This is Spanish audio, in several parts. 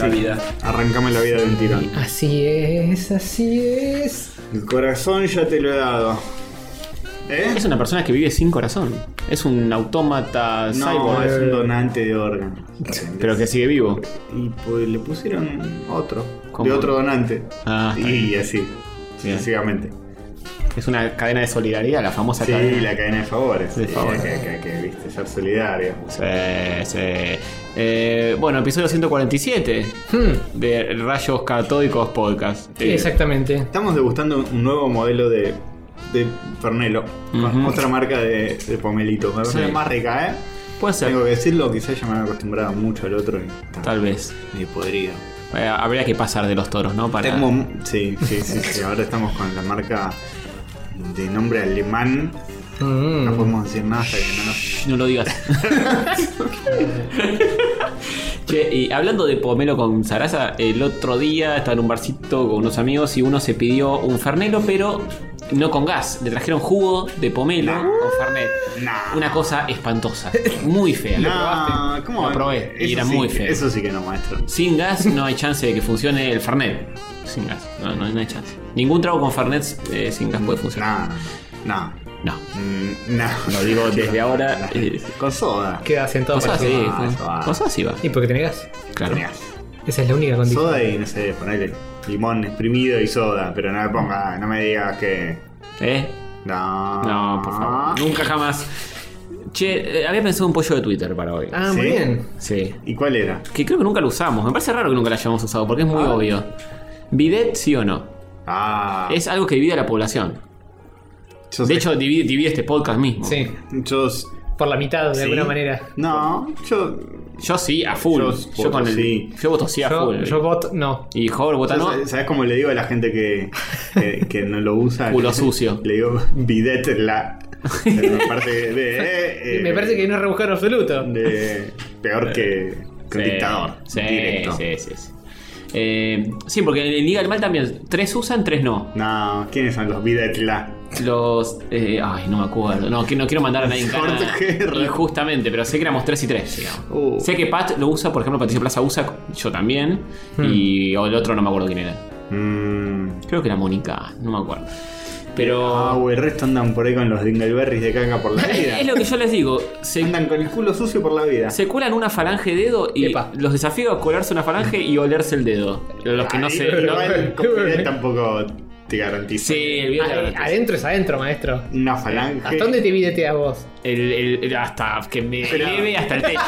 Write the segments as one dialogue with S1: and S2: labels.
S1: la vida.
S2: Arrancame la vida de un tirón.
S3: Así es, así es.
S2: El corazón ya te lo he dado. ¿Eh?
S1: Es una persona que vive sin corazón. Es un autómata
S2: No,
S1: cyborg,
S2: es un donante de órganos.
S1: pero que sigue vivo.
S2: Y pues le pusieron otro.
S1: ¿Cómo?
S2: De otro donante.
S1: Ah, está
S2: y así.
S1: Bien.
S2: Sucesivamente.
S1: Es una cadena de solidaridad, la famosa
S2: Sí,
S1: cadena.
S2: la cadena de favores.
S1: De
S2: Sí,
S1: favores.
S2: Que, que- que, viste, ser solidario.
S1: Sí, sí. Eh, bueno, episodio 147
S3: Hmm,
S1: de Rayos Catódicos Podcast. Eh,
S3: sí, exactamente.
S2: Estamos degustando un nuevo modelo de, de Fernelo. con
S1: Ujú.
S2: Otra marca de, de pomelito. Me parece
S1: Sí.
S2: más rica, ¿eh?
S1: Puede ser,
S2: Tengo que decirlo, quizás ya me había acostumbrado mucho al otro. Y,
S1: tal vez.
S2: Me podría.
S1: Eh, habría que pasar de los toros, ¿no? Para...
S2: Tengo- sí, sí, sí, sí. Ahora estamos con la marca de nombre alemán.
S3: Mm.
S2: No podemos decir nada hasta que no nos.
S1: No lo digas. che, y hablando de pomelo con zaraza, el otro día estaba en un barcito con unos amigos y uno se pidió un fernelo, pero no con gas. Le trajeron jugo de pomelo
S2: Nah.
S1: con fernet.
S2: Nah.
S1: Una cosa espantosa. Muy fea. ¿Lo probaste?
S2: ¿cómo?
S1: Lo probé y
S2: Eso
S1: era
S2: sí-
S1: muy feo.
S2: Eso sí que no, maestro.
S1: Sin gas no hay chance de que funcione el Fernet. Sin gas, no, no, no hay chance. Ningún trago con Fernet eh, sin gas puede funcionar.
S2: Nah, nah.
S1: No.
S2: Mm, nah.
S1: Lo digo desde ahora. eh,
S2: Con soda.
S3: Queda sentado
S1: cosas
S3: para
S1: así.
S3: siempre.
S2: Pues va,
S1: cosas-
S2: eso va.
S1: Cosas así va.
S3: Y porque tenés gas.
S1: Claro.
S2: Mirá,
S3: Esa es la única condición.
S2: Soda y no sé, ponele limón exprimido y soda, pero no me ponga, no me digas que.
S1: ¿Eh?
S2: No.
S1: No, por
S2: Ah.
S1: favor. Nunca jamás. Che, eh, había pensado un pollo de Twitter para hoy.
S3: Ah, muy
S2: ¿Sí?
S3: bien.
S1: Sí.
S2: ¿Y cuál era?
S1: Que creo que nunca lo usamos. Me parece raro que nunca lo hayamos usado porque es muy obvio. Bidet, sí o no.
S2: Ah.
S1: Es algo que divide a la población.
S2: yo
S1: De
S2: sé-
S1: hecho, divide, divide este podcast mismo.
S3: Sí.
S2: yo. s-
S3: Por la mitad, de
S2: sí.
S3: alguna manera.
S2: No, yo.
S1: Yo sí, a full.
S2: Yo
S1: Yo,
S2: voto
S1: con el.
S2: sí.
S1: Yo voto sí a
S3: yo,
S1: full.
S3: yo bot, no.
S1: Y Hover vota no.
S2: ¿Sabes cómo le digo a la gente que, que, que no lo usa?
S1: Culo sucio.
S2: Le digo bidet la. Me parece, de, eh, eh,
S3: Me parece que no es rebuscado en absoluto.
S2: de- peor que, que un
S1: Sí,
S2: dictador.
S1: Sí,
S2: directo.
S1: sí, sí. sí. Eh, sí, porque en Liga del Mal también. Tres usan, tres no.
S2: No, ¿quiénes son los bidet la?
S1: Los. eh, ay, no me acuerdo. No, que no quiero mandar a nadie en cara.
S2: Jorge Guerra.
S1: Injustamente, pero sé que éramos tres y tres, digamos.
S2: Uh.
S1: Sé que Pat lo usa, por ejemplo, Patricia Plaza usa, yo también. Y o el otro no me acuerdo quién era.
S2: Mmm.
S1: Creo que era Mónica, no me acuerdo. Pero.
S2: Ah, güey, el resto andan por ahí con los dingleberries de caca por la vida.
S1: es lo que yo les digo. Se
S2: Andan con el culo sucio por la vida.
S1: Se cuelan una falange de dedo y
S3: Epa.
S1: los desafío a colarse una falange y olerse el dedo. Los que no
S2: Ahí,
S1: se.
S2: igual,
S1: no-
S2: con bidet tampoco te garantizo.
S1: Sí, el video de la
S3: Ad-
S1: noticia.
S3: adentro es adentro, maestro.
S2: Una falange.
S3: ¿Hasta dónde te videteas vos?
S1: El- el- el- hasta que me
S2: Pero-
S1: eleve hasta el techo.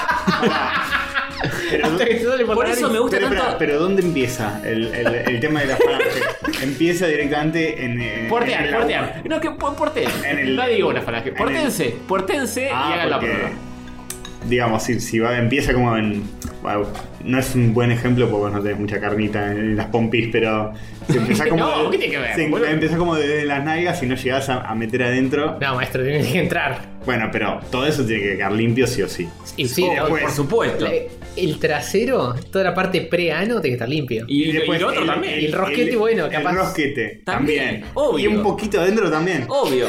S2: Pero,
S3: Hasta que te sale
S1: Por
S3: la
S1: eso
S3: nariz.
S1: me gusta
S2: pero,
S1: tanto.
S2: espera, pero ¿dónde empieza el, el- el tema de la falange? empieza directamente en. eh, en en
S1: Portear,
S2: la-
S1: portear. No, que por- porteen.
S2: En el-
S1: No digo una falange.
S2: en
S1: Portense, portense y
S2: Ah,
S1: hagan la
S2: porque,
S1: prueba.
S2: Digamos, si, si va, empieza como en. bueno, no es un buen ejemplo porque vos no tenés mucha carnita en las pompis, pero. Si empieza como.
S1: No,
S2: de-
S1: ¿qué tiene que ver,
S2: si em-
S1: boludo?
S2: empieza como desde las nalgas y no llegás a, a meter adentro.
S3: No, maestro, tenés que entrar.
S2: Bueno, pero todo eso tiene que quedar limpio sí o sí.
S3: Y sí,
S1: Oh,
S3: la-
S2: después.
S1: por supuesto.
S3: la- el trasero, toda la parte pre-ano tiene que estar limpio.
S1: Y, el
S2: después
S1: otro también.
S3: el rosquete, bueno, capaz-
S2: El rosquete
S1: También,
S2: también.
S1: obvio.
S2: Y un poquito adentro también.
S1: Obvio.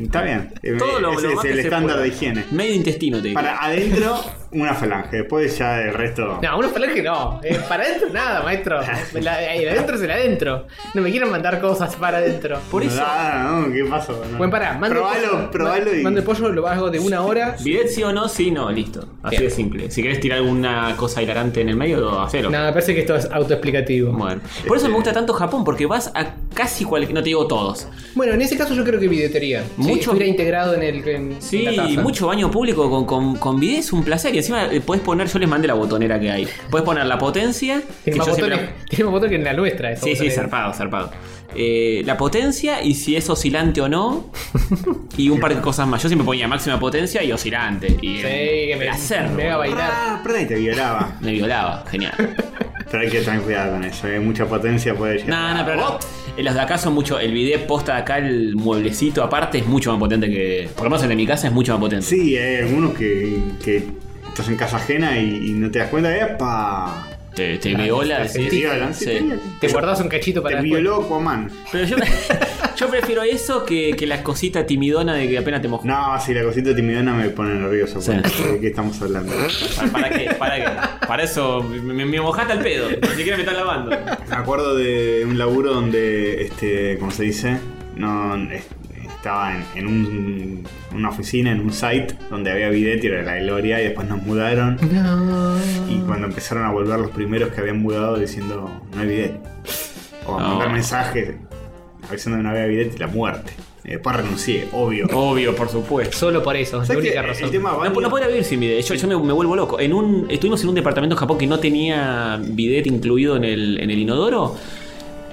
S2: Está bien. Eh,
S1: Todo lo,
S2: Ese
S1: lo
S2: es
S1: más que
S2: el
S1: se
S2: estándar de
S1: pueda.
S2: higiene.
S1: Medio intestino, te digo.
S2: Para adentro, una falange. Después ya el resto.
S3: No, una falange no. Eh, para adentro nada, maestro. La- el adentro es el adentro. No me quieran mandar cosas para adentro.
S1: Por eso.
S2: Ah, no, ¿qué pasó? No.
S3: Bueno, pará, mando
S2: probalo,
S3: pollo,
S2: probalo y.
S3: Mando el pollo, lo hago de una hora.
S1: Bidet sí o no, sí, no, listo. Así
S3: Bien.
S1: de simple. Si querés tirar alguna cosa hilarante en el medio, hacelo.
S3: Nada, me parece que esto es autoexplicativo. Bueno.
S1: Bueno, por eso me gusta tanto Japón, porque vas a casi cualquier. No te digo todos.
S3: en ese caso yo creo que videotería.
S1: Mucho-
S3: Si estuviera integrado en el. en-
S1: Sí,
S3: en la taza.
S1: mucho baño público con, con, con bidet es un placer. Y encima eh, podés poner, yo les mandé la botonera que hay. Podés poner la potencia. que
S3: Tiene más,
S1: yo
S3: botones,
S1: siempre-
S3: tiene más botones que en la nuestra. esa
S1: Sí, sí,
S3: botonera.
S1: zarpado, zarpado. Eh, la potencia y si es oscilante o no. y un par de cosas más. Yo siempre ponía máxima potencia y oscilante. Y
S3: Sí,
S1: el
S3: que me,
S1: placer,
S3: me haga
S1: boludo.
S3: bailar.
S2: Ah, perdón, y te violaba.
S1: me violaba, genial.
S2: Pero hay que tener cuidado con eso. Hay mucha potencia puede llegar.
S1: No, no, pero no. Eh, Los de acá son mucho. El bidet posta de acá, el mueblecito aparte, es mucho más potente que. Por lo menos el de mi casa es mucho más potente.
S2: Sí, eh, hay algunos que, que estás en casa ajena y, y no te das cuenta. ¡Epa!
S1: Te, te viola,
S3: te
S1: sí,
S2: Te
S1: sí,
S3: ¿eh?
S2: violan. Sí,
S1: sí.
S2: te violan.
S3: Te guardás un cachito
S2: Te
S3: para después.
S2: violó Aquaman.
S1: Pero yo, Yo prefiero eso que, que la cosita timidona de que apenas te mojas.
S2: No, si la cosita timidona me pone nervioso.
S1: Sí.
S2: porque ¿De qué estamos hablando?
S1: ¿Para, para qué? ¿Para qué? Para eso me, me mojaste al pedo. Ni siquiera me estás lavando.
S2: Me acuerdo de un laburo donde, este, ¿cómo se dice? No, es- estaba en, en un- una oficina, en un site donde había bidet y era la gloria y después nos mudaron.
S3: No.
S2: Y cuando empezaron a volver los primeros que habían mudado diciendo no hay bidet. O a
S1: No.
S2: mandar mensajes avisando que no había bidet y la muerte. Y después renuncié, obvio.
S1: Obvio, por supuesto.
S3: Solo por eso, es Oh, la
S2: ¿Sabes
S3: única
S2: qué?
S3: razón.
S2: El tema
S1: No,
S2: baño-
S1: no podría vivir sin bidet. Yo, yo me, me vuelvo loco. En un, estuvimos en un departamento en Japón que no tenía bidet incluido en el, en el inodoro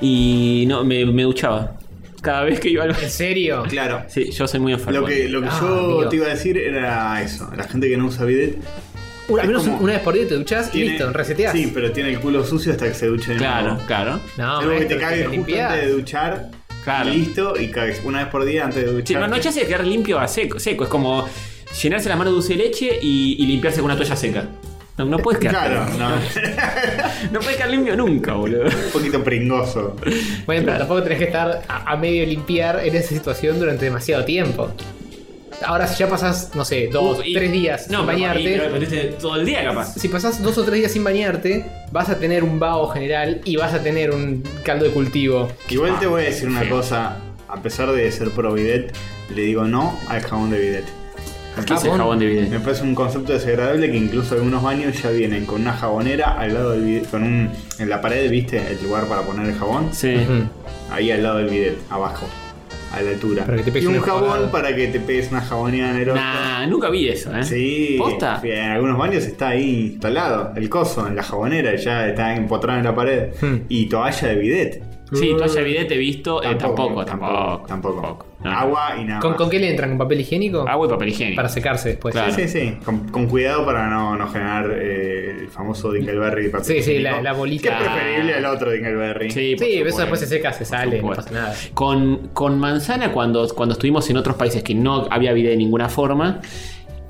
S1: y no, me, me duchaba. Cada vez que iba al
S3: ¿En
S1: baño.
S3: serio?
S2: Claro.
S1: Sí, yo soy muy enfermo.
S2: Lo que, lo que
S3: Ah,
S2: yo
S3: amigo.
S2: te iba a decir era eso. La gente que no usa bidet.
S3: Una,
S2: Es
S3: al menos
S2: como-
S3: una vez por día te duchás y
S2: tiene-
S3: listo, reseteás.
S2: Sí, pero tiene el culo sucio hasta que se duche de
S1: Claro,
S2: nuevo.
S1: claro.
S3: No,
S2: Algo que
S3: maestro,
S2: te cagues justo
S3: limpiás.
S2: antes de duchar.
S1: Claro.
S2: Y listo, y cagues una vez por día antes de duchar.
S1: Sí, no, no, ya se quedar limpio a seco, seco. Es como llenarse las manos de dulce de leche y, y limpiarse con una toalla seca. No, no puedes quedar.
S2: Claro, no.
S1: No puedes quedar limpio nunca, boludo.
S2: un poquito pringoso.
S3: Bueno, pero tampoco tenés que estar a, a medio limpiar en esa situación durante demasiado tiempo. Ahora si ya pasás, no sé, dos,
S1: Y-
S3: tres días
S1: no,
S3: sin
S1: pero- y-
S3: bañarte.
S1: pero estuviste todo el día capaz.
S3: Si pasás dos o tres días sin bañarte, vas a tener un vaho general y vas a tener un caldo de cultivo.
S2: Igual te voy a decir una
S1: feo.
S2: cosa. A pesar de ser pro bidet, le digo no al jabón de bidet.
S1: ¿Qué es el jabón de bidet?
S2: Me parece un concepto desagradable que incluso algunos baños ya vienen con una jabonera al lado del bidet, con un, en la pared, ¿viste? El lugar para poner el jabón.
S1: Sí.
S3: Ujú.
S2: Ahí al lado del bidet, abajo, a la altura.
S3: Para que te pegues
S2: y un
S3: una
S2: jabón
S3: jabonada.
S2: para que te pegues una jaboneada en el orto.
S1: Nah, nunca vi eso, ¿eh?
S2: Sí,
S1: ¿Posta?
S2: en algunos baños está ahí instalado el coso, en la jabonera, ya está empotrado en la pared.
S3: Hmm.
S2: Y toalla de bidet.
S1: Sí, toalla evidente he visto. eh, Tampoco, tampoco.
S2: tampoco. tampoco.
S1: No.
S2: Agua y nada.
S3: ¿Con,
S2: más.
S3: con qué le entran? ¿Con papel higiénico?
S1: Agua y papel higiénico.
S3: Para secarse después.
S1: Ah, Claro.
S2: Sí, sí, sí. Con, con cuidado para no, no generar eh, el famoso Dingleberry. papel
S3: Sí, sí,
S2: higiénico,
S3: la- la bolita.
S2: Que es preferible al otro Dingleberry.
S1: Sí, por
S3: Sí, eso
S1: supuesto.
S3: después se seca, se
S1: Por
S3: sale, no
S1: supuesto.
S3: pasa nada.
S1: Con, con manzana, cuando, cuando estuvimos en otros países que no había vida de ninguna forma,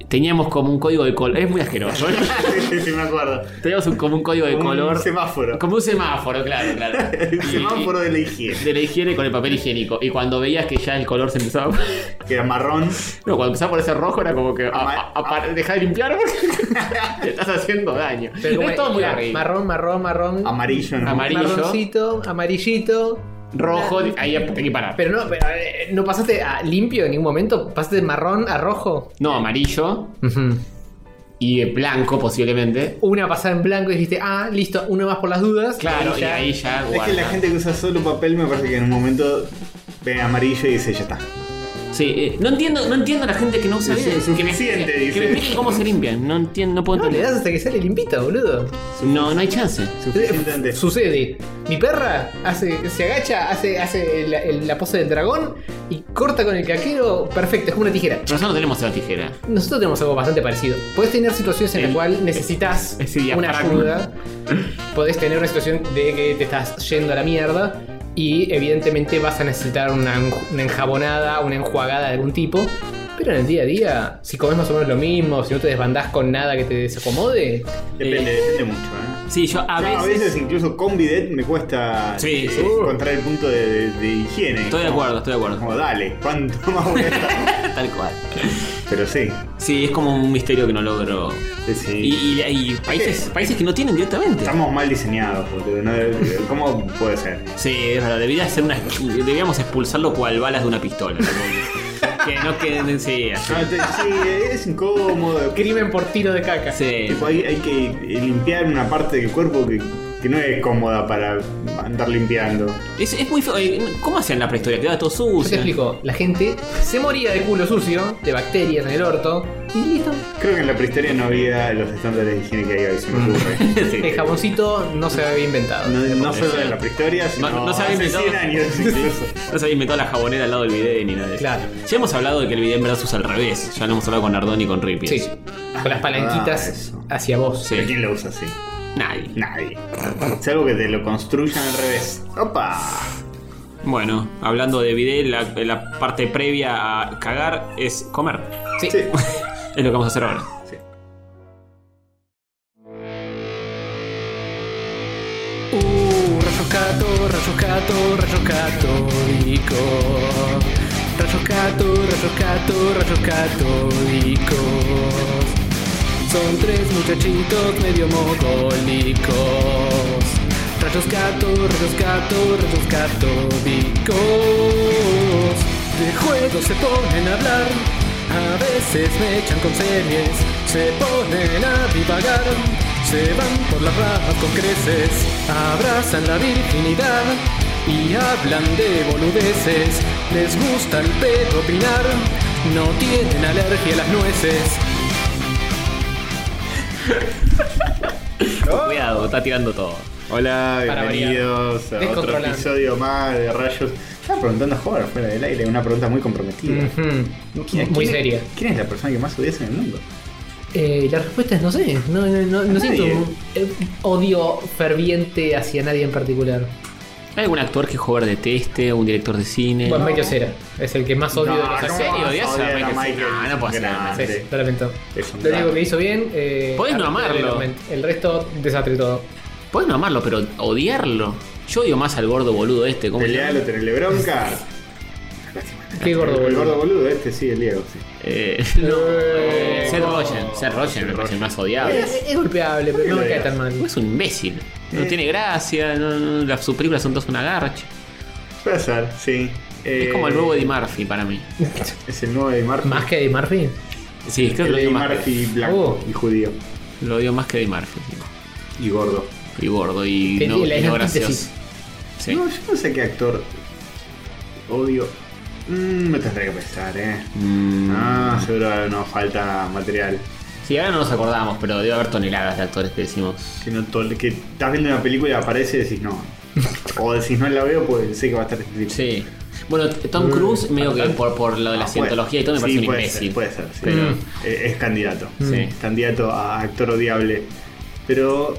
S1: teníamos como un código de color. Es muy asqueroso. ¿no?
S2: sí, sí, sí, me acuerdo.
S1: teníamos un- como un código de
S2: Como un
S1: color.
S2: semáforo.
S1: Como un semáforo, claro, claro.
S2: El
S1: Y-
S2: semáforo de la
S1: y-
S2: higiene.
S1: de la higiene con el papel higiénico. Y cuando veías que ya el color se empezaba.
S2: Que era marrón.
S1: No, cuando empezaba por ese rojo era como que. a-
S2: Ama-
S1: a- a par- dejá de limpiar porque te estás haciendo daño.
S3: Pero como-
S1: es todo muy
S3: claro,
S1: horrible.
S3: marrón, marrón, marrón.
S2: Amarillo, ¿no?
S1: Amarillo.
S3: Marroncito, amarillito.
S1: rojo,
S3: Nah,
S1: ahí hay que parar.
S3: Pero no, pero, eh, no pasaste a limpio en ningún momento. Pasaste de marrón a rojo.
S1: No, amarillo y eh, blanco posiblemente.
S3: Una pasada en blanco y dijiste, ah, listo, una más por las dudas.
S1: Claro,
S3: Y
S1: y
S3: ya-
S1: ahí ya
S2: Es
S1: guarda.
S2: que la gente que usa solo papel me parece que en un momento ve amarillo y dice, ya está.
S1: Sí, eh, no entiendo, no entiendo a la gente que no usa
S2: Es
S1: bidet. Que me
S2: insuficiente,
S1: expliquen-
S2: dice.
S1: que me expliquen cómo se limpian. No entiendo, no puedo
S3: No, le
S1: entender.
S3: das hasta que sale limpita, boludo.
S1: No, no hay chance.
S2: Suficientemente.
S3: Sucede. Mi perra hace, se agacha, hace, hace la, el- la pose del dragón y corta con el caquero. Perfecto, es como una tijera.
S1: Nosotros no tenemos la tijera.
S3: Nosotros tenemos algo bastante parecido. Podés tener situaciones en
S1: El-
S3: las cuales necesitas
S1: ese diafragma.
S3: una ayuda. Podés tener una situación de que te estás yendo a la mierda. Y evidentemente vas a necesitar una, enju- una enjabonada, una enjuagada de algún tipo. Pero en el día a día, si comes más o menos lo mismo, si no te desbandás con nada que te desacomode,
S2: Depende,
S1: Eh,
S2: depende mucho, ¿eh?
S1: Sí, yo a
S2: Yo
S1: veces.
S2: a veces incluso con bidet me cuesta
S1: Sí,
S2: eh,
S1: sí.
S2: encontrar el punto de, de- de higiene.
S1: Estoy de
S2: Como-
S1: acuerdo, estoy de acuerdo.
S2: Como dale, ¿cuánto más voy a estar?
S1: Tal cual.
S2: Pero sí,
S1: Sí, es como un misterio que no logro.
S2: sí, sí.
S1: Y, y- y países, países que no tienen directamente.
S2: Estamos mal diseñados, boludo, ¿no? ¿Cómo puede ser?
S1: Sí, es verdad, debería ser una. Deberíamos expulsarlo cual balas de una pistola. ¿no? que no queden en sí.
S2: No, Ah, te- sí, es incómodo.
S3: crimen por tiro de caca.
S1: Sí.
S2: Tipo, hay, hay que limpiar una parte del cuerpo que, que no es cómoda para andar limpiando.
S1: Es, es muy feo. eh, ¿Cómo hacían la prehistoria? Quedaba todo
S3: Yo
S1: sucio.
S3: te explico, la gente se moría de culo sucio, de bacterias en el orto, y listo.
S2: Creo que en la prehistoria no había los estándares de higiene que hay hoy, se me ocurre.
S1: Sí.
S3: El jaboncito no se había inventado.
S2: No, no solo en la prehistoria, sino
S1: No- no se había
S2: hace
S1: inventado.
S2: 100 años incluso.
S1: No se había inventado la jabonera al lado del bidet ni nada de eso.
S3: Claro.
S1: Ya hemos hablado de que el bidet en verdad se usa al revés. Ya lo hemos hablado con Ardón y con Rippy.
S3: Sí, con las
S2: Ah,
S3: palanquitas
S2: eso.
S3: hacia vos.
S1: Sí.
S2: ¿Pero quién lo usa así?
S1: Nadie.
S2: Nadie. Salvo que te lo construyan al revés. ¡Opa!
S1: Bueno, hablando de bidet, la, la parte previa a cagar es comer.
S3: Sí.
S2: Sí.
S1: Es lo que vamos a hacer ahora.
S2: Sí.
S3: Uh, rayos gato, rayos gato, cato, rayo católico. Rayo cato, rayo cato, rayos católicos. Son tres muchachitos medio mogólicos. Rayos gato, rayos gato, rayos católicos. De juego se ponen a hablar. A veces me echan con series. Se ponen a divagar. Se van por las ramas con creces. Abrazan la virginidad. Y hablan de boludeces. Les gusta el pedo opinar. No tienen alergia a las nueces.
S1: Con Cuidado, está tirando todo.
S2: Hola,
S3: Para
S2: bienvenidos a otro
S3: Descontrolante.
S2: episodio más de Rayos. Estaba preguntando a Jorge fuera del aire, una pregunta muy comprometida. ¿Quién-
S3: Muy
S2: quién-
S3: seria.
S2: ¿Quién es la persona que más odias en el mundo?
S3: Eh, la respuesta es no sé, no, no, no, no
S2: A
S3: siento
S2: nadie.
S3: un eh, odio ferviente hacia nadie en particular.
S1: ¿Hay algún actor que Hover deteste? ¿Un director de cine?
S3: Bueno, Michael Cera es el que más odio de los
S1: ¿En
S3: actores.
S1: serio? ¿Odias a
S2: odiar
S1: Michael Cera? Ah, no puedo hacer nada.
S3: Sí,
S2: Grande.
S3: sí, lo lamento.
S2: Es un
S3: Lo único
S2: gran-
S3: que hizo bien. Eh,
S1: Podés no
S3: Arrested
S1: amarlo.
S3: Development. El resto, desastre todo.
S1: Pueden amarlo, pero odiarlo. Yo odio más al gordo boludo este. ¿cómo se
S2: Pelealo,
S1: llama?
S2: tenerle bronca.
S3: Qué gordo,
S2: El gordo
S3: boludo.
S2: boludo, este sí, el Diego, sí.
S1: Eh, no.
S3: Eh,
S1: Seth
S3: no.
S1: Rogen. Seth Rogen me parece el más odiado.
S3: Es, es golpeable, pero no me cae tan mal.
S1: Es un imbécil. No
S2: Eh.
S1: tiene gracia. No, no, las sus películas son todas una garcha.
S2: Puede ser, sí.
S1: Es
S2: Eh,
S1: como el nuevo Eddie Murphy para mí.
S2: Es el nuevo Eddie Murphy.
S3: Más que Eddie Murphy.
S1: Sí, creo que
S2: el
S1: lo odio
S2: Eddie
S1: más. que-
S2: Murphy blanco
S3: Oh.
S2: y judío.
S1: Lo odio más que Eddie Murphy. sí.
S2: Y gordo.
S1: Y gordo y
S3: Que
S1: no,
S3: tiene la
S1: y no gracioso.
S3: antítesis.
S1: Sí.
S2: No, yo no sé qué actor odio. Mm, me tendré que pensar, eh.
S1: Mm.
S2: Ah, seguro nos falta material.
S1: Sí, ahora no nos acordamos, pero debe haber toneladas de actores que decimos.
S2: Que, no tol- que estás viendo una película y aparece y decís no. o decís no la veo, pues sé que va a estar este tipo.
S1: Sí. Bueno, Tom Cruise, medio que por, por lo de la
S2: Mm, Ah,
S1: cientología y todo, me
S2: puede.
S1: parece
S2: Sí,
S1: un
S2: puede
S1: imbécil.
S2: ser, puede ser, sí.
S1: Pero-
S2: Eh, es candidato.
S1: Sí.
S2: Candidato a actor odiable. Pero.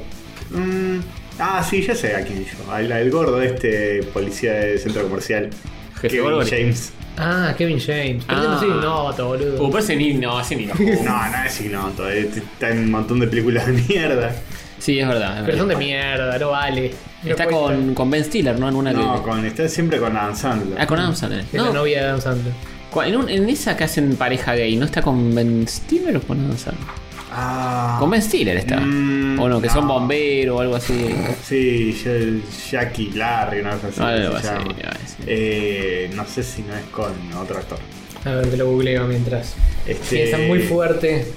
S2: mm, ah, sí, ya sé a quién yo. Al, al gordo este policía del centro comercial.
S1: Jefe
S2: Kevin
S1: Gorgori.
S2: James.
S3: Ah, Kevin James. Pero
S1: Ah.
S3: yo no soy un noto, boludo.
S1: Uh, pero ese ni, no, ese ni lo
S2: No, no es ignoto. eh, Está en un montón de películas de mierda.
S1: Sí, es verdad. es
S3: pero son
S1: verdad.
S3: de mierda, no vale. No
S1: Está
S3: cuenta.
S1: con, con Ben Stiller, ¿no? En una
S2: No,
S1: que...
S2: con, está siempre con Adam Sandler.
S1: Ah, con Adam Sandler.
S3: Es la
S1: No,
S3: novia de Adam Sandler.
S1: cu- en, un- en esa que hacen pareja gay, ¿no está con Ben Stiller o con Adam Sandler?
S2: Ah.
S1: Con Ben Stiller está.
S2: Mm,
S1: o no, que son
S2: no.
S1: bomberos o algo así.
S2: Sí, Jack- Jackie Larry, una cosa así.
S1: Ah, Algo
S2: que
S1: así,
S2: se llama.
S1: algo así.
S2: Eh, no sé si no es con otro actor.
S3: A ver, te lo googleo mientras.
S2: Este,
S3: Piensa muy fuerte.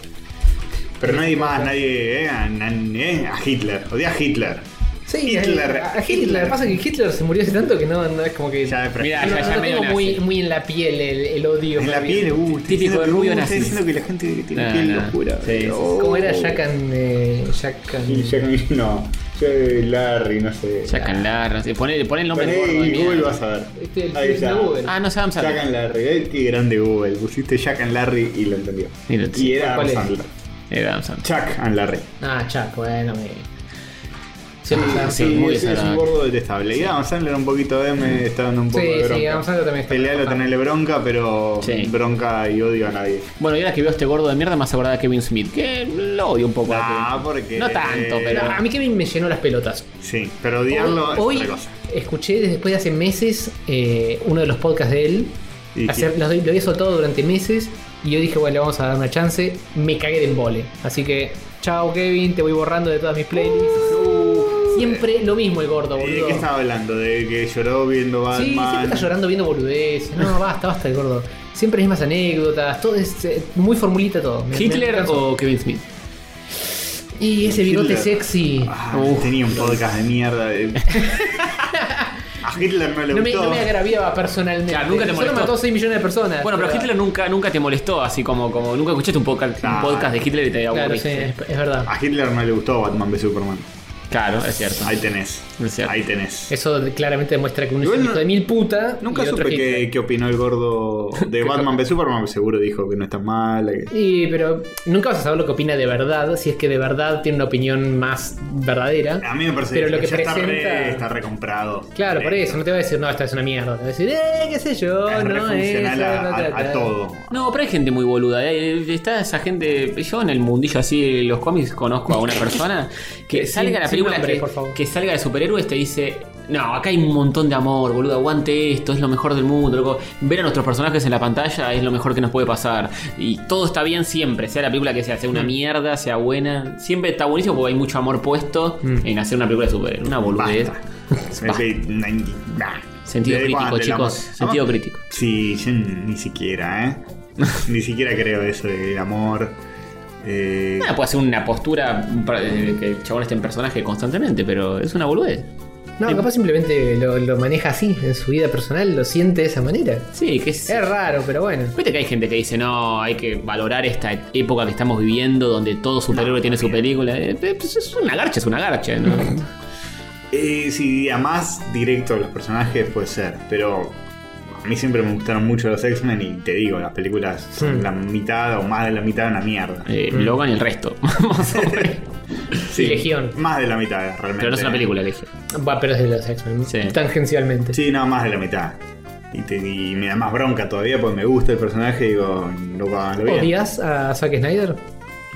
S2: Pero nadie más, nadie. Eh, a, na- eh, a Hitler. Odia a Hitler.
S3: Sí,
S2: Hitler.
S3: A, a Hitler. Pasa que Hitler se murió hace tanto que no, no es como que.
S2: Ya, pero-
S1: Mirá,
S3: no,
S1: ya,
S3: no
S1: ya
S3: lo
S1: medio
S3: tengo muy,
S1: nazi.
S3: muy en la piel el, el odio.
S2: en la piel, uh, está
S1: Típico
S2: diciendo
S1: de
S2: que,
S1: rubio
S2: uh, está
S1: nazi.
S2: diciendo que la gente que tiene
S1: No,
S2: piel
S1: no.
S2: oscura.
S1: Sí, sí,
S2: Oh.
S3: ¿Cómo era Jack and. eh, Jack and-
S2: Sí, Jack and- No, Jack Larry, no sé.
S1: Jack and Larry, sí, poné, poné el nombre
S2: Poné
S1: del gordo de eh.
S2: y Google
S1: mierda.
S2: vas a ver.
S3: Este, el
S2: Ahí
S3: de
S2: está.
S3: Google.
S1: Ah, no, es Adam
S2: Jack
S1: Sandler.
S2: and Larry, eh, qué grande Google. Pusiste Jack and Larry y lo entendió.
S1: Y lo-
S2: Y era Adam
S3: ¿Cuál es?
S2: Sandler.
S1: Era Adam Sandler.
S2: Chuck and Larry.
S3: Ah, Chuck, bueno, me. Siempre
S1: Ah,
S3: está-
S1: sí,
S2: Sí, ese
S1: muy
S2: es un
S1: desagradable.
S2: gordo detestable. Y Adam Sandler un poquito de me está dando un poco
S3: Sí,
S2: de
S3: sí, Adam
S2: bronca.
S3: Sandler también está.
S2: Pelealo, tenerle bronca, pero
S1: Sí.
S2: bronca y odio a nadie.
S1: Bueno, y ahora que veo a este gordo de mierda, más acordada de Kevin Smith, que lo odio un poco.
S2: Ah,
S1: a Kevin.
S2: porque-
S1: No tanto, pero.
S3: Pero a mí Kevin me llenó las pelotas.
S2: Sí, pero odiarlo
S3: hoy
S2: es otra cosa.
S3: escuché desde después de hace meses eh, uno de los podcasts de él.
S2: ¿Y
S3: Hacer-
S2: qué?
S3: los- lo había soltado durante meses y yo dije, bueno, le vamos a dar una chance. Me cagué de embole. Así que, chao Kevin, te voy borrando de todas mis playlists.
S2: Uh,
S3: Uh, Siempre lo mismo el gordo,
S2: ¿Y ¿De
S3: boludo.
S2: Eh, qué estaba hablando? ¿De que lloró viendo Batman?
S3: Sí, siempre está llorando viendo boludeces. No, basta, basta el gordo. Siempre es más anécdotas, todo es eh, muy formulita todo. Me- me
S1: ¿Hitler
S3: canso.
S1: o Kevin Smith?
S3: Y ese bigote
S2: Hitler.
S3: sexy.
S2: Ah,
S1: Uf.
S2: tenía un podcast de mierda. de- a Hitler no le
S3: No me,
S2: gustó.
S3: no me agraviaba personalmente.
S1: Claro, nunca te
S3: Solo
S1: molestó.
S3: mató a 6 millones de personas.
S1: Bueno, pero Hitler nunca, nunca te molestó, así como, como nunca escuchaste un podcast, un
S2: Claro.
S1: podcast de Hitler y te
S3: Claro, sí,
S1: aburriste.
S3: es, es verdad.
S2: A Hitler no le gustó Batman v Superman.
S1: Claro, es cierto.
S2: Ahí tenés.
S1: Es cierto.
S2: Ahí tenés.
S3: Eso de- claramente demuestra que uno es
S2: Igual
S3: un
S2: no-
S3: hijo de mil puta.
S2: Nunca
S3: y otro
S2: supe
S3: es Hitler.
S2: qué, qué opinó el gordo de Batman v Superman, porque seguro dijo que no está mal. que-
S3: Y, pero nunca vas a saber lo que opina de verdad, si es que de verdad tiene una opinión más verdadera.
S2: A mí me parece
S3: Pero
S2: que,
S3: lo que
S2: ya está,
S3: presenta-
S2: re, está recomprado.
S3: Claro, por eso, no te va a decir, no, esta es una mierda. Te va a decir, eh, qué sé yo,
S2: Es
S3: no, eso,
S2: refuncional a,
S3: no,
S2: a-
S3: ta, ta.
S2: a todo.
S1: No, pero hay gente muy boluda. eh, Está esa gente. Yo en el mundillo así de los cómics conozco a una persona que
S3: Sin-
S1: salga la
S3: sin
S1: película
S3: nombres,
S1: que,
S3: por favor.
S1: que salga de superhéroes te dice No, acá hay un montón de amor, boludo. Aguante esto, es lo mejor del mundo, loco. Ver a nuestros personajes en la pantalla es lo mejor que nos puede pasar. Y todo está bien siempre, sea la película que sea, sea
S3: Mm.
S1: una mierda, sea buena. Siempre está buenísimo porque hay mucho amor puesto
S3: Mm.
S1: en hacer una película de superhéroes. Una boludez.
S2: Basta. Sentido
S1: Sentido crítico, chicos. Sentido crítico.
S2: Sí, yo ni siquiera, ¿eh? ni siquiera creo eso del amor. Eh,
S1: Nada, puede hacer una postura para- eh, que el chabón esté en personaje constantemente, pero es una boludez.
S3: No, capaz simplemente lo, lo maneja así, en su vida personal, lo siente de esa manera.
S1: Sí, que es.
S3: Es raro, pero bueno.
S1: Viste que hay gente que dice, no, hay que valorar esta época que estamos viviendo donde todo superhéroe tiene su película. Eh, eh, pues es una garcha, es una garcha. ¿no? pues.
S2: eh, si a más directo los personajes puede ser, pero a mí siempre me gustaron mucho los X-Men y te digo, las películas son
S3: Mm.
S2: la mitad o más de la mitad de una mierda.
S1: Eh, Logan y el resto. Más o menos.
S2: Sí,
S3: Legión.
S2: Más de la mitad, realmente.
S1: Pero no es una película, le dije.
S3: Va, pero es de los X-Men,
S1: Sí.
S3: tangencialmente.
S2: Sí, no, más de la mitad. Y, te- y me da más bronca todavía porque me gusta el personaje y digo, loco, lo bien.
S3: ¿Odias a Zack Snyder?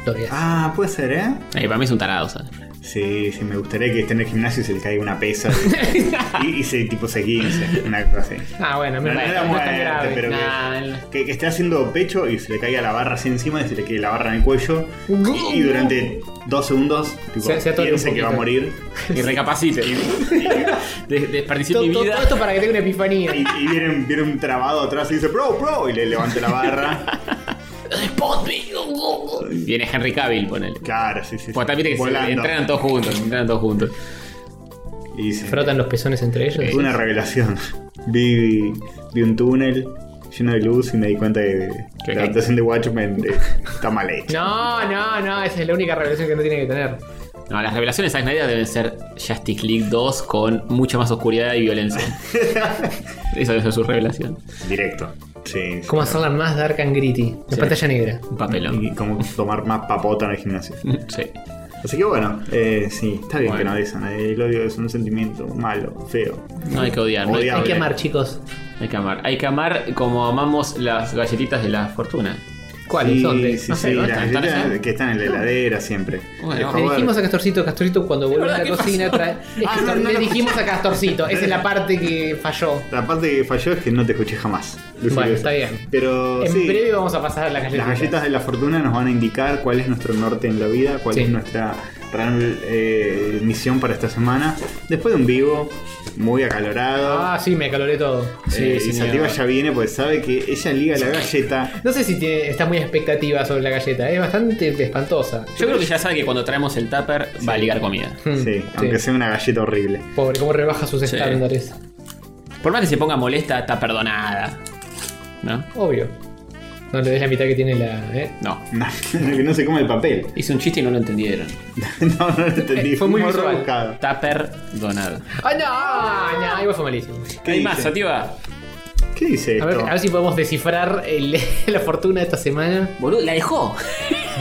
S3: Lo odias.
S2: Ah, puede ser, ¿eh?
S1: Eh, para mí es un tarado, ¿sabes?
S2: Sí, sí, me gustaría que esté en el gimnasio y se le caiga una pesa y, y se tipo se 15, una cosa así.
S3: Ah, bueno, me
S2: No, no
S3: parece.
S2: era
S3: No, es tan
S2: muerte,
S3: grave.
S2: pero-
S1: Nah, el-
S2: Que, que esté haciendo pecho y se le caiga la barra así encima y se le caiga la barra en el cuello. Y, y durante dos segundos, tipo,
S3: Se- se atore un
S2: piense que va a
S3: poquito.
S2: morir.
S1: Y recapacite. De- desperdicié
S3: Todo,
S1: mi
S3: todo-
S1: vida.
S3: todo esto para que tenga una epifanía.
S2: Y, y viene, un- viene un trabado atrás y dice, bro, bro, y le levanta la barra.
S1: Viene Henry Cavill, ponele.
S2: Claro, sí, sí. sí.
S1: Pues también que se
S2: Volando.
S1: entrenan todos juntos, entrenan todos juntos.
S2: Y dice,
S3: Frotan los pezones entre ellos.
S2: Fue una revelación. Vi, vi un túnel lleno de luz y me di cuenta que
S1: ¿Qué?
S2: la adaptación de Watchmen eh, está mal hecha.
S3: No, no, no, esa es la única revelación que no tiene que tener.
S1: No, las revelaciones de Zack Snyder deben ser Justice League 2 con mucha más oscuridad y violencia. Esa debe ser su revelación.
S2: Directo. Sí. sí.
S3: ¿Cómo hacerla más dark and gritty? La
S1: Sí.
S3: pantalla negra.
S1: Un papelón.
S2: Y como tomar más papota en el gimnasio.
S1: Sí.
S2: Así que bueno, eh, sí, está bien que
S1: Bueno.
S2: nos dicen. El odio es un sentimiento malo, feo.
S1: No hay que odiar, no hay,
S2: Odiable.
S3: Hay que amar, chicos.
S1: hay que amar. Hay que amar como amamos las galletitas de la fortuna.
S3: ¿Cuáles
S2: Sí,
S3: son? De-
S2: Sí,
S1: no sé,
S2: sí,
S1: ¿no?
S2: las
S1: ¿Están- están
S2: galletas
S1: allá?
S2: que están en la heladera siempre.
S1: Bueno,
S2: Por
S1: le
S2: favor.
S3: Le dijimos a Castorcito, Castorcito cuando vuelve a
S1: verdad,
S3: la
S1: ¿qué
S3: cocina
S1: pasó?
S3: trae. Es
S2: Ah,
S3: que
S2: no, no,
S3: le
S2: no.
S3: dijimos a Castorcito, esa es la parte que falló.
S2: La parte que falló es que no te escuché jamás. Decir
S3: Bueno,
S2: eso.
S3: está bien.
S2: Pero
S3: En
S2: sí.
S3: breve vamos a pasar a las
S2: Las
S3: galletas.
S2: galletas de la fortuna nos van a indicar cuál es nuestro norte en la vida, cuál
S3: Sí.
S2: es nuestra real eh, misión para esta semana. Después de un vivo muy acalorado,
S3: Ah, sí, me caloré todo.
S1: sí,
S2: eh, y
S1: señor.
S2: Sativa ya viene porque sabe que ella liga la galleta.
S3: No sé si tiene, está muy expectativa sobre la galleta, es bastante espantosa.
S1: Yo creo que ya sabe que cuando traemos el tupper va a ligar comida.
S3: Hmm,
S2: Sí, aunque sea una galleta horrible.
S3: Pobre, cómo rebaja sus
S1: Sí.
S3: estándares.
S1: Por más que se ponga molesta, está perdonada. ¿No?
S3: Obvio. No le des la mitad que tiene la. ¿eh?
S1: No.
S2: No, que no se come el papel.
S1: Hice un chiste y no lo entendieron.
S2: no, no lo entendí.
S3: Eh, fue muy visual.
S2: rebuscado.
S1: Está perdonada.
S3: ¡Ah, no! No, igual fue malísimo.
S2: ¿Qué
S1: Hay
S2: dice?
S1: más, Sativa.
S2: ¿Qué dice
S3: A
S2: esto?
S3: ver, a ver si podemos descifrar el- la fortuna de esta semana.
S1: Boludo, la dejó.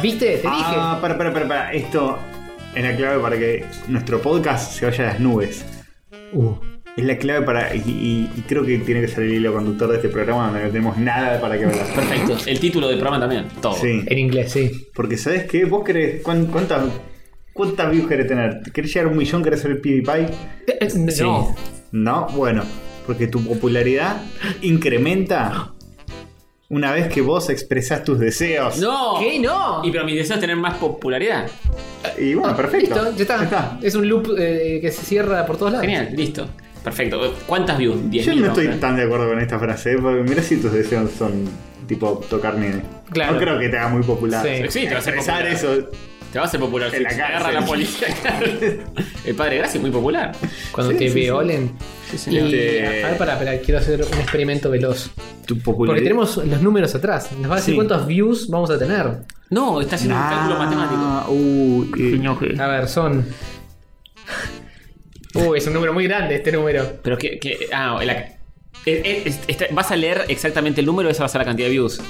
S3: ¿Viste? Te
S2: ah, para, para, para, para. Esto es la clave para que nuestro podcast se vaya a las nubes.
S3: dije. Uh.
S2: Es la clave para. Y, y- y creo que tiene que ser el hilo conductor de este programa donde no tenemos nada para que hablar.
S1: Perfecto. El título del programa también. Todo.
S2: Sí.
S3: En inglés, sí.
S2: Porque ¿sabes qué? ¿Vos querés. cuán- ¿Cuántas cuántas views querés tener? ¿Querés llegar a un millón? ¿Querés ser el PewDiePie?
S3: Eh, eh, No.
S1: Sí.
S2: No, bueno. Porque tu popularidad incrementa una vez que vos expresás tus deseos.
S1: ¡No!
S3: ¿Qué? No.
S1: Y pero mi deseo es tener más popularidad.
S2: Y bueno, Ah, perfecto.
S3: Listo, ya está.
S2: Ya está.
S3: Es un loop eh, que se cierra por todos lados.
S1: Genial, listo. Perfecto. ¿Cuántas views? 10.000.
S2: Yo no estoy
S1: ¿verdad?
S2: tan de acuerdo con esta frase, ¿eh? porque mirá si tus deseos son tipo tocar nieve.
S3: Claro.
S2: No creo que te haga muy popular.
S3: Sí.
S1: Sí, te va a hacer
S2: Expresar
S1: popular.
S2: eso.
S1: Te vas a hacer popular.
S2: En la
S1: Te
S2: cárcel.
S1: agarra la policía. El padre Gracia es muy popular.
S3: Cuando
S2: Sí,
S3: te
S2: sí, sí.
S3: violen.
S1: Sí,
S3: Y,
S1: señor.
S2: Este-
S3: A ver, para, quiero hacer un experimento veloz.
S2: Tu
S3: Porque
S2: popularidad.
S3: tenemos los números atrás. Nos va a decir
S2: Sí.
S3: cuántos views vamos a tener.
S1: No, está haciendo un cálculo matemático.
S2: Ah, uy, eh,
S3: A ver, son. Uy, es un número muy grande este número.
S1: Pero que. que- ah, la- eh, eh, es- está- vas a leer exactamente el número, esa va a ser la cantidad de views. Yo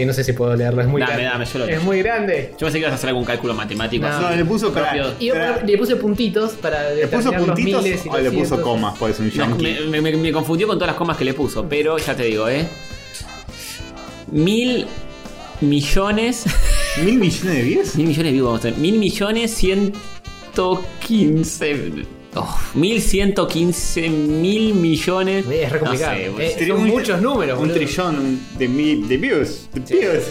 S3: Sí, no sé si puedo leerlo, es muy
S1: Dame,
S3: grande.
S1: dame, yo lo leo.
S3: es muy grande.
S1: pensé que ibas a hacer algún cálculo matemático.
S3: No.
S1: así.
S2: No, le puso pará,
S1: Propio.
S3: Y yo
S2: pará.
S3: le puse puntitos para
S2: ¿Le puso
S3: determinar los
S2: puntitos
S3: miles y
S2: o le
S3: los
S2: puso
S3: cientos.
S2: comas? Pues un
S1: No,
S2: yankee.
S1: me, me- me- me confundió con todas las comas que le puso, pero ya te digo, ¿eh? Mil millones.
S2: ¿Mil millones de views?
S1: Mil millones de views vamos a tener. Mil millones ciento quince Uf, 1115 mil millones.
S3: Es re
S1: No
S3: complicado.
S1: sé, boludo.
S3: Eh,
S2: Tri-
S3: son
S2: un-
S3: muchos números,
S2: Un
S3: boludo.
S2: trillón de, mi, de views. De views.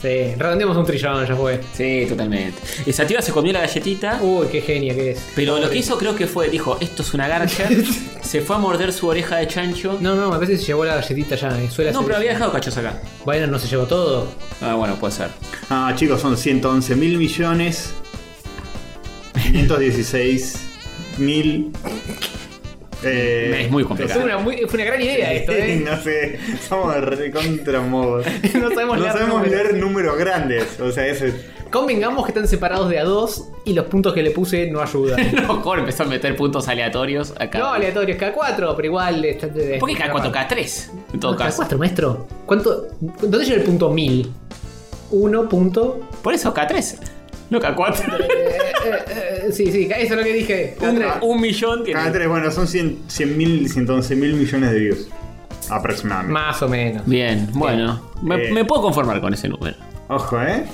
S3: Sí, redondemos un trillón, ya fue.
S1: Sí, totalmente. Eh, Sativa se comió la galletita.
S3: Uy, qué genia que es.
S1: Pero lo
S3: Pobre.
S1: que hizo creo que fue, dijo, esto es una garcha. se fue a morder su oreja de chancho. No,
S3: No, no, a veces se llevó la galletita ya. eh, Suele hacer
S1: pero
S3: eso.
S1: había dejado cachos acá.
S3: Bueno, no se llevó todo.
S1: Ah, bueno, puede ser.
S2: Ah, chicos, son 111 mil millones. 516 mil. eh,
S1: Es muy complicado.
S3: Fue una, muy- fue una gran idea esto, ¿eh?
S2: no sé, somos recontra mobos.
S3: No sabemos
S2: No
S3: leer
S2: sabemos
S3: números.
S2: leer números grandes. O sea, eso es.
S3: Convengamos que están separados de a dos y los puntos que le puse no ayudan.
S1: Mejor empezó a meter puntos aleatorios acá.
S3: no, aleatorios, K4, pero igual. Está,
S1: ¿Por qué K4? K3, en todo
S3: No,
S1: caso.
S3: K4, maestro. ¿Cuánto, ¿Dónde llega el punto 1000? 1 punto.
S1: Por eso K3, no K4.
S3: eh, eh, eh, sí, sí, eso es lo que dije.
S1: un,
S3: Una-
S1: un millón tiene.
S2: Cada tres, bueno, son 100 mil, 111 mil millones de views. Aproximadamente.
S3: Más o menos.
S1: Bien, bueno. Me,
S2: Bien. Eh.
S1: me puedo conformar con ese número.
S2: Ojo, ¿eh?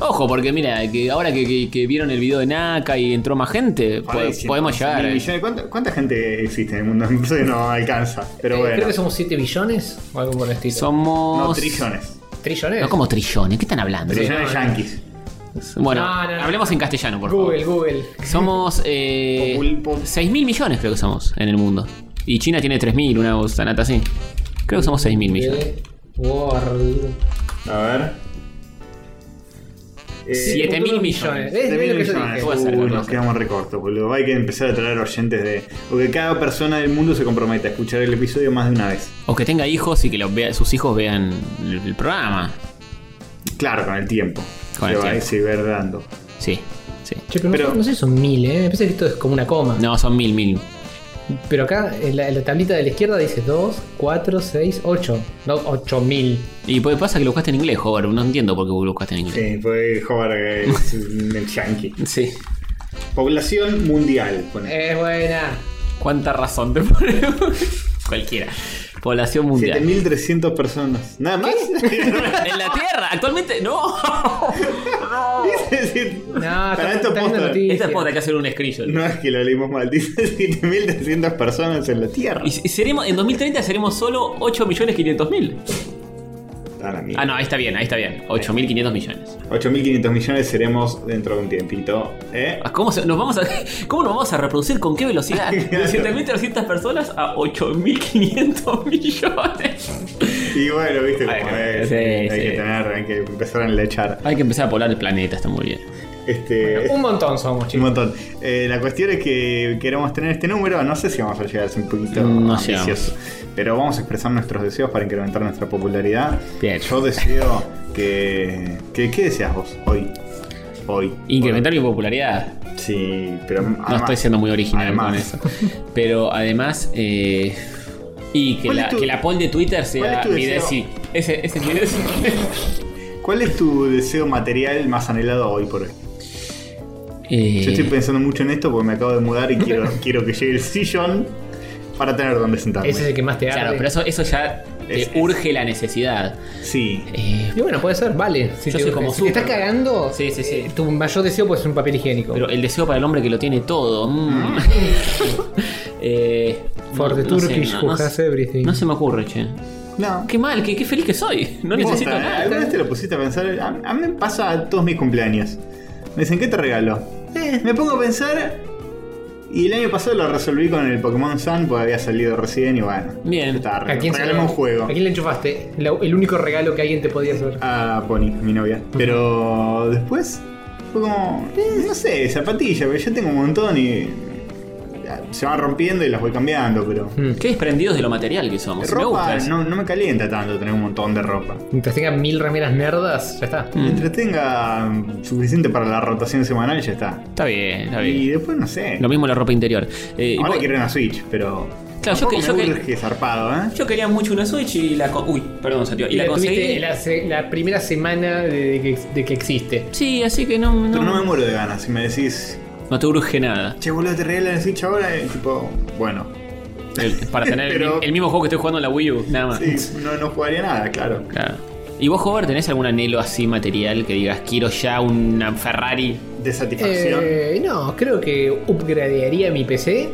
S1: Ojo, porque mira, que ahora que, que- que vieron el video de Naka y entró más gente, po-
S2: Ojalá y
S1: podemos
S2: 111.000
S1: llegar. eh.
S2: millones. ¿Cuánta, cuánta gente existe en el mundo? No sé, no alcanza. Pero
S3: Eh,
S2: bueno.
S3: Creo que somos 7 billones o algo por el estilo.
S1: Somos.
S2: No, trillones.
S3: ¿Trillones?
S1: No, como trillones, ¿qué están hablando? Eh,
S3: Sí,
S2: Trillones
S3: no,
S2: yanquis.
S1: Bueno,
S3: No, no, no.
S1: hablemos en castellano, por
S3: Google,
S1: favor.
S3: Google.
S1: Somos eh,
S2: Popul- pop-
S1: 6 mil millones, creo que somos en el mundo. Y China tiene 3 mil, una sanata así. Creo que somos 6 mil millones.
S3: Eh, World.
S2: A ver. Eh,
S1: Siete. 7.000
S3: Punto
S1: millones.
S3: ¿Ves?
S2: siete
S3: ¿Ves
S2: mil
S3: lo que yo
S2: millones.
S3: dije?
S1: Puede ser,
S2: Uh,
S1: puede
S2: nos
S1: ser.
S2: quedamos recortos, boludo. Hay que empezar a traer oyentes de. O que cada persona del mundo se comprometa a escuchar el episodio más de una vez.
S1: O que tenga hijos y que los vea- sus hijos vean el, el programa.
S2: Claro, con el tiempo.
S1: Con el
S2: Se va-
S1: tiempo.
S2: se va a ir dando.
S1: Sí, sí.
S3: Che, pero,
S2: Pero-
S3: no, sé si son mil, ¿eh? Me parece que esto es como una coma.
S1: No, son mil, mil.
S3: Pero acá en la, en la tablita de la izquierda dice 2, 4, 6, 8. No, 8000.
S1: Y pues pasa que lo buscaste en inglés, joder. No entiendo por qué lo buscaste en inglés.
S2: Sí, fue joder, es un- el yankee.
S1: Sí.
S2: Población mundial.
S1: Eh,
S2: pone.
S3: Es buena.
S1: ¿Cuánta razón te ponemos? Cualquiera. Población mundial.
S2: 7.300 personas. Nada más.
S1: En la Tierra, actualmente. ¡No!
S2: Dice decir,
S3: No, está-
S2: para esto
S3: está viendo
S2: posta,
S3: noticias.
S1: Esta es posta, hay que hacer un screenshot.
S2: No es que lo leímos mal. Dice 7.300 personas en la Tierra.
S1: Y se- seremos, en 2030 seremos solo 8.500.000.
S2: A la mierda.
S1: Ah, no, ahí está bien, ahí está bien. 8.500 millones.
S2: 8.500 millones seremos dentro de un tiempito. ¿eh?
S1: Ah, ¿Cómo, se- nos vamos a, ¿Cómo nos vamos a reproducir? ¿Con qué velocidad? De
S2: Claro.
S1: 7.300 personas a 8.500 millones.
S2: Y bueno, viste cómo
S1: Ay,
S2: es.
S1: sí,
S2: hay
S1: sí.
S2: que tener, hay que empezar a enlechar.
S1: Hay que empezar a poblar el planeta, está muy bien.
S2: Este,
S3: Un montón somos,
S2: un
S3: chicos.
S2: montón. Eh, la cuestión es que queremos tener este número. No sé si vamos a llegar a ser un poquito
S1: No
S2: ambicioso. Pero vamos a expresar nuestros deseos para incrementar nuestra popularidad.
S1: Bien.
S2: Yo deseo que, que- ¿Qué deseas vos hoy? Hoy.
S1: Incrementar mi popularidad.
S2: Sí, pero.
S1: No estoy siendo muy original
S2: Además.
S1: con eso. Pero además. eh, y que
S2: ¿Cuál
S1: la,
S2: es tu-
S1: que la poll de Twitter
S2: cuál
S1: sea
S2: es tu
S1: mi
S2: deseo?
S1: desi. Ese, ese es mi desi.
S2: ¿Cuál es tu deseo material más anhelado hoy por hoy?
S1: Eh,
S2: Yo estoy pensando mucho en esto porque me acabo de mudar y quiero, quiero que llegue el sillón para tener donde sentarme.
S3: Ese es el que más te arde.
S1: claro, pero eso, eso ya te
S2: Es-
S1: urge la necesidad.
S2: Sí.
S1: Eh,
S3: Y bueno, puede ser, vale. Si
S1: Yo
S3: te,
S1: soy como
S3: si te
S1: Superman.
S3: estás cagando,
S1: Sí, sí, sí.
S3: eh, tu mayor deseo puede ser un papel higiénico.
S1: pero el deseo para el hombre que lo tiene todo. mm. eh,
S3: For
S1: no-
S3: the
S1: no sé,
S3: Turkish
S1: no-
S3: who
S1: no
S3: has
S1: sé-
S3: everything.
S1: no se me ocurre, che.
S2: No.
S1: Qué mal, qué, qué feliz que soy. No
S2: Posta,
S1: necesito
S2: ¿eh?
S1: nada.
S2: ¿Alguna vez te lo pusiste a pensar? A, a mí me pasa a todos mis cumpleaños. Me dicen, ¿qué te regalo? Eh, me pongo a pensar. Y el año pasado lo resolví con el Pokémon Sun porque había salido recién y bueno.
S1: Bien.
S2: Está,
S3: ¿A quién se
S2: regalame un
S3: lo-
S2: juego.
S3: ¿A quién le enchufaste? La- el único regalo que alguien te podía hacer.
S2: a Pony, mi novia. Pero después fue como, eh, no sé, zapatilla, porque yo tengo un montón y ah, se van rompiendo y las voy cambiando, pero...
S3: Mm.
S1: Qué desprendidos de lo material que somos. Me gusta
S2: ropa
S1: eso.
S2: no, no me calienta tanto tener un montón de ropa.
S3: Mientras tenga mil remeras nerdas, ya está.
S1: Mm.
S2: Mientras tenga mm, suficiente para la rotación semanal ya está.
S1: Está bien, está bien.
S2: Y después no sé.
S1: Lo mismo la ropa interior. Eh, y
S2: Ahora
S1: vos-
S2: quiero una Switch, pero...
S1: Claro, yo
S2: tampoco
S1: que- yo
S2: me
S1: que-
S2: urge zarpado, ¿eh?
S1: Yo quería mucho una Switch y la con- Uy, perdón, Santiago, Y, la,
S3: tuviste
S1: conseguí.
S3: la, se- la primera semana de, de que, de que existe.
S1: Sí, así que no. No,
S2: Pero no me muero de ganas. Si me decís,
S1: no te urge nada.
S2: che, boludo, te regalan la Switch ahora, eh, tipo, bueno.
S1: El- para tener el
S2: Pero-
S1: mi- el, mismo juego que estoy jugando en la Wii U, nada más.
S2: Sí, no, no jugaría nada, claro.
S1: Claro. ¿Y vos, Hover, tenés algún anhelo así material que digas, quiero ya una Ferrari?
S2: de satisfacción.
S3: Eh, no, creo que upgradearía mi PC.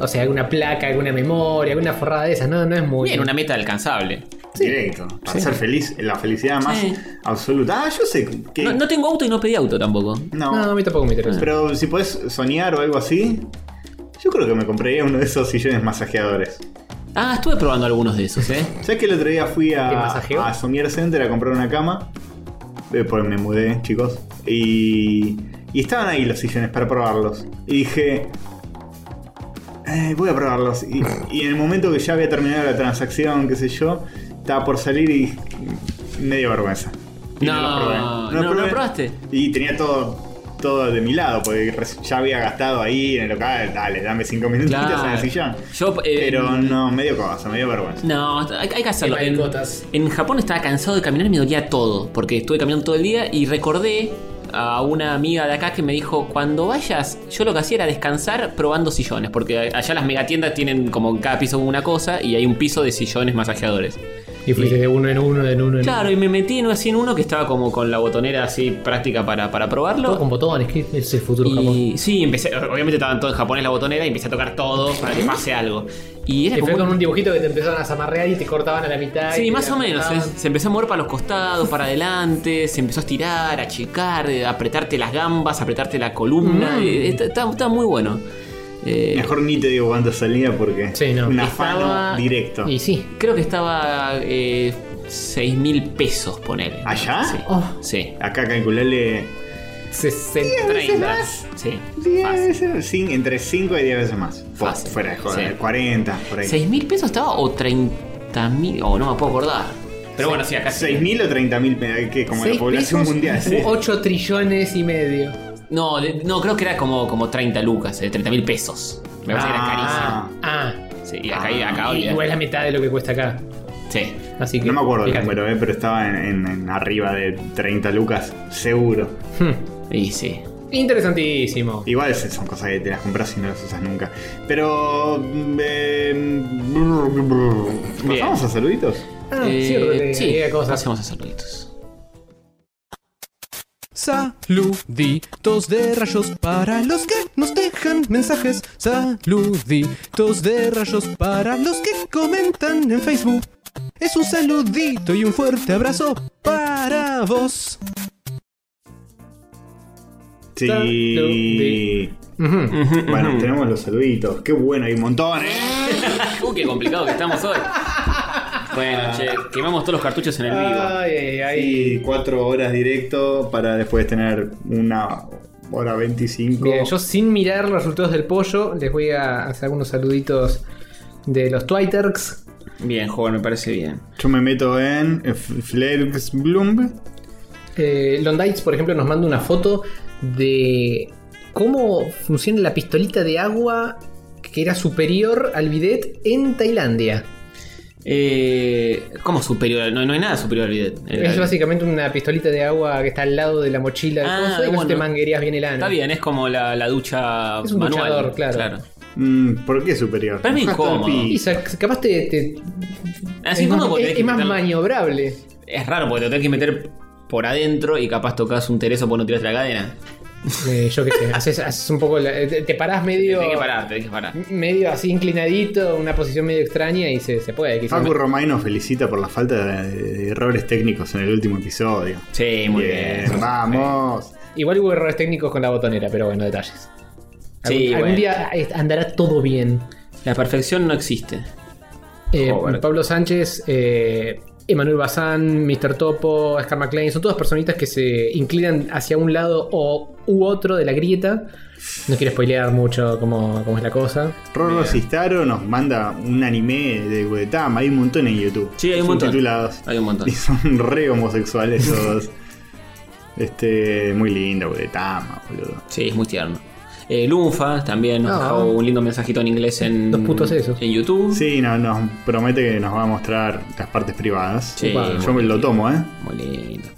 S3: O sea, alguna placa, alguna memoria, alguna forrada de esas. No, no es muy.
S1: Bien, una meta alcanzable.
S2: Directo. Para
S3: Sí.
S2: ser feliz, la felicidad más
S1: Sí.
S2: absoluta. Ah, yo sé que.
S1: No, no tengo auto y no pedí auto tampoco.
S2: no.
S3: No, a mí tampoco me interesa.
S2: Pero si puedes soñar o algo así, yo creo que me compraría uno de esos sillones masajeadores.
S1: Ah, estuve probando algunos de esos, ¿eh?
S2: ¿Sabes que el otro día fui
S3: ¿Te
S2: a,
S3: masajeó?
S2: a Somier Center a comprar una cama? Eh, Porque me mudé, chicos. Y, y estaban ahí los sillones para probarlos. Y dije, "Eh, voy a probarlos. Y, y en el momento que ya había terminado la transacción, qué sé yo, estaba por salir y me dio vergüenza. Y
S1: No,
S2: los probé.
S1: no,
S2: los
S1: no lo probaste.
S2: Y tenía todo, todo de mi lado, porque reci- ya había gastado ahí en el local. Dale, dame cinco minutitos en el sillón.
S1: Yo, eh,
S2: Pero no, me dio cosa, me dio vergüenza.
S1: No, hay, hay que hacerlo.
S3: Qué
S1: En,
S3: malicotas.
S1: en Japón estaba cansado de caminar y me dolía todo, porque estuve caminando todo el día y recordé a una amiga de acá que me dijo, cuando vayas, yo lo que hacía era descansar probando sillones, porque a- allá las megatiendas tienen como en cada piso una cosa y hay un piso de sillones masajeadores.
S3: Y fuiste de uno en uno, de uno en
S1: Claro, y me metí en, así en uno que estaba como con la botonera así práctica para, para
S3: uno. Todo
S1: probarlo.
S3: con botones, que es el futuro Japón.
S1: Y sí, empecé, obviamente estaba todo en japonés la botonera y empecé a tocar todo para que pase algo. Y era
S3: Te fue
S1: como
S3: con
S1: un-
S3: un dibujito que te empezaron a zamarrear y te cortaban a la mitad. y
S1: Sí,
S3: te
S1: más o menos.
S3: agarraban.
S1: Se, se empezó a mover para los costados, para adelante, se empezó a estirar, a achicar, eh, a apretarte las gambas, a apretarte la columna.
S3: Mm.
S1: eh, está, está- está muy bueno. Eh,
S2: Mejor ni te digo cuánto salía porque
S3: Sí, no.
S2: un afano
S1: Estaba-
S2: directo.
S3: Y sí.
S1: creo que estaba eh, 6 mil pesos, ponele.
S2: ¿Allá?
S1: Sí.
S3: Oh,
S1: sí.
S2: Acá calcularle
S3: 60.
S2: veces
S1: 30.
S2: más.
S1: Sí.
S2: 10 veces, cin- entre 5 y 10 veces más. Po-
S1: Fácil.
S2: Fuera de joda,
S1: Sí.
S2: 40, por ahí.
S1: 6 mil pesos estaba o 30 mil, o no me puedo acordar. Pero bueno, sí, acá sí.
S2: 6.000 o 30.000 pe- que como la
S3: Seis
S2: población
S3: pesos,
S2: mundial. sí.
S3: Ocho trillones y medio.
S1: No, de- no, creo que era como, como 30 lucas, eh, 30 mil pesos. Me parece que era carísimo.
S2: Ah,
S3: Ah,
S1: Sí, y acá, y acá,
S3: y-
S1: olvidate.
S3: igual la mitad de lo que cuesta acá.
S1: Sí.
S3: Así que.
S2: no me acuerdo el
S3: fíjate.
S2: número, eh, pero estaba en, en- en arriba de 30 lucas, seguro.
S3: Hmm.
S1: Y sí.
S3: Interesantísimo.
S2: Igual esas son cosas que te las compras y no las usas nunca. Pero. eh, brr, brr.
S1: Bien.
S2: ¿Pasamos mm, a saluditos?
S3: Ah,
S1: Eh,
S3: cierto que
S1: sí,
S3: había cosas.
S1: Hacemos a saluditos.
S4: Saluditos de rayos para los que nos dejan mensajes. Saluditos de rayos para los que comentan en Facebook. Es un saludito y un fuerte abrazo para vos.
S2: Sí.
S3: Saluditos. Ujú.
S2: Bueno, tenemos los saluditos. Qué bueno, hay un montón, ¿eh?
S1: Uh, qué complicado que estamos hoy. Bueno, che, quemamos todos los cartuchos en el vivo.
S3: Ay, ay, ay.
S2: Hay cuatro horas directo para después tener una hora 25.
S3: Bien, yo sin mirar los resultados del pollo, les voy a hacer algunos saluditos de los Twitterks.
S1: Bien, joven, me parece bien.
S2: Yo me meto en Flex Bloom.
S3: Eh, Londites, por ejemplo, nos manda una foto de cómo funciona la pistolita de agua que era superior al bidet en Tailandia.
S1: Eh, ¿Cómo superior? No, no hay nada superior al bidet.
S3: Es básicamente una pistolita de agua que está al lado de la mochila del
S1: Ah,
S3: coso y con eso te
S1: bueno.
S3: manguerías bien el ano.
S1: Está bien, es como la, la ducha
S3: Es un
S1: manual.
S3: duchador, claro.
S2: Mm, ¿Por qué superior?
S1: Para mí
S2: Hasta
S1: incómodo.
S2: el pi.
S3: Y sa- capaz te. te-
S1: Así
S3: es
S1: como
S3: más,
S1: porque
S3: es-
S1: tenés
S3: es
S1: que
S3: más
S1: meterlo-
S3: maniobrable.
S1: Es raro porque te tenés que meter por adentro y capaz tocas un tereso por no tirarte la cadena.
S3: Eh, yo qué sé, haces, haces un poco. la- eh, te, te parás medio.
S1: Tenés que parar, tenés que parar.
S3: medio así inclinadito, una posición medio extraña y se, se puede. quizás.
S1: Ah,
S2: Facu Romay nos felicita por la falta de, de errores técnicos en el último episodio.
S1: Sí, muy bien.
S2: vamos.
S3: Igual hubo errores técnicos con la botonera, pero bueno, detalles. Algún,
S1: Sí,
S3: algún
S1: bueno.
S3: día eh, andará todo bien.
S1: La perfección no existe.
S3: Eh,
S1: Joder.
S3: Pablo Sánchez, eh, Emanuel Bazán, Mr. Topo, Scar McLean, son todas personitas que se inclinan hacia un lado o, u otro de la grieta. No quiero spoilear mucho cómo, cómo es la cosa.
S2: Rorro Sistaro nos manda un anime de Guetama. Hay un montón en YouTube.
S1: Sí, hay un montón.
S2: Subtitulados.
S1: Hay un montón.
S2: Y son re homosexuales todos. este, muy lindo, Guetama, boludo.
S1: Sí, es muy tierno. Eh, Lunfa también nos
S3: Ah.
S1: dejó un lindo mensajito en inglés en,
S3: Dos putos esos.
S1: en YouTube.
S2: Sí, no, nos promete que nos va a mostrar las partes privadas.
S1: Sí,
S2: Upa, yo
S1: bueno.
S2: me lo tomo, ¿eh?
S1: Muy lindo.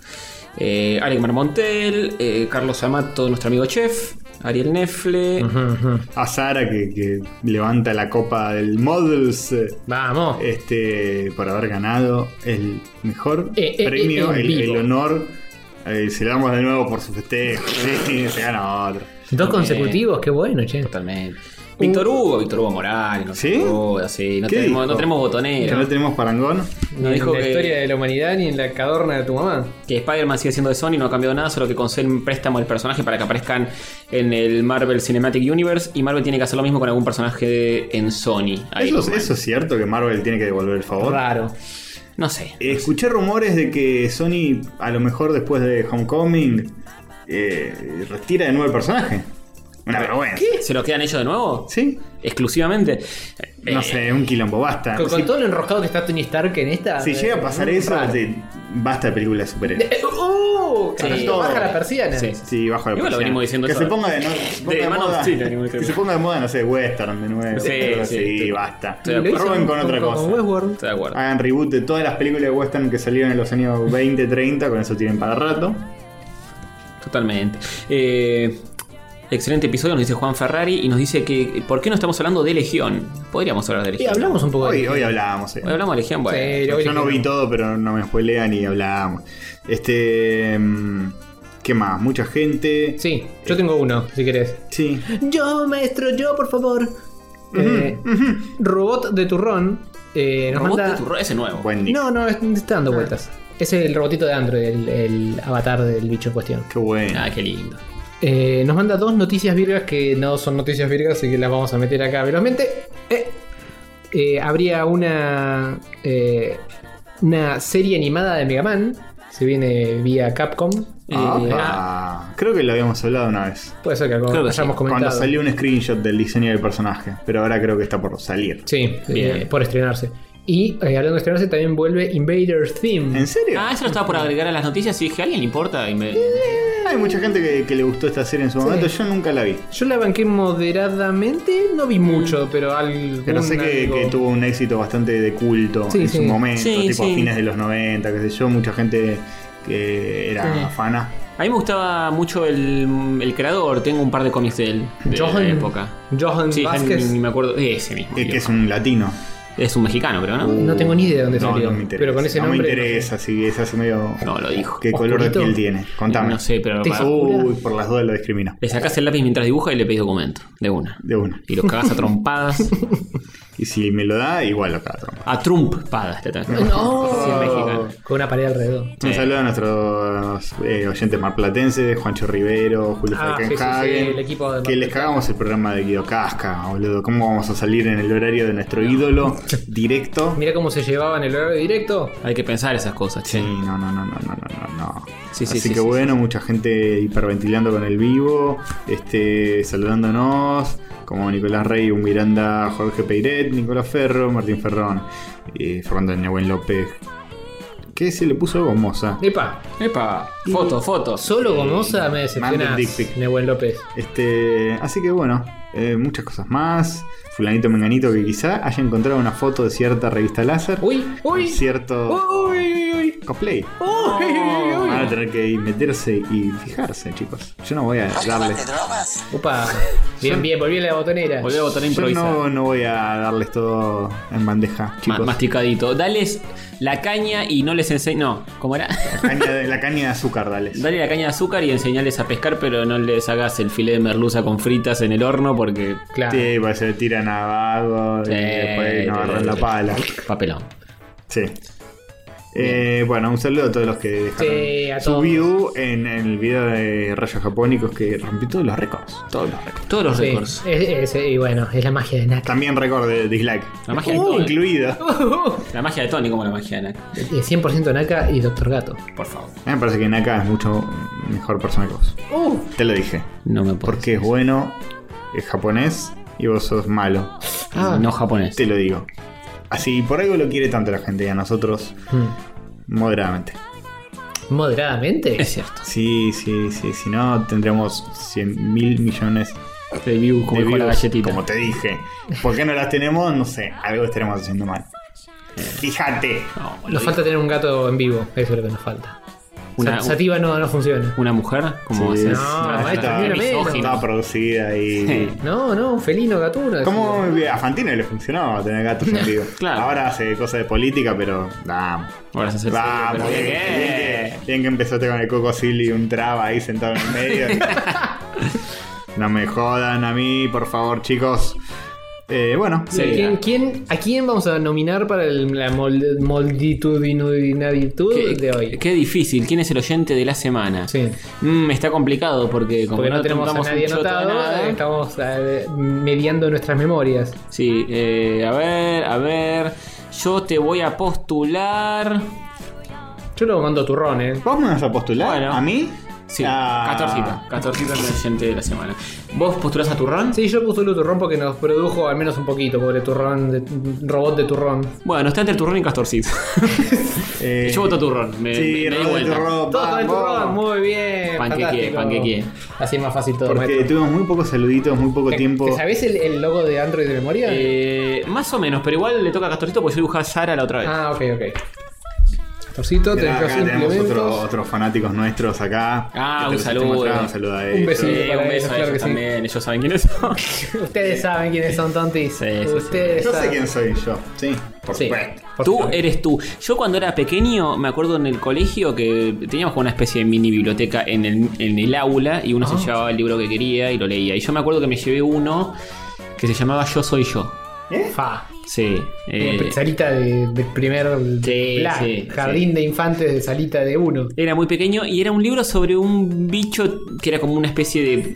S1: Eh, Alec Marmontel, eh, Carlos Amato, nuestro amigo chef, Ariel Nefle.
S2: A Sara que, que levanta la copa del Models eh,
S3: Vamos.
S2: este, por haber ganado el mejor
S3: Eh, eh,
S2: premio,
S3: eh, en
S2: el,
S3: vivo.
S2: el honor Eh, celebramos de nuevo por su festejo. Sí, se gana otro.
S3: Dos consecutivos, qué bueno, che.
S1: Totalmente. Víctor Hugo, Víctor Hugo Morales, no sé
S2: ¿Sí?
S1: qué joda, sí, no
S2: ¿Qué
S1: tenemos,
S2: dijo?
S1: no tenemos
S2: Que
S1: botonera.
S2: no tenemos parangón.
S1: Nos dijo
S3: ni en la historia
S1: que,
S3: de la humanidad ni en la cadorna de tu mamá.
S1: que Spider-Man sigue siendo de Sony, no ha cambiado nada, solo que conceden préstamo al personaje para que aparezcan en el Marvel Cinematic Universe y Marvel tiene que hacer lo mismo con algún personaje de- en Sony.
S2: Eso,
S1: Iron
S2: es-
S1: Man.
S2: eso es cierto que Marvel tiene que devolver el favor.
S3: Raro.
S1: No sé.
S2: Eh, Escuché rumores de que Sony, a lo mejor después de Homecoming, eh, retira de nuevo el personaje. Una vergüenza.
S1: ¿Se lo quedan ellos de nuevo?
S2: ¿Sí?
S1: Exclusivamente.
S2: No
S1: Eh,
S2: sé, un quilombo, basta.
S3: Con, con
S2: Si-
S3: todo lo enroscado que está Tony Stark en esta.
S2: Si,
S3: eh,
S2: llega a pasar
S3: mm,
S2: eso,
S3: raro.
S2: te- basta de película de superhéroes.
S3: Eh, ¡Uh!
S1: Sí.
S3: carajo, Baja la persiana.
S1: Sí, sí.
S2: Sí, bajo la
S1: Igual
S2: persiana.
S1: lo venimos diciendo
S2: Que
S1: eso.
S2: se ponga de, no, se ponga
S1: De Man of
S2: moda.
S1: Steel, animal que-
S2: que se ponga de moda, no sé, Western de nuevo.
S1: Sí,
S2: algo
S1: sí,
S2: así,
S1: estoy-
S2: basta.
S1: estoy de acuerdo.
S2: Roben con otra cosa.
S3: Con Westworld.
S1: Estoy de acuerdo.
S2: Hagan reboot de todas las películas de Western que salieron en los años 20, 30, con eso tienen para rato.
S1: Totalmente. Eh, excelente episodio, nos dice Juan Ferrari y nos dice que ¿por qué no estamos hablando de Legión? Podríamos hablar de
S3: Y
S1: Legión.
S3: hablamos un poco
S2: Hoy,
S3: de.
S2: hoy hablábamos. eh.
S1: Hoy hablamos de Legión, bueno.
S3: Sí, lo
S2: Yo no vi
S3: original.
S2: todo, pero no me spoilean y hablábamos. Este. mm, ¿Qué más? Mucha gente.
S3: Sí, yo tengo uno, si querés.
S2: Sí.
S3: Yo, maestro, yo, por favor. Eh, Robot de turrón. eh, nos
S1: Robot
S3: manda-
S1: de turro- ese nuevo.
S2: Buen nick.
S3: No, no, es- está dando vueltas. Es el robotito de Android, el, el avatar del bicho en cuestión.
S2: Qué bueno.
S1: Ah, qué lindo.
S3: Eh, nos manda dos noticias virgas que no son noticias virgas, así que las vamos a meter acá velozmente. Eh, eh, habría una, eh, una serie animada de Mega Man. Se viene vía Capcom.
S2: Ah,
S3: Eh,
S2: pa. Creo que lo habíamos hablado una vez.
S3: puede ser que algo
S1: Creo que sí.
S3: hayamos
S2: Cuando
S3: comentado.
S2: salió un screenshot del diseño del personaje, pero ahora creo que está por salir.
S3: Sí,
S1: Bien.
S3: eh, por estrenarse. Y eh, hablando de estrenarse, también vuelve Invader Theme.
S2: ¿En serio?
S1: Ah, eso lo estaba por agregar a las noticias y dije, ¿a alguien le importa? Y me-
S2: Hay mucha gente que, que le gustó esta serie en su momento, yo nunca la vi.
S3: Yo la banqué moderadamente, no vi mucho, pero algo.
S2: Mm. Pero sé que, que tuvo un éxito bastante de culto
S3: Sí,
S2: en
S3: sí.
S2: su momento,
S1: Sí,
S2: tipo
S1: sí.
S2: a fines de los 90, qué sé yo, mucha gente que era
S3: Sí.
S2: fana.
S1: A mí me gustaba mucho el, el creador, tengo un par de cómics de él, de
S3: Johan,
S1: la época.
S3: Johan
S1: Sí,
S3: Vázquez.
S1: ni me acuerdo. Ese mismo.
S2: Eh, que
S1: digo.
S2: es un latino.
S1: Es un mexicano, creo, ¿no?
S3: Ah, No tengo ni idea de dónde
S2: no,
S3: salió,
S2: No me interesa.
S3: pero con ese
S2: no
S3: nombre,
S2: me interesa, si es así medio.
S1: No, lo dijo.
S2: ¿Qué color de
S3: Oscurito.
S2: piel tiene? Contame.
S1: No sé, pero
S3: Te-
S1: para-
S2: Uy, por las dudas lo discrimina.
S1: le sacás el lápiz mientras dibuja y le pedís documento, de una.
S2: De una.
S1: Y los cagás a trompadas.
S2: Y si me lo da, igual lo cago.
S1: A Trump padas le tenés.
S3: No.
S1: Sí, en mexicano.
S3: Con una pared alrededor.
S2: Un
S1: Sí.
S2: saludo a nuestros eh, oyentes marplatenses, Juancho Rivero, Julio
S3: Ah,
S2: Falkenhagen,
S3: sí, sí, sí, el equipo de
S2: que les cagamos el programa de Guido Casca, boludo. ¿Cómo vamos a salir en el horario de nuestro ídolo directo?
S3: Mira cómo se llevaban el horario directo.
S1: Hay que pensar esas cosas, che.
S2: Sí, no, no, no, no, no, no, no, no.
S1: Sí, sí,
S2: Así
S1: sí,
S2: que
S1: sí,
S2: bueno, mucha gente hiperventilando con el vivo, este, saludándonos, como Nicolás Rey, un Miranda, Jorge Peiret, Nicolás Ferro, Martín Ferrón, eh, Fernando Nehuen López. ¿Qué se le puso gomosa?
S3: Epa,
S1: Epa, fotos, fotos.
S3: solo gomosa me
S2: Manda
S3: decepciona
S2: un dick pic.
S3: Nehuen López.
S2: Este, así que bueno, eh, muchas cosas más. Fulanito Menganito que quizá haya encontrado una foto de cierta revista láser.
S3: Uy,
S2: con
S3: uy.
S2: Cierto
S3: Uy, uy, uy.
S2: cosplay.
S3: Uy, uy, uy.
S2: Van a tener que ir meterse y fijarse, chicos. Yo no voy a darles.
S3: Opa. Bien, bien, volví a la botonera.
S1: Volví a botar a
S2: Yo
S1: improvisar.
S2: no, no voy a darles todo en bandeja,
S1: Ma-
S2: chicos.
S1: masticadito. Dales la caña y no les enseñes. No, ¿cómo era?
S2: La, caña de, la caña de azúcar, dales.
S1: Dale la caña de azúcar y enseñales a pescar, pero no les hagas el filé de merluza con fritas en el horno porque.
S3: Claro.
S2: Sí, pues se tiran a vago y después
S1: Eh,
S2: no agarran la pala.
S1: Papelón.
S2: Sí. Eh, bueno, un saludo a todos los que dejaron
S3: Sí, a
S2: su
S3: todos.
S2: view en el video de Rayos Japónicos que rompió todos los récords. Todos los récords.
S1: Todos los
S3: Sí,
S1: récords.
S3: es- es- y bueno, es la magia de Nat.
S2: También récord de dislike.
S1: La magia de
S2: Uh,
S1: Tony.
S2: incluido.
S1: La magia de Tony, como la magia de Nak.
S3: Eh, 100% Naka y Doctor Gato.
S1: Por favor.
S2: A mí me parece que Naka es mucho mejor persona que vos.
S3: Uh,
S2: Te lo dije.
S1: No me puedo.
S2: Porque es bueno, es japonés y vos sos malo.
S3: Ah.
S1: No japonés.
S2: Te lo digo. Así, por algo lo quiere tanto la gente y a nosotros
S3: mm.
S2: moderadamente.
S3: Moderadamente.
S1: Es cierto.
S2: Sí, sí, sí. Si no, tendremos 100 mil millones
S1: Review como
S2: de
S1: dijo la
S2: vivos,
S1: galletita.
S2: Como te dije. ¿Por qué no las tenemos? No sé. Algo estaremos haciendo mal. Fíjate.
S1: No, lo
S3: Nos
S1: dijo.
S3: falta tener un gato en vivo, eso es lo que nos falta.
S1: Una,
S3: Sa- Sativa no, no funciona.
S1: una mujer, como
S2: Sí.
S1: haces.
S3: No, maestro,
S2: está-
S3: ni lo menos.
S1: misógino.
S2: Estaba producida y.
S3: No, no, felino, gatuna.
S2: ¿Cómo a Fantino le funcionaba tener gatos sentido?
S1: Claro.
S2: Ahora hace cosas de política, pero. Vamos.
S1: Ahora se hace el
S2: Vamos,
S1: serio,
S2: bien,
S1: pero bien.
S2: bien que, bien que empezaste con el Coco Silly, un traba ahí sentado en el medio. no me jodan a mí, por favor, chicos. Eh, bueno,
S1: Sí.
S3: ¿A quién, quién- ¿A quién vamos a nominar para el- la mol-
S1: Qué,
S3: multitudinaritud de hoy?
S1: qué difícil. ¿Quién es el oyente de la semana?
S3: Sí.
S1: Mm, está complicado porque como
S3: Porque no tenemos a
S1: apuntamos un
S3: nadie
S1: choto de
S3: anotado,
S1: nada-
S3: estamos eh, mediando nuestras memorias.
S1: Sí, eh, a ver, a ver. Yo te voy a postular.
S3: Yo lo mando turrón, ¿eh?
S2: ¿vos me vas a postular?
S1: Bueno.
S2: ¿A mí?
S1: Sí,
S2: Ah,
S1: catorcita. Catorcita es el oyente de la semana. ¿Vos postulás a Turrón?
S3: Sí, yo puse el turrón porque nos produjo al menos un poquito, pobre turrón, de- robot de turrón.
S1: Bueno, está entre Turrón y Castorcita.
S2: eh,
S1: Yo voto Turrón. Me, me-
S2: Sí,
S1: me doy
S2: Roberto
S1: vuelta.
S2: Rob,
S3: Todo con el
S2: vamos.
S3: turrón, muy bien.
S1: Panqueque,
S3: fantástico.
S1: panqueque.
S3: Así es más fácil todo.
S2: Porque
S3: maestro.
S2: tuvimos muy pocos saluditos, muy poco
S3: ¿Te-
S2: tiempo.
S3: te ¿Sabés el, el logo de Android de memoria?
S1: Eh, más o menos, pero igual le toca a Castorcito porque yo dibujé a Sara la otra vez.
S3: Ah, ok, ok. Torcito,
S2: Mirá,
S3: tenés
S2: acá tenemos
S3: implementos.
S2: otro- otros fanáticos nuestros acá. Este Que te
S1: Ah, un
S2: los estoy
S1: saludo.
S2: mostrando, Un saludo a ellos.
S1: Sí,
S3: besito. Sí, para
S1: Eh, un
S3: ellos,
S1: beso a
S3: claro
S1: ellos
S3: que sí.
S1: también. Ellos saben quiénes son.
S3: Ustedes saben quiénes son tontis.
S1: Sí, sí, sí.
S3: Ustedes
S2: Yo sé
S3: saben.
S2: quién soy yo, sí, por
S3: Sí.
S2: supuesto.
S3: Por
S1: Tú
S3: favor.
S1: eres tú. Yo cuando era pequeño me acuerdo en el colegio que teníamos como una especie de mini biblioteca en el, en el aula y uno
S3: Ah.
S1: se llevaba el libro que quería y lo leía. Y yo me acuerdo que me llevé uno que se llamaba Yo Soy Yo.
S2: ¿Eh?
S3: Fa.
S1: Sí. eh,
S3: Eh, salita de, de primer
S1: Sí,
S3: plan.
S1: sí,
S3: jardín de infantes de salita de uno.
S1: era muy pequeño y era un libro sobre un bicho que era como una especie de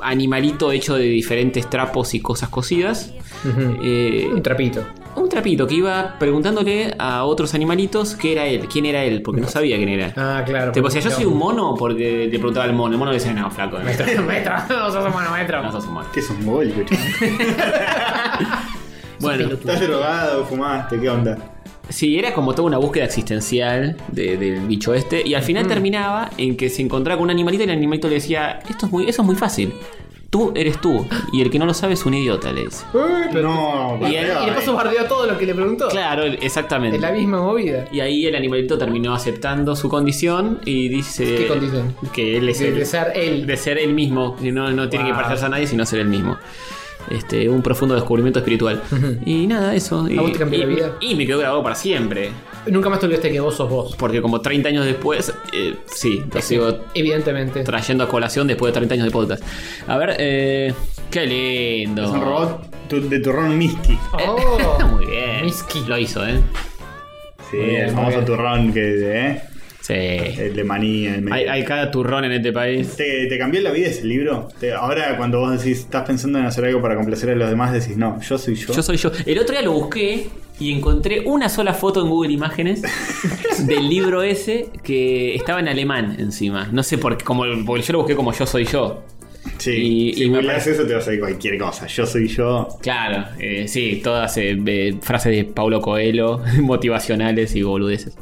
S1: animalito hecho de diferentes trapos y cosas cosidas.
S3: Ujú.
S1: Eh,
S3: Un trapito.
S1: un trapito que iba preguntándole a otros animalitos qué era él, quién era él, porque no sabía quién era.
S3: Ah, claro.
S1: Tipo, o sea, yo
S3: no.
S1: soy un mono porque te preguntaba al mono. El mono le decía, no, flaco, no,
S3: Maestro, maestro, no sos humano, maestro.
S1: no sos un mono.
S2: ¿Qué es un bol,
S1: Bueno,
S2: ¿Estás drogado? ¿Fumaste? ¿Qué onda?
S1: sí, era como toda una búsqueda existencial de- del bicho este. Y al final terminaba en que se encontraba con un animalito y el animalito le decía, esto es muy, eso es muy fácil. Tú eres tú. Y el que no lo sabe es un idiota, le dice.
S2: Eh, No,
S1: Y él-
S3: Y
S2: bardeo,
S3: le pasó
S2: eh.
S3: bardeó todo lo que le preguntó.
S1: Claro,
S3: Es la
S1: exactamente.
S3: misma movida.
S1: Y ahí el animalito terminó aceptando su condición y dice...
S3: ¿Qué condición?
S1: Que él es
S3: De,
S1: el-
S3: de ser él.
S1: de ser él mismo, que no, no tiene
S3: Wow.
S1: que parecerse a nadie, sino ser el mismo. Este, un profundo descubrimiento espiritual. Y nada, eso. Y,
S3: vos te cambió
S1: y-
S3: la vida?
S1: y me quedó grabado para siempre.
S3: Nunca más te olvidaste que vos sos vos.
S1: Porque como 30 años después, eh, sí, lo sigo
S3: Evidentemente.
S1: trayendo a colación después de 30 años de podcast. A ver, eh, qué lindo.
S2: Es un robot tu- de turrón Miski.
S3: Oh,
S1: Está muy bien.
S3: Miski.
S1: Lo hizo, ¿eh?
S2: Sí,
S3: Muy bien,
S2: el
S3: muy bien.
S2: famoso turrón que, ¿eh?
S1: Sí.
S2: El de maní, el medio.
S1: Hay, hay cada turrón en este país.
S2: ¿Te, te cambió la vida ese libro? Te- ahora cuando vos decís, estás pensando en hacer algo para complacer a los demás, decís, no, yo soy yo.
S1: Yo soy yo. El otro día lo busqué y encontré una sola foto en Google Imágenes del libro ese que estaba en alemán encima. No sé por qué, como, porque yo lo busqué como yo soy yo.
S2: sí,
S1: y-
S2: si
S1: y me
S2: googleás eso te vas a decir cualquier cosa. Yo soy yo.
S1: Claro, eh, sí, todas eh, eh, frases de Paulo Coelho, motivacionales y boludeces.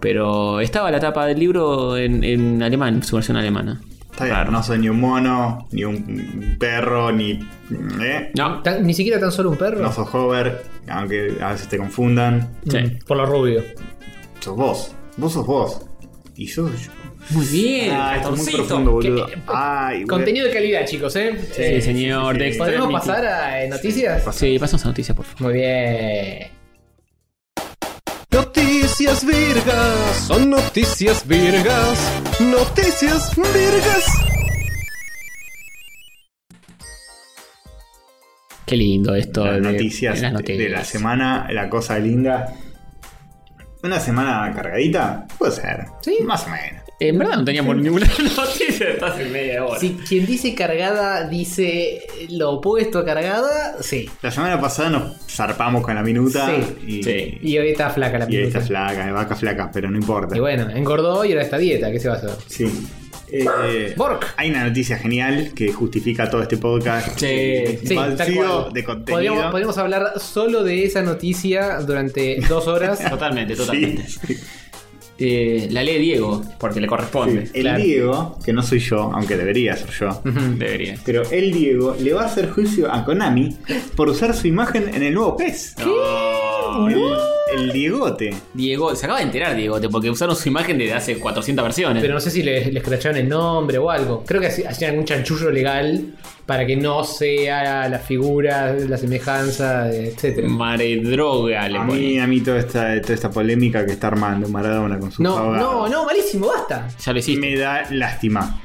S1: Pero estaba la tapa del libro en, en alemán, su versión alemana.
S2: Está bien,
S1: Raro.
S2: no soy ni un mono, ni un perro, ni... ¿eh?
S1: No,
S3: Tan- ni siquiera tan solo un perro.
S2: No sos hover, aunque a veces te confundan.
S3: Mm,
S1: Sí.
S3: Por lo rubio.
S2: Sos vos. Vos sos vos. Y yo soy yo.
S1: muy bien,
S2: Ah, esto es muy
S1: Castorcito.
S2: profundo, boludo.
S3: Que-
S2: Ay, güey.
S3: Contenido de calidad, chicos, ¿eh?
S1: Sí,
S2: sí,
S1: señor,
S2: sí.
S1: de extra-
S3: ¿Podemos pasar a eh, noticias?
S1: Sí, pasamos a noticias, por favor.
S3: Muy bien.
S4: Noticias virgas, son noticias virgas, noticias virgas.
S1: Qué lindo esto.
S2: Las
S1: de-
S2: noticias
S1: de
S2: de,
S1: las
S2: de la semana, la cosa linda. Una semana cargadita, puede ser.
S3: Sí.
S2: Más o menos.
S1: En verdad no teníamos ninguna noticia hasta hace media hora.
S3: Si quien dice cargada dice lo opuesto a cargada, sí.
S2: La semana pasada nos zarpamos con la minuta
S3: Sí.
S2: y,
S1: Sí.
S3: Y hoy está flaca la
S2: y ahí está
S3: piruta.
S2: flaca, de vaca flaca, pero no importa.
S3: Y bueno, engordó y ahora está dieta, ¿qué se va a hacer?
S2: Sí. Eh,
S3: Bork.
S2: Hay una noticia genial que justifica todo este podcast.
S1: Sí.
S2: Eh,
S3: Sí, tal
S2: vacío
S3: cual.
S2: de contenido.
S3: Podríamos, podríamos hablar solo de esa noticia durante dos horas.
S1: Totalmente,
S2: Sí.
S1: totalmente. Eh, la lee Diego, porque le corresponde.
S2: El
S3: Claro.
S2: Diego, que no soy yo, aunque debería ser yo,
S3: Ujú.
S1: Debería.
S2: pero el Diego le va a hacer juicio a Konami por usar su imagen en el nuevo PES.
S1: No.
S2: El, el Diegote.
S1: Diego, se acaba de enterar Diegote porque usaron su imagen desde hace 400 versiones.
S3: Pero no sé si le, le escracharon el nombre o algo. Creo que hacía- hacían algún chanchullo legal para que no sea la figura, la semejanza, etcétera.
S1: Maredroga le
S2: A mí,
S1: ponen.
S2: a mí toda esta, toda esta polémica que está armando Maradona con su
S3: No, no, no, malísimo, basta.
S1: Ya lo hiciste.
S2: Me da lástima.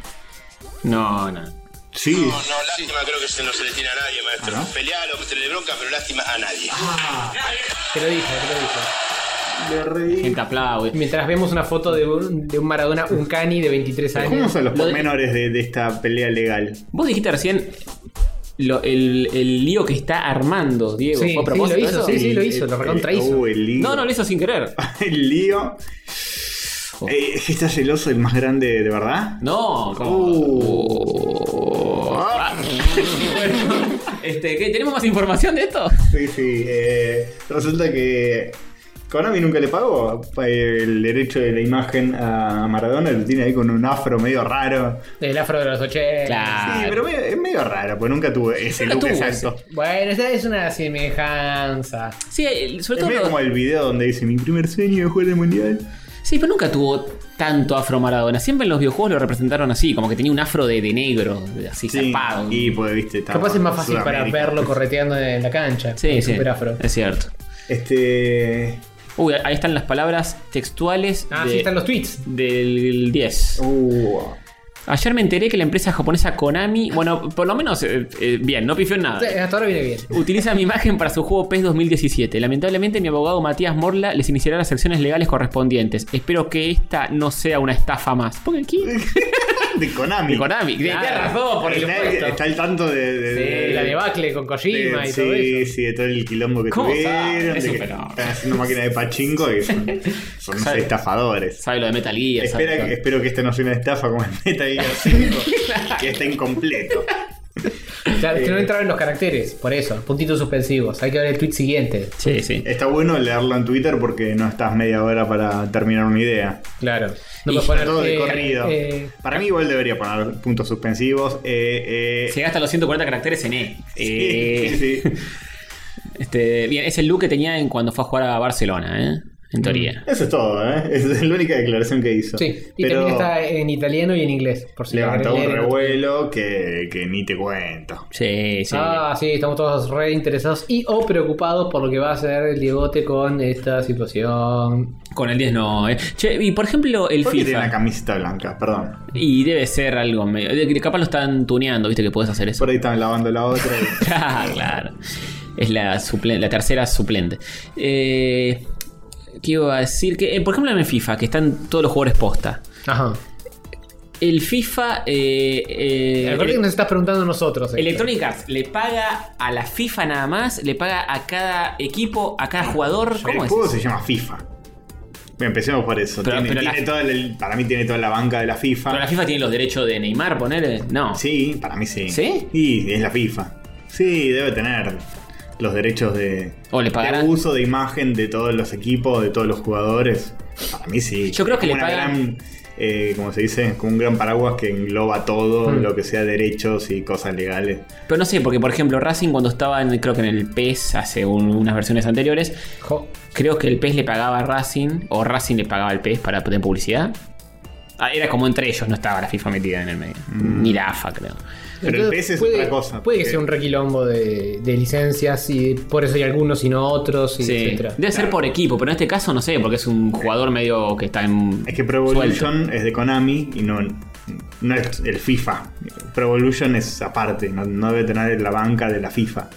S1: No, no.
S2: Sí.
S5: No, no, lástima creo que se no se le tiene a nadie, maestro.
S2: Ah, ¿no?
S5: Pelear o que le bronca, pero lástima a nadie.
S3: Te lo dije, te
S2: Le
S3: lo dije.
S2: reí.
S1: Gente aplaude.
S3: Mientras vemos una foto de un, de un Maradona, un cani de 23 años.
S2: ¿Cómo son los
S1: Lo de-
S2: pormenores de, de esta pelea legal?
S1: Vos dijiste recién lo- el, el lío que está armando, Diego.
S3: Sí,
S1: ¿Fue
S3: sí,
S1: a propósito
S3: lo hizo,
S1: eso?
S3: sí, sí. lo
S2: El-
S3: hizo, lo
S2: el-
S3: recontra
S2: el-
S3: hizo.
S2: uh, el lío.
S1: No, no, lo hizo sin querer.
S2: El lío.
S1: Oh.
S2: Eh, ¿Es que está celoso el más grande de verdad?
S1: No, como-
S3: Oh.
S2: Uh. Ah.
S1: Bueno, este, ¿qué? ¿Tenemos más información de esto?
S2: Sí, sí. eh, resulta que Konami nunca le pagó eh, el derecho de la imagen a Maradona. Lo tiene ahí con un afro medio raro.
S3: El afro de los 80.
S1: Claro.
S2: Sí, pero medio- es medio raro, porque nunca tuvo ese
S1: Nunca
S2: look
S1: tuvo
S2: exacto.
S3: Bueno, esta es una semejanza.
S1: Sí, el-
S2: Es
S1: sobre todo.
S2: medio
S1: lo-
S2: como el video donde dice mi primer sueño de jugar el mundial.
S1: Sí, pero nunca tuvo tanto afro Maradona. Siempre en los videojuegos lo representaron así, como que tenía un afro de, de negro, de- así zarpado.
S2: y pues viste, estaba
S3: Capaz es más fácil para
S2: Sudamérica.
S3: verlo correteando en la cancha.
S1: Sí,
S3: con
S1: sí.
S3: Super afro.
S1: Es cierto.
S2: Este.
S1: Uy, ahí están las palabras textuales
S3: Ah,
S1: de-
S3: sí, están los tweets.
S1: del 10.
S2: Uh,
S1: Ayer me enteré que la empresa japonesa Konami, bueno, por lo menos, eh, eh, bien, no pifió en nada.
S3: Sí, Hasta ahora viene bien.
S1: Utiliza mi imagen para su juego PES 2017. Lamentablemente, mi abogado Matías Morla les iniciará las acciones legales correspondientes. Espero que esta no sea una estafa más. Porque aquí.
S2: de Konami.
S1: De Konami. De-
S3: Claro.
S1: de-
S3: razón, por
S2: Está-
S3: supuesto.
S2: Está al tanto de. de- de-
S3: Sí, la debacle con
S2: de-
S3: Kojima y
S2: sí,
S3: todo eso. Ah,
S2: sí, de todo el quilombo que
S1: ¿Cómo
S2: tuvieron,
S1: sabe?
S2: de
S1: Es un
S2: que
S1: fenómeno.
S2: están haciendo máquina de pachinko y son, son unos
S1: Sabe.
S2: estafadores.
S1: Sabe lo de Metal Gear. sabe
S2: Espera,
S1: todo.
S2: espero que esta no sea una estafa como el Metal Gear 5, que está incompleto.
S3: Claro, que no entraron los caracteres, por eso, puntitos suspensivos. Hay que ver el tweet siguiente.
S1: Sí, sí.
S2: Está bueno leerlo en Twitter porque no estás media hora para terminar una idea.
S3: Claro. No
S1: Y
S3: puedes poner
S2: Todo de
S3: eh,
S2: corrido.
S3: eh,
S2: Para mí igual debería poner puntos suspensivos. Eh, eh,
S1: Se gasta los 140 caracteres en E. Eh,
S2: sí, sí.
S1: Este, bien, es el look que tenía en cuando fue a jugar a Barcelona, ¿eh? En teoría.
S2: Eso es todo, ¿eh? Es la única declaración que hizo.
S3: sí, y
S2: Pero
S3: también está en italiano y en inglés, por si lo
S2: levantó un
S3: querés leer en otro-
S2: revuelo que, que ni te cuento.
S1: Sí, sí.
S3: Ah, sí, estamos todos re interesados y o preocupados por lo que va a hacer el Diegote con esta situación.
S1: Con el 10 no, ¿eh? Che, y por ejemplo, el
S2: ¿Por qué tiene
S1: FIFA.
S2: una camiseta blanca? Perdón.
S1: Y debe ser algo medio. de- Capaz lo están tuneando, viste que puedes hacer eso.
S2: Por ahí están lavando la otra. y-
S1: Ah, claro. Es la, suple- la tercera suplente. Eh, ¿Qué iba a decir? Que, eh, por ejemplo, en el FIFA, que están todos los jugadores posta.
S3: Ajá.
S1: El FIFA. eh, eh,
S3: Recuerda que
S1: el-
S3: nos estás preguntando a nosotros. este. Héctor.
S1: Electronic Arts le paga a la FIFA nada más, le paga a cada equipo, a cada jugador. ¿Cómo
S2: el
S1: es?
S2: juego
S1: eso?
S2: se llama FIFA. Bien, empecemos por eso.
S1: Pero-
S2: Tiene-
S1: pero la-
S2: tiene todo el- para mí tiene toda la banca de la FIFA.
S1: Pero la FIFA tiene los derechos de Neymar, ponele. No.
S2: Sí, para mí sí.
S1: ¿Sí?
S2: Y es la FIFA. Sí, debe tener los derechos de,
S1: O le pagarán.
S2: de uso de imagen de todos los equipos, de todos los jugadores. Para mí sí.
S1: Yo creo que
S2: Como
S1: le
S2: una
S1: pagan-
S2: gran, eh, como se dice, como un gran paraguas que engloba todo
S1: Mm.
S2: lo que sea derechos y cosas legales.
S1: Pero no sé, porque por ejemplo, Racing cuando estaba, en, creo que en el PES, hace un- unas versiones anteriores,
S3: Jo.
S1: Creo que el PES le pagaba a Racing, o Racing le pagaba al PES para tener publicidad. Ah, era como entre ellos, no estaba la FIFA metida en el medio.
S2: Mm.
S1: Ni la AFA, creo.
S2: Pero el
S3: Entonces,
S2: pez es
S3: puede,
S2: otra cosa, eh.
S3: Puede que
S2: porque-
S3: sea un requilombo de, de licencias y por eso hay algunos y no otros, y
S1: Sí.
S3: etcétera.
S1: Debe ser por equipo, pero en este caso no sé, porque es un jugador medio que está en.
S2: Es que Pro
S1: suelto.
S2: Evolution es de Konami y no, no es el FIFA. Pro Evolution es aparte, no, no debe tener la banca de la FIFA.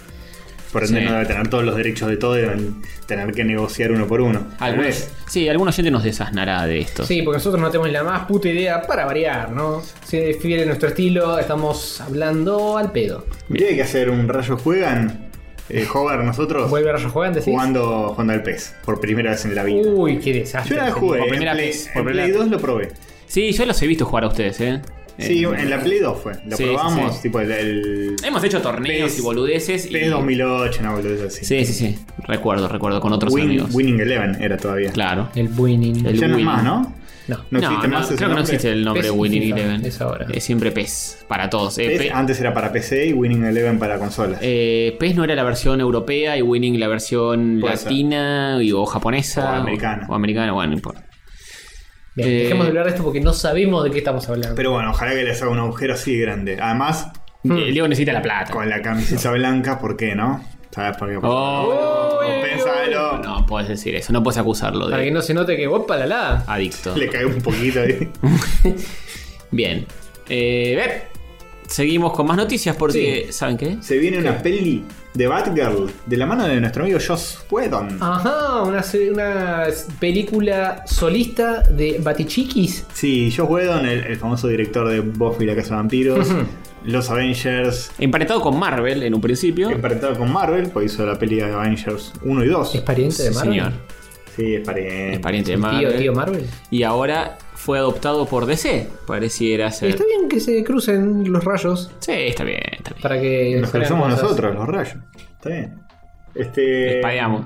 S2: Por ende,
S1: Sí.
S2: no debe tener todos los derechos de todo, deben tener que negociar uno por uno. Tal
S1: Algunos,
S2: vez.
S1: sí, algunos gente nos desasnará de esto.
S3: Sí, porque nosotros no tenemos la más puta idea para variar, ¿no? Si es fiel a nuestro estilo, estamos hablando al pedo.
S2: Tiene que hacer un rayo juegan, eh, Hover, nosotros
S3: Vuelve a Rayo Juegan, decís.
S2: jugando, jugando al PES por primera vez en la vida.
S3: Uy, qué desastre.
S2: Yo una vez jugué,
S1: Uh. por
S2: en
S1: primera
S2: Play,
S1: vez,
S2: en
S1: por primera
S2: Play
S1: vez. Eh,
S2: 2 lo probé.
S1: Sí, yo los he visto jugar a ustedes, ¿eh?
S2: Sí,
S1: Eh,
S2: en la Play 2 fue. Lo
S1: sí,
S2: probamos,
S1: sí, sí.
S2: tipo el, el
S1: Hemos hecho torneos
S2: PES
S1: y boludeces. y-
S2: PES 2008, una boludez así.
S1: Sí, sí, sí. Recuerdo, recuerdo con otros
S2: Win-
S1: amigos.
S2: Winning Eleven era todavía.
S1: Claro.
S3: El winning.
S1: El
S2: ya no es
S1: Winning.
S2: más, ¿no?
S3: No.
S2: No existe más ese
S1: creo que no
S2: nombre.
S1: existe el nombre
S3: PES y
S1: Winning
S3: FIFA,
S1: Eleven.
S3: es ahora.
S1: siempre PES, para todos. Eh,
S2: PES
S1: pe-
S2: antes era para PC y Winning Eleven para consolas.
S1: eh, PES no era la versión europea y Winning la versión
S2: Puede
S1: latina y, o japonesa.
S2: O americana.
S1: O, americana, bueno, no importa.
S3: Bien,
S1: Eh,
S3: dejemos de hablar de esto porque no sabemos de qué estamos hablando.
S2: Pero bueno, ojalá que les haga un agujero así grande. Además,
S1: Eh, Leo necesita la plata.
S2: Hmm. con la camiseta blanca, ¿por qué no? ¿Sabes por qué?
S1: Oh,
S2: Pénsalo.
S1: no puedes decir eso, no puedes acusarlo
S3: Para que
S1: de
S3: no se note que, opa, la la.
S1: adicto.
S2: Le cae un poquito ahí.
S1: Bien. Eh, bien. Seguimos con más noticias porque. ¿Saben qué?
S2: Se viene una peli de Batgirl de la mano de nuestro amigo Joss Whedon.
S3: Ah. Ajá, una, se- una película solista de Batichiquis.
S2: Sí, Joss Whedon, el, el famoso director de Buffy la Casa de Vampiros, Los Avengers,
S1: Emparentado con Marvel en un principio.
S2: emparentado con Marvel, pues hizo la peli de Avengers 1 y 2.
S3: ¿Es pariente de
S1: Sí,
S3: Marvel? Eh,
S1: señor.
S2: Sí, es pariente.
S1: Es pariente de
S3: ¿El
S1: Marvel.
S3: Tío, tío Marvel.
S1: Y ahora fue adoptado por DC, pareciera ser.
S3: Está bien que se crucen los rayos
S1: Sí, está bien, está bien.
S3: para que.
S2: Nos
S3: salgan
S2: conocemos
S3: cosas.
S2: nosotros, los rayos. Está bien. Este.
S1: Espadeamos.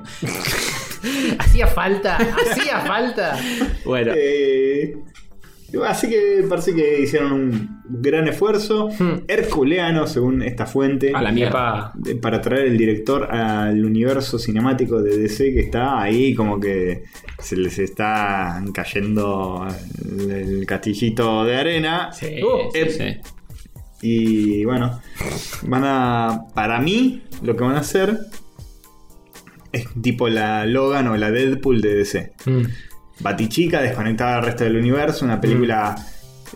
S3: Hacía falta, hacía falta.
S1: Bueno,
S2: Eh, así que parece que hicieron un gran esfuerzo,
S3: Hmm.
S2: herculeano según esta fuente,
S1: a la mierda.
S3: Epa.
S2: de- para traer el director al universo cinemático de DC que está ahí como que se les está cayendo el- el castillito de arena.
S1: Sí,
S3: Oh,
S1: sí,
S2: eh.
S1: sí.
S2: Y bueno, van a. Para mí, lo que van a hacer es tipo la Logan o la Deadpool de DC.
S3: Mm.
S2: Batichica, desconectada del resto del universo, una película.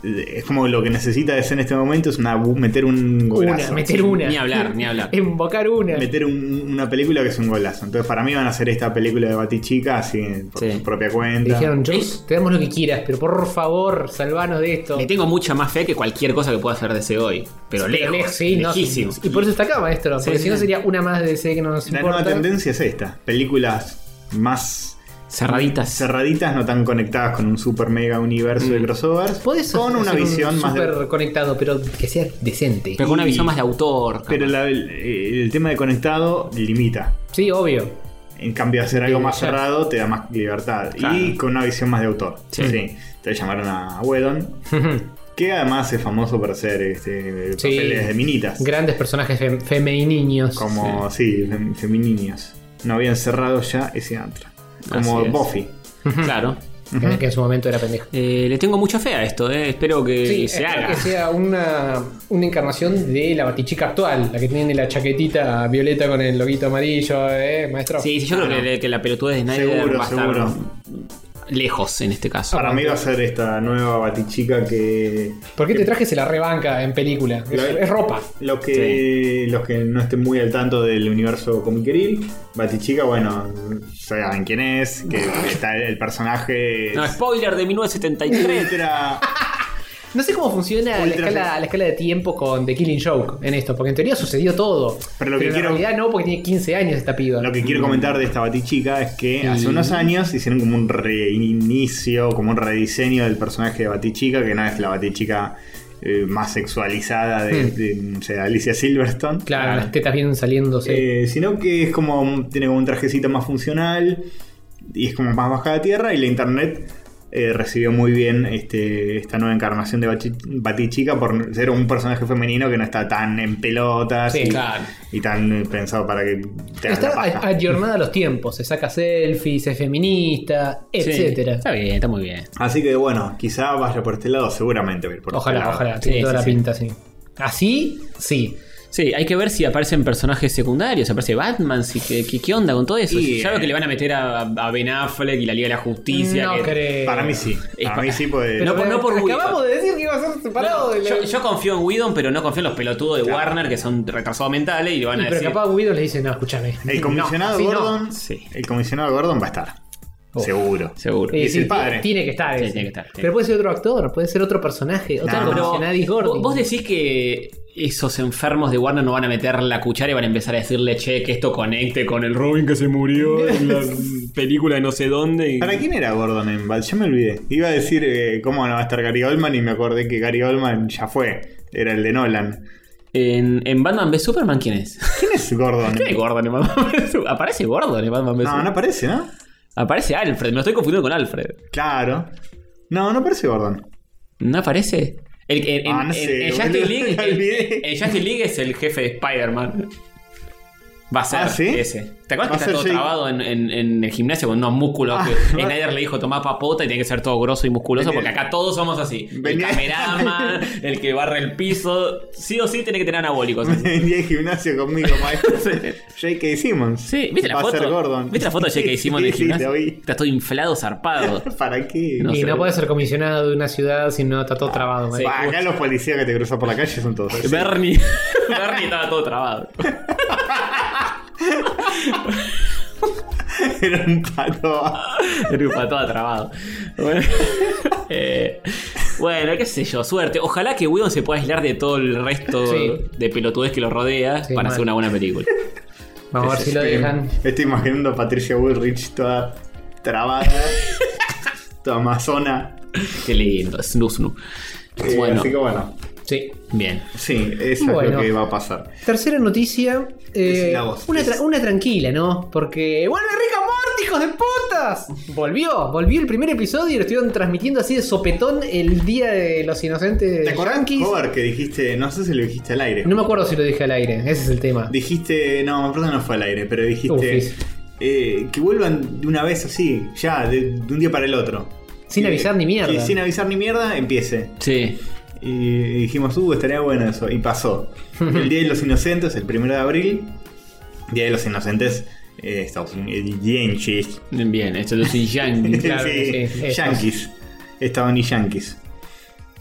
S2: Es como lo que necesita DC en este momento, es una bu- meter un
S3: Una,
S2: golazo.
S3: meter una.
S1: Ni hablar, ni hablar.
S3: Invocar una.
S2: Meter un- una película que es un golazo. Entonces, para mí van a hacer esta película de Batichica así por
S1: Sí.
S2: su propia
S3: Le
S2: cuenta.
S3: dijeron, Joss, te damos lo que quieras, pero por favor, salvanos de esto.
S1: Le tengo mucha más fe que cualquier cosa que pueda hacer DC hoy. Pero
S3: Pero
S1: lejos,
S3: sí, no,
S1: lejísimo.
S3: Y por eso está acá, maestro.
S1: Sí,
S3: Porque
S1: sí,
S3: si no
S1: sí.
S3: sería una más de DC que no nos
S2: La
S3: importa.
S2: nueva tendencia es esta: películas más
S1: Cerraditas.
S2: cerraditas, no tan conectadas con un super mega universo de crossovers.
S3: Puedes
S2: con una
S3: hacer un
S2: visión más. de-
S3: súper conectado, pero que sea decente.
S1: pero con una
S2: y-
S1: visión más de autor. capaz.
S2: Pero la- el, el tema de conectado limita.
S3: Sí, obvio.
S2: En cambio, hacer algo
S3: Sí,
S2: más
S3: ya.
S2: cerrado te da más libertad.
S1: Claro.
S2: Y con una visión más de autor.
S1: Sí.
S2: Sí. Entonces llamaron a Whedon, que además es famoso por hacer este,
S3: Sí.
S2: papeles de minitas.
S3: Grandes personajes fem- femeninos.
S2: como, sí, fem- femeninos. No habían cerrado ya ese antro. Como
S1: Así es.
S2: Buffy.
S1: Claro.
S3: Que en su momento era pendeja.
S1: Eh, le tengo mucha fe a esto, eh. espero que
S3: Sí,
S1: se
S3: espero
S1: haga.
S3: que sea una, una encarnación de la batichica actual, la que tiene la chaquetita violeta con el loguito amarillo, ¿eh, maestro?
S1: Sí, sí, yo creo que, que la pelotudez de Snyder
S2: Seguro,
S1: va a estar
S2: seguro.
S1: lejos en este caso.
S2: Para mí va a ser esta nueva batichica que.
S3: ¿Por qué te traje se la rebanca en película? Es,
S2: La-
S3: es ropa.
S2: Los que, los que no estén muy al tanto del universo comiqueril, Batichica, bueno, saben quién es, que está el, el personaje.
S1: No, spoiler de 1973.
S2: ultra-
S3: No sé cómo funciona la
S2: Ultra
S3: escala,
S2: feliz.
S3: la escala de tiempo con The Killing Joke en esto, porque en teoría sucedió todo.
S2: Pero lo que
S3: en
S2: quiero-
S3: realidad no, porque tiene 15 años esta piba.
S2: Lo que quiero comentar de esta Batichica es que hace unos años hicieron como un reinicio, como un rediseño del personaje de Batichica, que no es la Batichica eh, más sexualizada de, de, o sea, Alicia Silverstone.
S3: Hmm. Claro, las tetas vienen saliendo.
S2: Ah. Eh, sino que es como un- tiene como un trajecito más funcional y es como más bajada a tierra y la internet eh, recibió muy bien este, esta nueva encarnación de Bachi- Batichica por ser un personaje femenino que no está tan en pelotas
S3: Sí,
S2: y,
S3: claro.
S2: y tan eh, pensado para que te hagas la
S3: Está
S2: paja.
S3: a- ayornada a los tiempos, se saca selfies, es feminista, etcétera.
S1: Está bien, está muy bien.
S2: Así que bueno, quizá vaya por este lado, seguramente. va a ir por
S3: Ojalá,
S2: este lado.
S3: ojalá,
S1: Sí,
S3: tiene toda
S1: sí,
S3: la
S1: sí.
S3: pinta así. Así, sí.
S1: Sí, hay que ver si aparecen personajes secundarios, aparece Batman, si, ¿qué, qué, qué onda con todo eso?
S2: Y,
S1: ya veo
S2: eh,
S1: que le van a meter a, a Ben Affleck y la Liga de la Justicia.
S3: no
S1: que-
S3: creo.
S2: Eh, Para mí sí.
S1: es
S2: Para
S1: pa-
S2: mí sí, pues.
S1: Pero- No por- no por Woody.
S3: Acabamos de decir que iba a ser separado de la-
S1: yo, yo confío en Whedon, pero no confío en los pelotudos de
S2: Claro.
S1: Warner que son retrasados mentales y le van
S3: Y
S1: a
S3: pero
S1: decir.
S3: capaz Guido le dice, no, escúchame.
S2: el comisionado
S3: así no.
S2: Gordon.
S1: Sí.
S2: El comisionado Gordon va a estar.
S3: Oh.
S2: Seguro.
S1: Seguro.
S3: Eh,
S2: es el padre.
S3: Tiene que estar.
S1: Sí,
S3: ese.
S1: tiene que estar, tiene que
S3: Pero puede ser otro actor, puede ser otro personaje, otro
S2: Claro, pero
S3: personaje gordo.
S1: ¿Vos, vos decís que esos enfermos de Warner no van a meter la cuchara y van a empezar a decirle, che, que esto conecte con el Robin que se murió en la película de no sé dónde. y-
S2: ¿Para quién era Gordon en Bat? Yo me olvidé. Iba a decir eh, cómo no va a estar Gary Oldman y me acordé que Gary Oldman ya fue. Era el de Nolan.
S1: En, en Batman v Superman, ¿quién es?
S2: ¿Quién es Gordon?
S1: ¿Qué es Gordon en Batman v Superman? Aparece Gordon en Batman
S2: No,
S1: v
S2: no
S1: Superman.
S2: aparece, ¿no?
S1: Aparece Alfred, me lo estoy confundiendo con Alfred.
S2: Claro. No, no parece Gordon.
S1: ¿No aparece? El, el-
S2: Ah,
S1: en-
S2: no
S1: en-
S2: sé,
S1: en
S2: boludo,
S1: Justice League,
S2: me
S1: el-
S2: olvidé.
S1: en Justice League es el jefe de Spider-Man. Va a ser
S2: Ah, ¿sí?
S1: ese. ¿Te
S2: Va a
S1: acuerdas que
S2: ser
S1: está todo
S2: Jake.
S1: trabado en, en- en el gimnasio con unos músculos?
S2: Ah,
S1: que
S2: va-
S1: Snyder le dijo tomá papota y tiene que ser todo grosso y musculoso
S2: Venía-
S1: porque acá todos somos así.
S2: Venía-
S1: El cameraman, el que barre el piso. Sí o sí tiene que tener anabólicos.
S2: Venía al gimnasio conmigo, maestro. J.K. Simmons.
S1: Sí, ¿viste la
S2: Va
S1: foto?
S2: a ser Gordon.
S1: ¿Viste la foto che, que hicimos
S2: Sí,
S1: del
S2: sí,
S1: gimnasio?
S2: la vi.
S1: Está todo inflado, zarpado.
S2: ¿Para qué?
S1: No
S3: y
S1: sé. Ah,
S3: no puedes ser comisionado de una ciudad si no está todo trabado. ¿eh?
S1: sí.
S3: man.
S2: Bah, acá los policías que te cruzan por la calle son todos. así.
S1: Bernie. Bernie estaba todo trabado.
S2: Era un pato.
S1: Rupa, todo trabado. Bueno, eh, bueno, qué sé yo, suerte. Ojalá que Whedon se pueda aislar de todo el resto
S3: Sí.
S1: de pelotudez que lo rodea
S3: Sí,
S1: para
S3: mal.
S1: hacer una buena película.
S3: Vamos a ver si lo dejan.
S2: este, Estoy imaginando a Patricia Woolrich toda trabada, toda amazona.
S1: Qué lindo, snu snu.
S2: Eh,
S1: Bueno,
S2: Así que bueno,
S3: Sí.
S1: bien.
S2: sí, eso es
S3: Bueno.
S2: lo que va a pasar.
S3: Tercera noticia. eh,
S2: Decila vos,
S3: una, tra-
S2: decila.
S3: una tranquila, ¿no? Porque. ¡Vuelve Rick and Morty, hijos de putas! Volvió, volvió el primer episodio y lo estuvieron transmitiendo así de sopetón el día de los inocentes.
S2: ¿Te acordás
S3: yanquis.
S2: Cover que dijiste? No sé si lo dijiste al aire.
S3: Eh, No me acuerdo si lo dije al aire, ese es el tema.
S2: Dijiste, no, perdón, no fue al aire, pero dijiste
S3: Ufis.
S2: eh, que vuelvan de una vez así, ya, de, de un día para el otro.
S3: Sin
S2: Que-
S3: avisar ni mierda.
S2: que sin avisar ni mierda, empiece.
S1: Sí,
S2: Y dijimos, uh, estaría bueno eso. Y pasó. El Día de los Inocentes, el primero de abril. Día de los Inocentes, eh, Estados Unidos. Yankees.
S1: bien, esto es un yang.
S3: Claro que sí, esos.
S2: Yankees. Estadounidenses Yankees.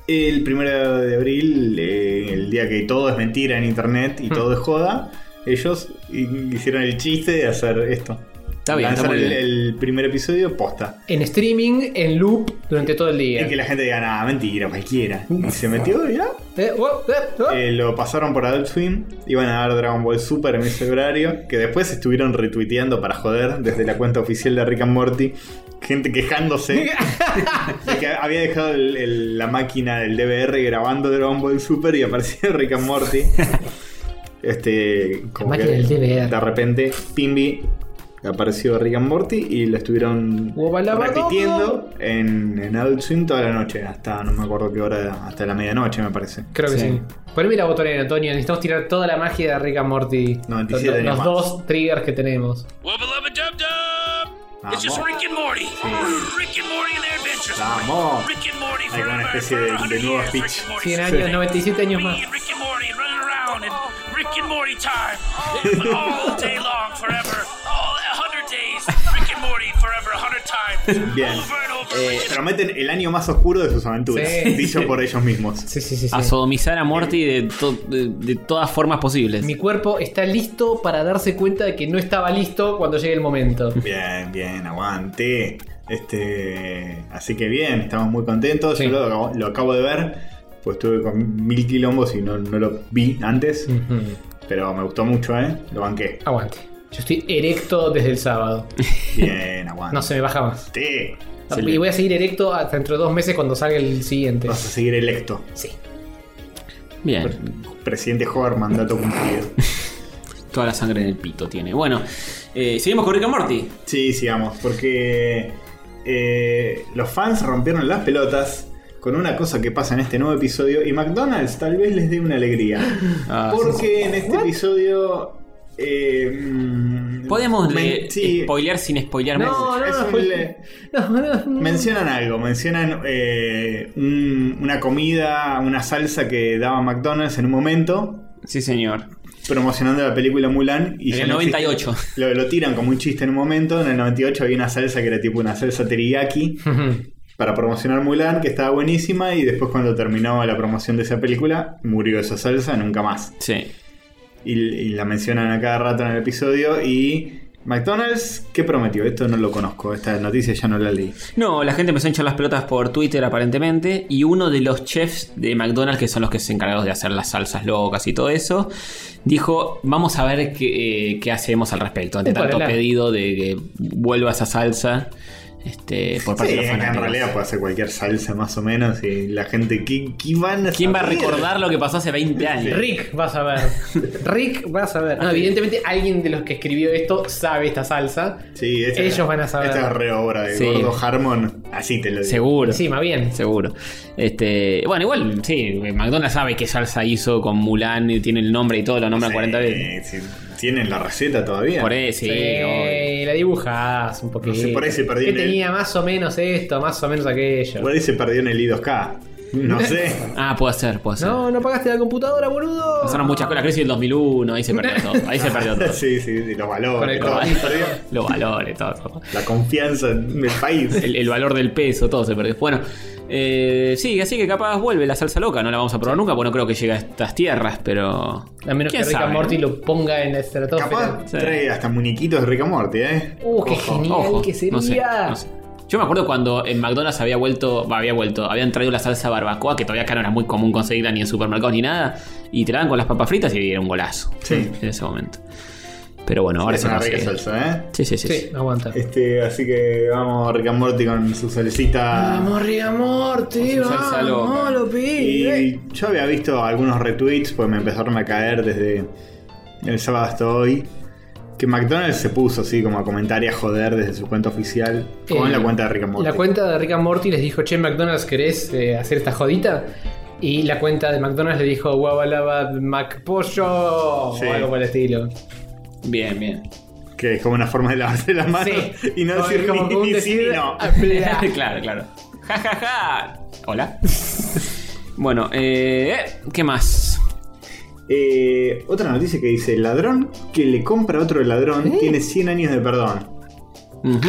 S2: El primero de abril, eh, el día que todo es mentira en internet
S1: Hmm.
S2: y todo es joda, ellos hicieron el chiste de hacer esto.
S1: Está bien, está
S2: Lanzar
S1: muy
S2: el,
S1: bien.
S2: el primer episodio posta.
S3: En streaming, en loop, durante todo el día.
S2: Y que la gente diga, nada, mentira, cualquiera. Y se metió y ya.
S3: Eh, oh, eh, oh.
S2: Eh, lo pasaron por Adult Swim, iban a dar Dragon Ball Super en ese horario, que después estuvieron retuiteando para joder desde la cuenta oficial de Rick and Morty, gente quejándose de que había dejado el- el- la máquina del DVR grabando Dragon Ball Super y apareció Rick and Morty. Este, como
S3: máquina
S2: que
S3: del DVR.
S2: De repente, Pimbi apareció Rick and Morty y lo estuvieron
S3: Guabalabadobo.
S2: repitiendo en, en Adult Swim toda la noche, hasta no me acuerdo qué hora, hasta la medianoche me parece.
S3: Creo que
S1: Sí.
S3: sí. Poneme la botonera, Antonio. Necesitamos tirar toda la magia de Rick and Morty.
S2: 97
S3: Los- los
S2: nomás.
S3: dos triggers que tenemos.
S5: Wubba lubba dub dub. It's just
S2: Vamos.
S5: Rick and Morty. Rick and Morty and their adventures.
S2: Vamos.
S5: Rick and Morty
S2: Hay
S5: forever.
S2: una especie
S5: for
S2: de-
S5: 100
S2: de nuevo
S5: years.
S2: speech.
S5: Rick and Morty
S3: 100
S5: forever.
S3: años, 97 años más.
S5: Me and Rick and Morty running around and Rick and Morty time. All day long forever. All 100 days. Rick and Morty forever 100 times.
S2: Bien.
S5: Over and over.
S2: Eh,
S5: Rick and
S2: prometen el año más oscuro de sus aventuras,
S3: Sí.
S2: dicho por ellos mismos.
S3: Sí, sí, sí. sí.
S1: A sodomizar a Morty de, to- de- de todas formas posibles.
S3: Mi cuerpo está listo para darse cuenta de que no estaba listo cuando llegue el momento.
S2: Bien, bien, aguante. Este, así que bien, estamos muy contentos.
S3: Sí.
S2: Yo lo, acabo- lo acabo de ver, pues estuve con mil quilombos y no, no lo vi antes,
S3: Ujú.
S2: pero me gustó mucho, ¿eh? Lo banqué.
S3: Aguante. Yo estoy erecto desde el sábado.
S2: Bien, aguante.
S3: No se me baja más.
S2: Sí.
S3: Y voy a seguir erecto hasta dentro de dos meses cuando salga el siguiente.
S2: Vas a seguir electo.
S3: Sí.
S1: Bien.
S2: Presidente Howard, mandato cumplido.
S1: Toda la sangre en el pito tiene. Bueno, eh, seguimos con Rick and Morty.
S2: Sí, sigamos, porque eh, los fans rompieron las pelotas con una cosa que pasa en este nuevo episodio y McDonald's tal vez les dé una alegría.
S1: Ah, sí,
S2: porque en este episodio... eh, mm,
S1: Podemos
S2: men-
S1: le-
S2: sí,
S1: spoilear sin spoilear más.
S3: No, no,
S2: Es
S3: no,
S2: un
S3: fue-
S2: le-
S3: no, no, no.
S2: Mencionan algo, mencionan eh, un- una comida, una salsa que daba McDonald's en un momento,
S1: Sí, señor.
S2: promocionando la película Mulan. Y
S1: En
S2: ya
S1: el
S2: no existe.
S1: 98.
S2: Lo, lo tiran como un chiste en un momento. En el 98 había una salsa que era tipo una salsa teriyaki para promocionar Mulan, que estaba buenísima. Y después, cuando terminó la promoción de esa película, murió esa salsa, nunca más.
S1: Sí.
S2: Y, y la mencionan a cada rato en el episodio. Y. McDonald's, ¿qué prometió? Esto no lo conozco, esta noticia ya no la leí.
S1: No, la gente empezó a hinchar las pelotas por Twitter aparentemente y uno de los chefs de McDonald's, que son los que se encargados de hacer las salsas locas y todo eso, dijo, vamos a ver qué, eh, qué hacemos al respecto ante
S3: Upa,
S1: tanto
S3: la la.
S1: pedido de que vuelva esa salsa. este, por parte
S2: Sí,
S1: de los
S2: acá en
S1: fanáticos.
S2: realidad puede hacer cualquier salsa más o menos y la gente, ¿quién, quién van a
S1: ¿Quién va a
S2: saber?
S1: recordar lo que pasó hace 20 años?
S3: Rick vas a ver. Rick vas a ver.
S2: Ah,
S3: No, evidentemente alguien de los que escribió esto sabe esta salsa.
S2: Sí, esta-
S3: Ellos van a saber.
S2: Esta es re obra de
S1: Sí.
S2: Gordo Harmon, así te lo digo.
S1: Seguro.
S3: Encima, bien.
S1: Seguro. Este, bueno, igual, sí, McDonald's sabe qué salsa hizo con Mulan, y tiene el nombre y todo, lo nombran
S2: Sí,
S1: 40 veces.
S2: sí, Tienen la receta todavía.
S1: Por eso, sí,
S3: Sí,
S1: obvio.
S3: Eh, la dibujás un poquito.
S2: No sé, por ahí se perdió
S3: Que
S2: en el-
S3: tenía más o menos esto, más o menos aquello.
S2: Por ahí se perdió en el I2K. No sé.
S1: Ah, puede ser, puede ser.
S3: No, no pagaste la computadora, boludo.
S1: Pasaron muchas cosas, la crisis del 2001, ahí se perdió todo. Ahí se perdió todo.
S2: sí, sí, sí, los
S3: Con
S2: valores.
S3: el
S2: todo.
S3: corazón.
S2: Perdió
S1: Los valores, todo.
S2: La confianza en el país.
S1: El, el valor del peso, todo se perdió. Bueno, eh, sí, así que capaz vuelve la salsa loca. No la vamos a probar nunca, porque no creo que llegue a estas tierras, pero.
S3: A menos que
S1: ¿quién
S3: Rick and
S1: sabe?
S3: Morty lo ponga en la estratosfera.
S2: Capaz
S1: Sí.
S2: trae hasta muñequitos de Rick and Morty, ¿eh?
S3: Uh, qué
S2: Ojo.
S3: genial
S1: Ojo,
S3: que sería.
S1: no sé, no sé. Yo me acuerdo cuando en McDonald's había vuelto, bah, había vuelto, habían traído la salsa barbacoa, que todavía acá no era muy común conseguirla ni en supermercados ni nada, y te la daban con las papas fritas y era un golazo.
S2: Sí.
S1: En ese momento. Pero bueno, ahora
S2: es
S1: se
S2: una rica
S1: consigue.
S2: salsa, ¿eh?
S1: Sí, sí, sí.
S3: Sí,
S1: sí.
S3: no aguanta.
S2: Este, así que vamos Rick and Morty con su salsita.
S3: Vamos, Rick and Morty,
S1: Con su salsa loca.
S3: vamos, lo pibes.
S2: Y yo había visto algunos retweets, pues me empezaron a caer desde el sábado hasta hoy. Que McDonald's se puso así como a comentar y a joder desde su cuenta oficial con
S3: Eh,
S2: la cuenta de Rick and Morty.
S3: La cuenta de Rick and Morty les dijo, che, McDonald's, ¿querés eh, hacer esta jodita? Y la cuenta de McDonald's le dijo, guabalaba McPollo
S2: Sí.
S3: o algo por el estilo.
S1: Bien, bien.
S2: Que es como una forma de lavarse las manos
S3: Sí.
S2: y no
S3: No,
S2: decir
S3: es como
S2: ni,
S3: un
S2: ni sí ni
S3: decir-
S2: no.
S3: Bla.
S1: claro, claro. Ja, ja, ja. Hola. bueno, eh, ¿qué más?
S2: Eh, otra noticia que dice: el ladrón que le compra a otro ladrón
S3: ¿Eh?
S2: tiene 100 años de perdón.
S1: Ujú.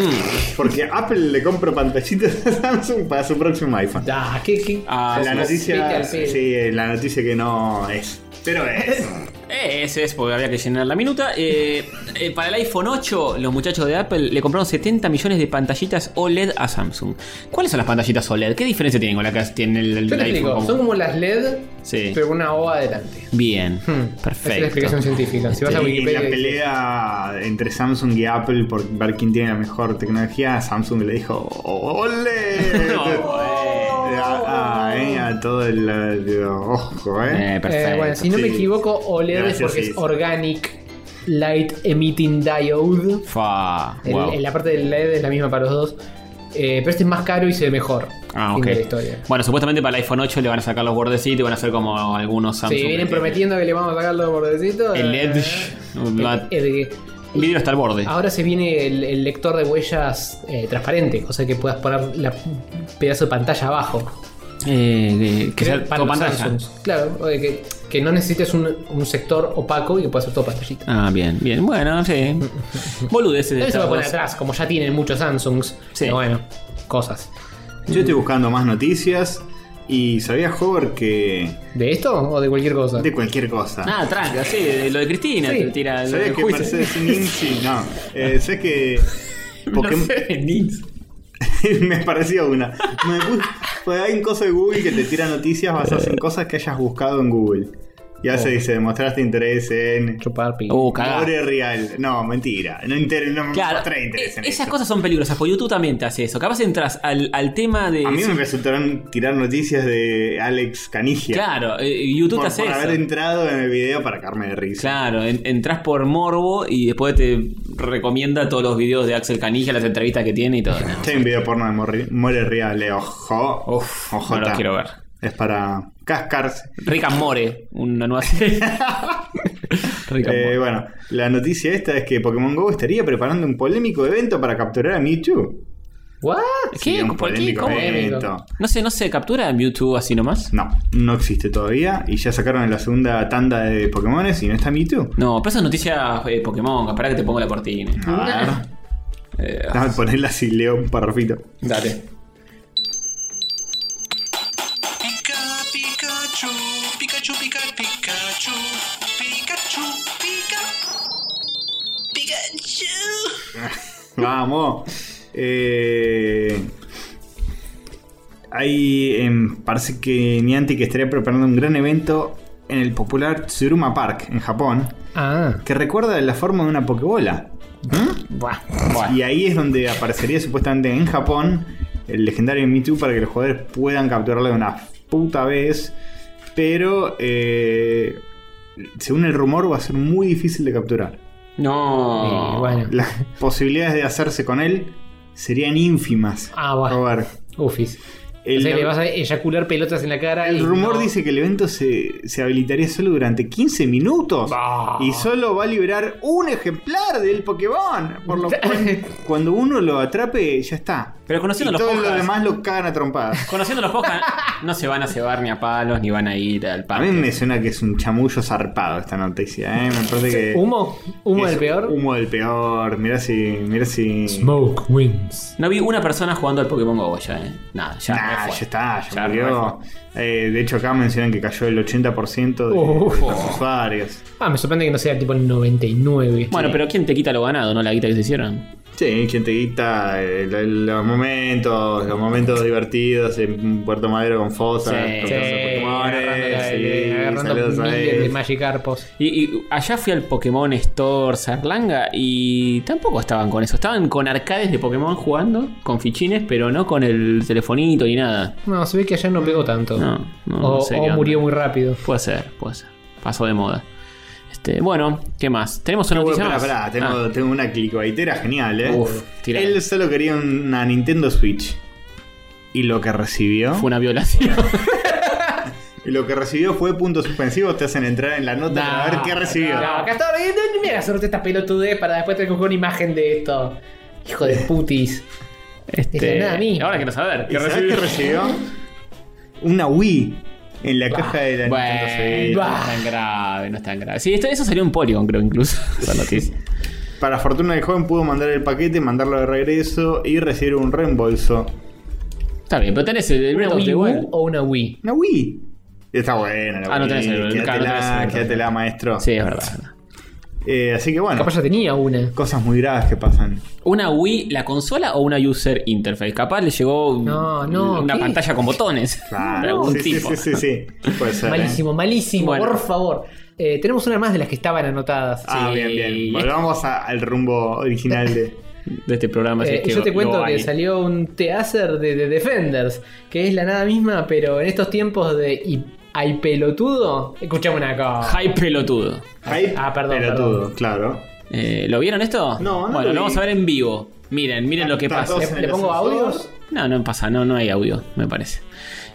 S2: Porque Apple le compra pantallitas a Samsung para su próximo iPhone.
S3: Da, ¿qué, qué?
S1: Ah,
S2: la
S1: sí.
S2: noticia.
S3: Vete al
S2: Sí, la noticia que no es. Pero es.
S1: Eh, Ese es porque había que llenar la minuta. Eh, eh, para el iPhone 8, los muchachos de Apple le compraron 70 millones de pantallitas OLED a Samsung. ¿Cuáles son las pantallitas OLED? ¿Qué diferencia tienen con la que tiene el, el
S3: Yo te
S1: iPhone?
S3: explico,
S1: Como-
S3: son como las LED,
S1: Sí.
S3: pero con una O adelante.
S1: Bien,
S3: Hmm,
S1: perfecto.
S3: Esa es la explicación científica. Si vas a
S2: Y
S3: Wikipedia.
S2: la pelea entre Samsung y Apple por ver quién tiene la mejor tecnología, Samsung le dijo ¡Ole!
S1: No,
S2: Eh, a, a- eh, a todo el, el- ojo, eh.
S1: Eh, perfecto.
S3: Eh, bueno, si no me
S2: Sí.
S3: equivoco, OLED es
S2: Gracias,
S3: porque
S2: sí.
S3: es Organic Light Emitting Diode.
S1: Fa,
S3: El-
S1: wow. Ah,
S3: en la parte del LED es la misma para los dos. Eh, pero este es más caro y se ve mejor.
S1: Ah,
S3: Fin
S1: ok.
S3: de la historia.
S1: Bueno, supuestamente para el iPhone 8 le van a sacar los bordecitos y van a hacer como algunos Samsung.
S3: Si vienen prometiendo que le vamos a sacar los bordecitos.
S1: El
S3: eh,
S1: Edge.
S3: el- el-
S1: El vidrio hasta el borde.
S3: ahora se viene el, el lector de huellas eh, transparente, cosa que puedas poner la pedazo de pantalla abajo.
S1: Eh, eh, que sea
S3: Para
S1: todo
S3: los
S1: pantalla.
S3: Samsungs. Claro, o de que, que no necesites un, un sector opaco y que pueda ser todo pantallita.
S1: Ah, bien, bien. Bueno, sí. Boludeces. de
S3: También se va a
S1: estas
S3: poner
S1: dos.
S3: atrás, como ya tienen muchos Samsungs.
S1: Sí.
S3: Pero bueno, cosas.
S2: Yo estoy buscando más noticias y sabía, Hover, que
S3: ¿De esto o de cualquier cosa?
S2: de cualquier cosa.
S1: Ah, tranca, sí, de lo de Cristina,
S3: Sí.
S1: te tira el,
S2: ¿Sabías
S1: el
S2: que
S1: juicio.
S2: Mercedes Ninzi? No. Eh, ¿Sabías que Pokémon- me pareció una. Me puse- pues hay un coso de Google que te tira noticias basadas en cosas que hayas buscado en Google. Y
S1: Oh.
S2: hace dice, demostraste interés en
S3: Chupar pi.
S1: Uh, cagá.
S2: More Real. No, mentira. No, inter... no
S1: Claro,
S2: mostré
S1: eh,
S2: interés en
S1: esas
S2: eso.
S1: cosas son peligrosas, porque YouTube también te hace eso. Capaz entras al, al tema de.
S2: A mí me resultaron tirar noticias de Alex Canigia.
S1: Claro, eh, YouTube te
S2: Por,
S1: hace
S2: por
S1: eso.
S2: haber entrado en el video para carne de risa.
S1: Claro, en- entras por morbo y después te recomienda todos los videos de Axel Canija, las entrevistas que tiene y todo. ¿no?
S2: Hay un video porno de More, More Real, eh, ojo.
S1: Uf,
S2: ojo.
S1: no lo quiero ver.
S2: Es para cascarse.
S1: Rick and More, una nueva serie. Rick and
S2: Eh,
S1: More.
S2: bueno, la noticia esta es que Pokémon GO estaría preparando un polémico evento para capturar a Mewtwo.
S3: ¿What?
S1: ¿Qué?
S2: Sí, un
S1: ¿Por qué?
S2: polémico
S1: ¿Cómo?
S2: evento.
S1: No sé, no sé, captura a Mewtwo así nomás.
S2: No, no existe todavía. Y ya sacaron la segunda tanda de Pokémones y no está Mewtwo.
S1: No, pero eso es noticia eh, Pokémon, para que te pongo la cortina. Eh,
S2: A ver. Dame ponerla si leo un parrafito.
S1: Dale.
S6: Pika, Pikachu, Pikachu, Pika, Pikachu, Pikachu, Pika, Pikachu.
S2: Vamos. Eh, hay, em, parece que Niantic estaría preparando un gran evento en el popular Tsuruma Park, en Japón,
S3: Ah.
S2: que recuerda la forma de una pokebola. ¿Mm?
S3: Buah.
S2: Y ahí es donde aparecería supuestamente en Japón el legendario Mewtwo para que los jugadores puedan capturarlo de una puta vez. Pero, eh, según el rumor, va a ser muy difícil de capturar.
S1: No.
S3: Y bueno.
S2: Las posibilidades de hacerse con él serían ínfimas.
S3: Ah, bueno.
S2: Robert.
S3: Ufis.
S2: El-
S3: o sea, le vas a eyacular pelotas en la cara. y
S2: El rumor
S3: no.
S2: dice que el evento se, se habilitaría solo durante 15 minutos
S3: Bah.
S2: y solo va a liberar un ejemplar del Pokémon. Por lo cual, cuando uno lo atrape, ya está.
S1: Pero conociendo
S2: y
S1: los
S2: todos
S1: podcasts-
S2: los demás lo cagan a trompadas.
S1: Conociendo los podcasts, no se van a cebar ni a palos, ni van a ir al
S2: A
S1: parque.
S2: mí me suena que es un chamullo zarpado esta noticia, ¿eh? Me parece que.
S3: ¿Humo? ¿Humo
S2: es
S3: del peor?
S2: Humo del peor. Mirá si. Mirá si.
S3: Smoke wins.
S1: No vi una persona jugando al Pokémon Go ya, eh. Nada, ya.
S2: Nah,
S1: re fue.
S2: Ah, ya está, ya,
S1: Ya
S2: murió. Eh, de hecho, acá mencionan que cayó el 80% de,
S3: Uf.
S2: de los usuarios.
S3: Ah, me sorprende que no sea tipo el 99.
S1: Bueno, pero ¿quién te quita lo ganado, no la guita que se hicieron?
S2: Sí, quien te quita eh, lo- los momentos, los momentos divertidos en Puerto Madero con fosas,
S1: Sí.
S2: con
S3: Sí,
S2: cazas de Pokémones, sí,
S3: agarrando,
S2: saludos a
S3: miles
S2: él.
S3: de Magikarpos.
S1: Y, y allá fui al Pokémon Store Sarlanga y tampoco estaban con eso. Estaban con arcades de Pokémon jugando, con fichines, pero no con el telefonito ni nada.
S3: No, se ve que allá no pegó tanto.
S1: No, no,
S3: o
S1: no sé
S3: o
S1: qué onda.
S3: murió muy rápido.
S1: Puede ser, puede ser. Pasó de moda. Este, bueno, ¿qué más? ¿Tenemos una
S2: Bueno,
S1: noticia
S2: pará,
S1: más?
S2: pará, tengo,
S1: Ah,
S2: tengo una clickbaitera genial, eh.
S1: Uf, tirá.
S2: Él solo quería una Nintendo Switch. Y lo que recibió.
S1: fue una violación.
S2: Y lo que recibió fue puntos suspensivos. Te hacen entrar en la nota para ver qué recibió.
S3: No, acá está. eh, no, no Me hagas hacerte estas pelotudez para después tener que coger una imagen de esto. Hijo de putis.
S1: Este,
S3: nada a mí.
S1: Ahora quiero saber.
S2: ¿Y
S1: ¿qué
S2: sabés
S1: recibí?
S2: qué recibió? Una Wii en la caja de la Nintendo Switch.
S1: Bueno, no es tan grave, no es tan grave. Sí, esto, eso salió en Polygon, creo, incluso. esa noticia.
S2: Para fortuna del joven pudo mandar el paquete, mandarlo de regreso y recibir un reembolso.
S1: Está bien, pero tenés el, el Breath
S3: ¿Una
S1: of
S3: Wii
S1: the
S3: U
S1: Wild.
S3: o una Wii?
S2: Una Wii. Está buena la
S1: Ah, no
S2: Wii.
S1: tenés el- claro, no tenés
S2: quédatela,
S1: el-
S2: quédatela, maestro.
S1: Sí, es verdad. es verdad.
S2: Eh, así que bueno,
S3: Capaz ya tenía una.
S2: cosas muy graves que pasan.
S1: ¿Una Wii, la consola o una user interface? Capaz le llegó
S3: No, no,
S1: una
S3: ¿qué?
S1: pantalla con botones. de
S2: Claro,
S1: algún
S2: sí, sí,
S1: tipo.
S2: sí, sí, sí. Puede ser. ¿eh?
S3: Malísimo, malísimo,
S1: Bueno.
S3: por favor. Eh, tenemos una más de las que estaban anotadas.
S2: Ah,
S1: Sí.
S2: bien, bien. Volvamos a- al rumbo original de.
S1: De este programa. si
S3: Eh,
S1: es que
S3: yo te
S1: lo
S3: cuento que
S1: hay.
S3: salió un teaser de, de Defenders, que es la nada misma, pero en estos tiempos de hi- hay pelotudo, escuchame una cosa.
S1: Hype pelotudo.
S2: Hype,
S3: Ah, perdón,
S2: Pero
S3: perdón.
S2: todo, claro.
S1: Eh, ¿Lo vieron esto?
S2: No, no
S1: Bueno,
S2: lo
S1: lo,
S2: vi. Ah,
S1: vamos a ver en vivo. Miren, miren lo que
S2: Está
S1: pasa.
S2: todo
S1: Eh,
S3: ¿Le,
S2: en
S3: le
S2: el
S3: pongo
S2: ascensor.
S3: audios?
S1: No, no pasa, no, no hay audio, me parece.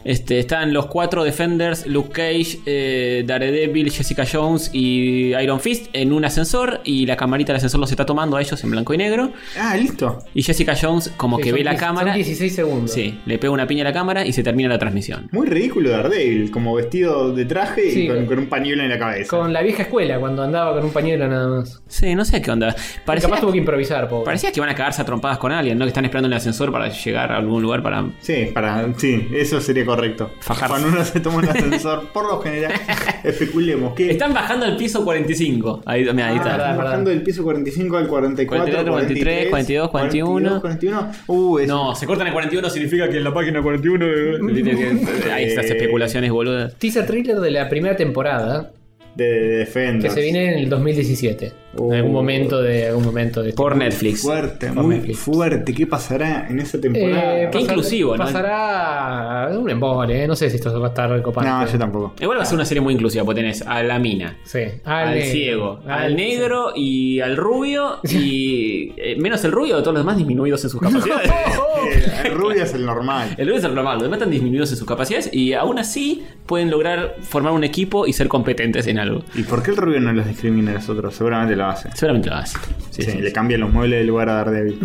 S1: Este, están los cuatro Defenders, Luke Cage, eh, Daredevil, Jessica Jones y Iron Fist en un ascensor y la camarita del ascensor los está tomando a ellos en blanco y negro.
S2: Ah, listo.
S1: Y Jessica Jones como
S3: Sí,
S1: que
S3: son
S1: ve la
S3: 10
S1: cámara.
S3: Son 16 segundos.
S1: Sí, le pega una piña a la cámara y se termina la transmisión.
S2: Muy ridículo Daredevil, como vestido de traje y
S3: Sí.
S2: con, con un pañuelo en la cabeza.
S3: Con la vieja escuela, cuando andaba con un pañuelo nada más.
S1: Sí, no sé qué onda.
S3: Parecía...
S1: Parecía,
S3: Capaz tuvo que improvisar, pobre.
S1: parecía que van a cagarse a trompadas con alguien, ¿no? Que están esperando en el ascensor para llegar a algún lugar para.
S2: Sí, para, sí, eso sería correcto.
S1: Fajarse.
S2: Cuando uno se toma un ascensor, por lo general, especulemos que
S1: Están bajando al piso 45. Ahí, mirá, ahí
S2: Ah,
S1: está.
S2: están bajando del piso 45 al 44,
S1: 43, 42, 41.
S2: 41. Uh, es-
S1: No, se cortan a 41 significa que en la página 41 eh, hay estas especulaciones boludas.
S3: Teaser trailer de la primera temporada,
S2: de, de
S3: que
S2: Defenders.
S3: se viene en el 2017.
S2: Oh.
S3: En algún momento de algún momento de
S1: Por Netflix.
S2: Fuerte,
S3: Por
S2: muy
S3: Netflix.
S2: fuerte. ¿Qué pasará en esa temporada?
S3: Eh,
S1: Qué inclusivo, ¿no?
S3: Pasará un embole, eh. no sé si esto va a estar copado.
S2: no, yo tampoco.
S1: Igual va a ser una serie muy inclusiva, porque tenés a la mina,
S3: Sí,
S1: al,
S3: negro,
S1: ciego, al, negro y al rubio, y eh, menos el rubio, todos los demás disminuidos en sus capacidades.
S2: Eh, el rubio es el normal.
S1: El rubio es el normal, los demás están disminuidos en sus capacidades y aún así pueden lograr formar un equipo y ser competentes en algo.
S2: ¿Y por qué el rubio no los discrimina a los otros? Seguramente lo hace.
S1: Seguramente lo hacen. Sí,
S2: Sí,
S1: sí.
S2: Le cambian los muebles del lugar a Daredevil.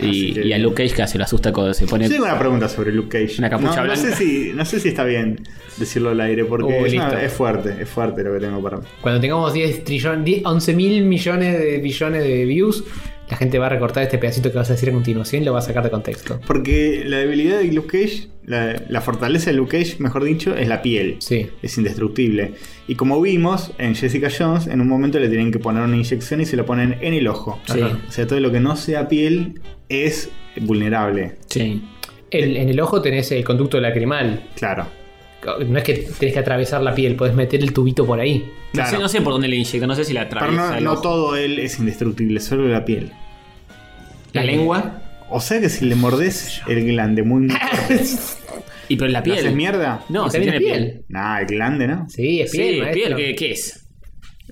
S1: Y, y a Luke Cage que se lo asusta cuando se pone...
S2: Yo tengo una pregunta sobre Luke Cage.
S1: Una capucha
S2: no, no sé
S1: blanca.
S2: si, no sé si está bien decirlo al aire, porque
S3: Uh,
S2: es, una-
S3: listo.
S2: es fuerte, es fuerte lo que tengo para
S3: Cuando tengamos 10 trillón, 10 11 mil millones de billones de views, la gente va a recortar este pedacito que vas a decir a continuación y lo va a sacar de contexto.
S2: Porque la debilidad de Luke Cage, la, la fortaleza de Luke Cage, mejor dicho, es la piel.
S3: Sí.
S2: Es indestructible. Y como vimos en Jessica Jones, en un momento le tienen que poner una inyección y se la ponen en el ojo.
S1: Sí.
S2: O sea, todo lo que no sea piel es vulnerable.
S1: Sí.
S3: El- en el ojo tenés el conducto lacrimal.
S2: Claro.
S3: No es que tenés que atravesar la piel, podés meter el tubito por ahí.
S1: No, sé,
S2: Claro.
S1: no sé por dónde le inyecta, no sé si la
S2: Pero
S1: atraviesa.
S2: no,
S1: el
S2: no
S1: ojo.
S2: todo él es indestructible, solo la piel.
S1: la lengua.
S2: O sea que si le mordes el glande muy muy fuerte,
S1: Y pero la
S2: ¿lo haces
S1: piel.
S2: mierda?
S1: No,
S3: Y
S1: si
S3: también
S1: tiene
S3: es
S1: piel.
S3: piel.
S2: Nah, el glande, ¿no?
S3: Sí, es
S1: Sí,
S3: piel.
S1: piel,
S3: maestro.
S1: ¿qué, qué es?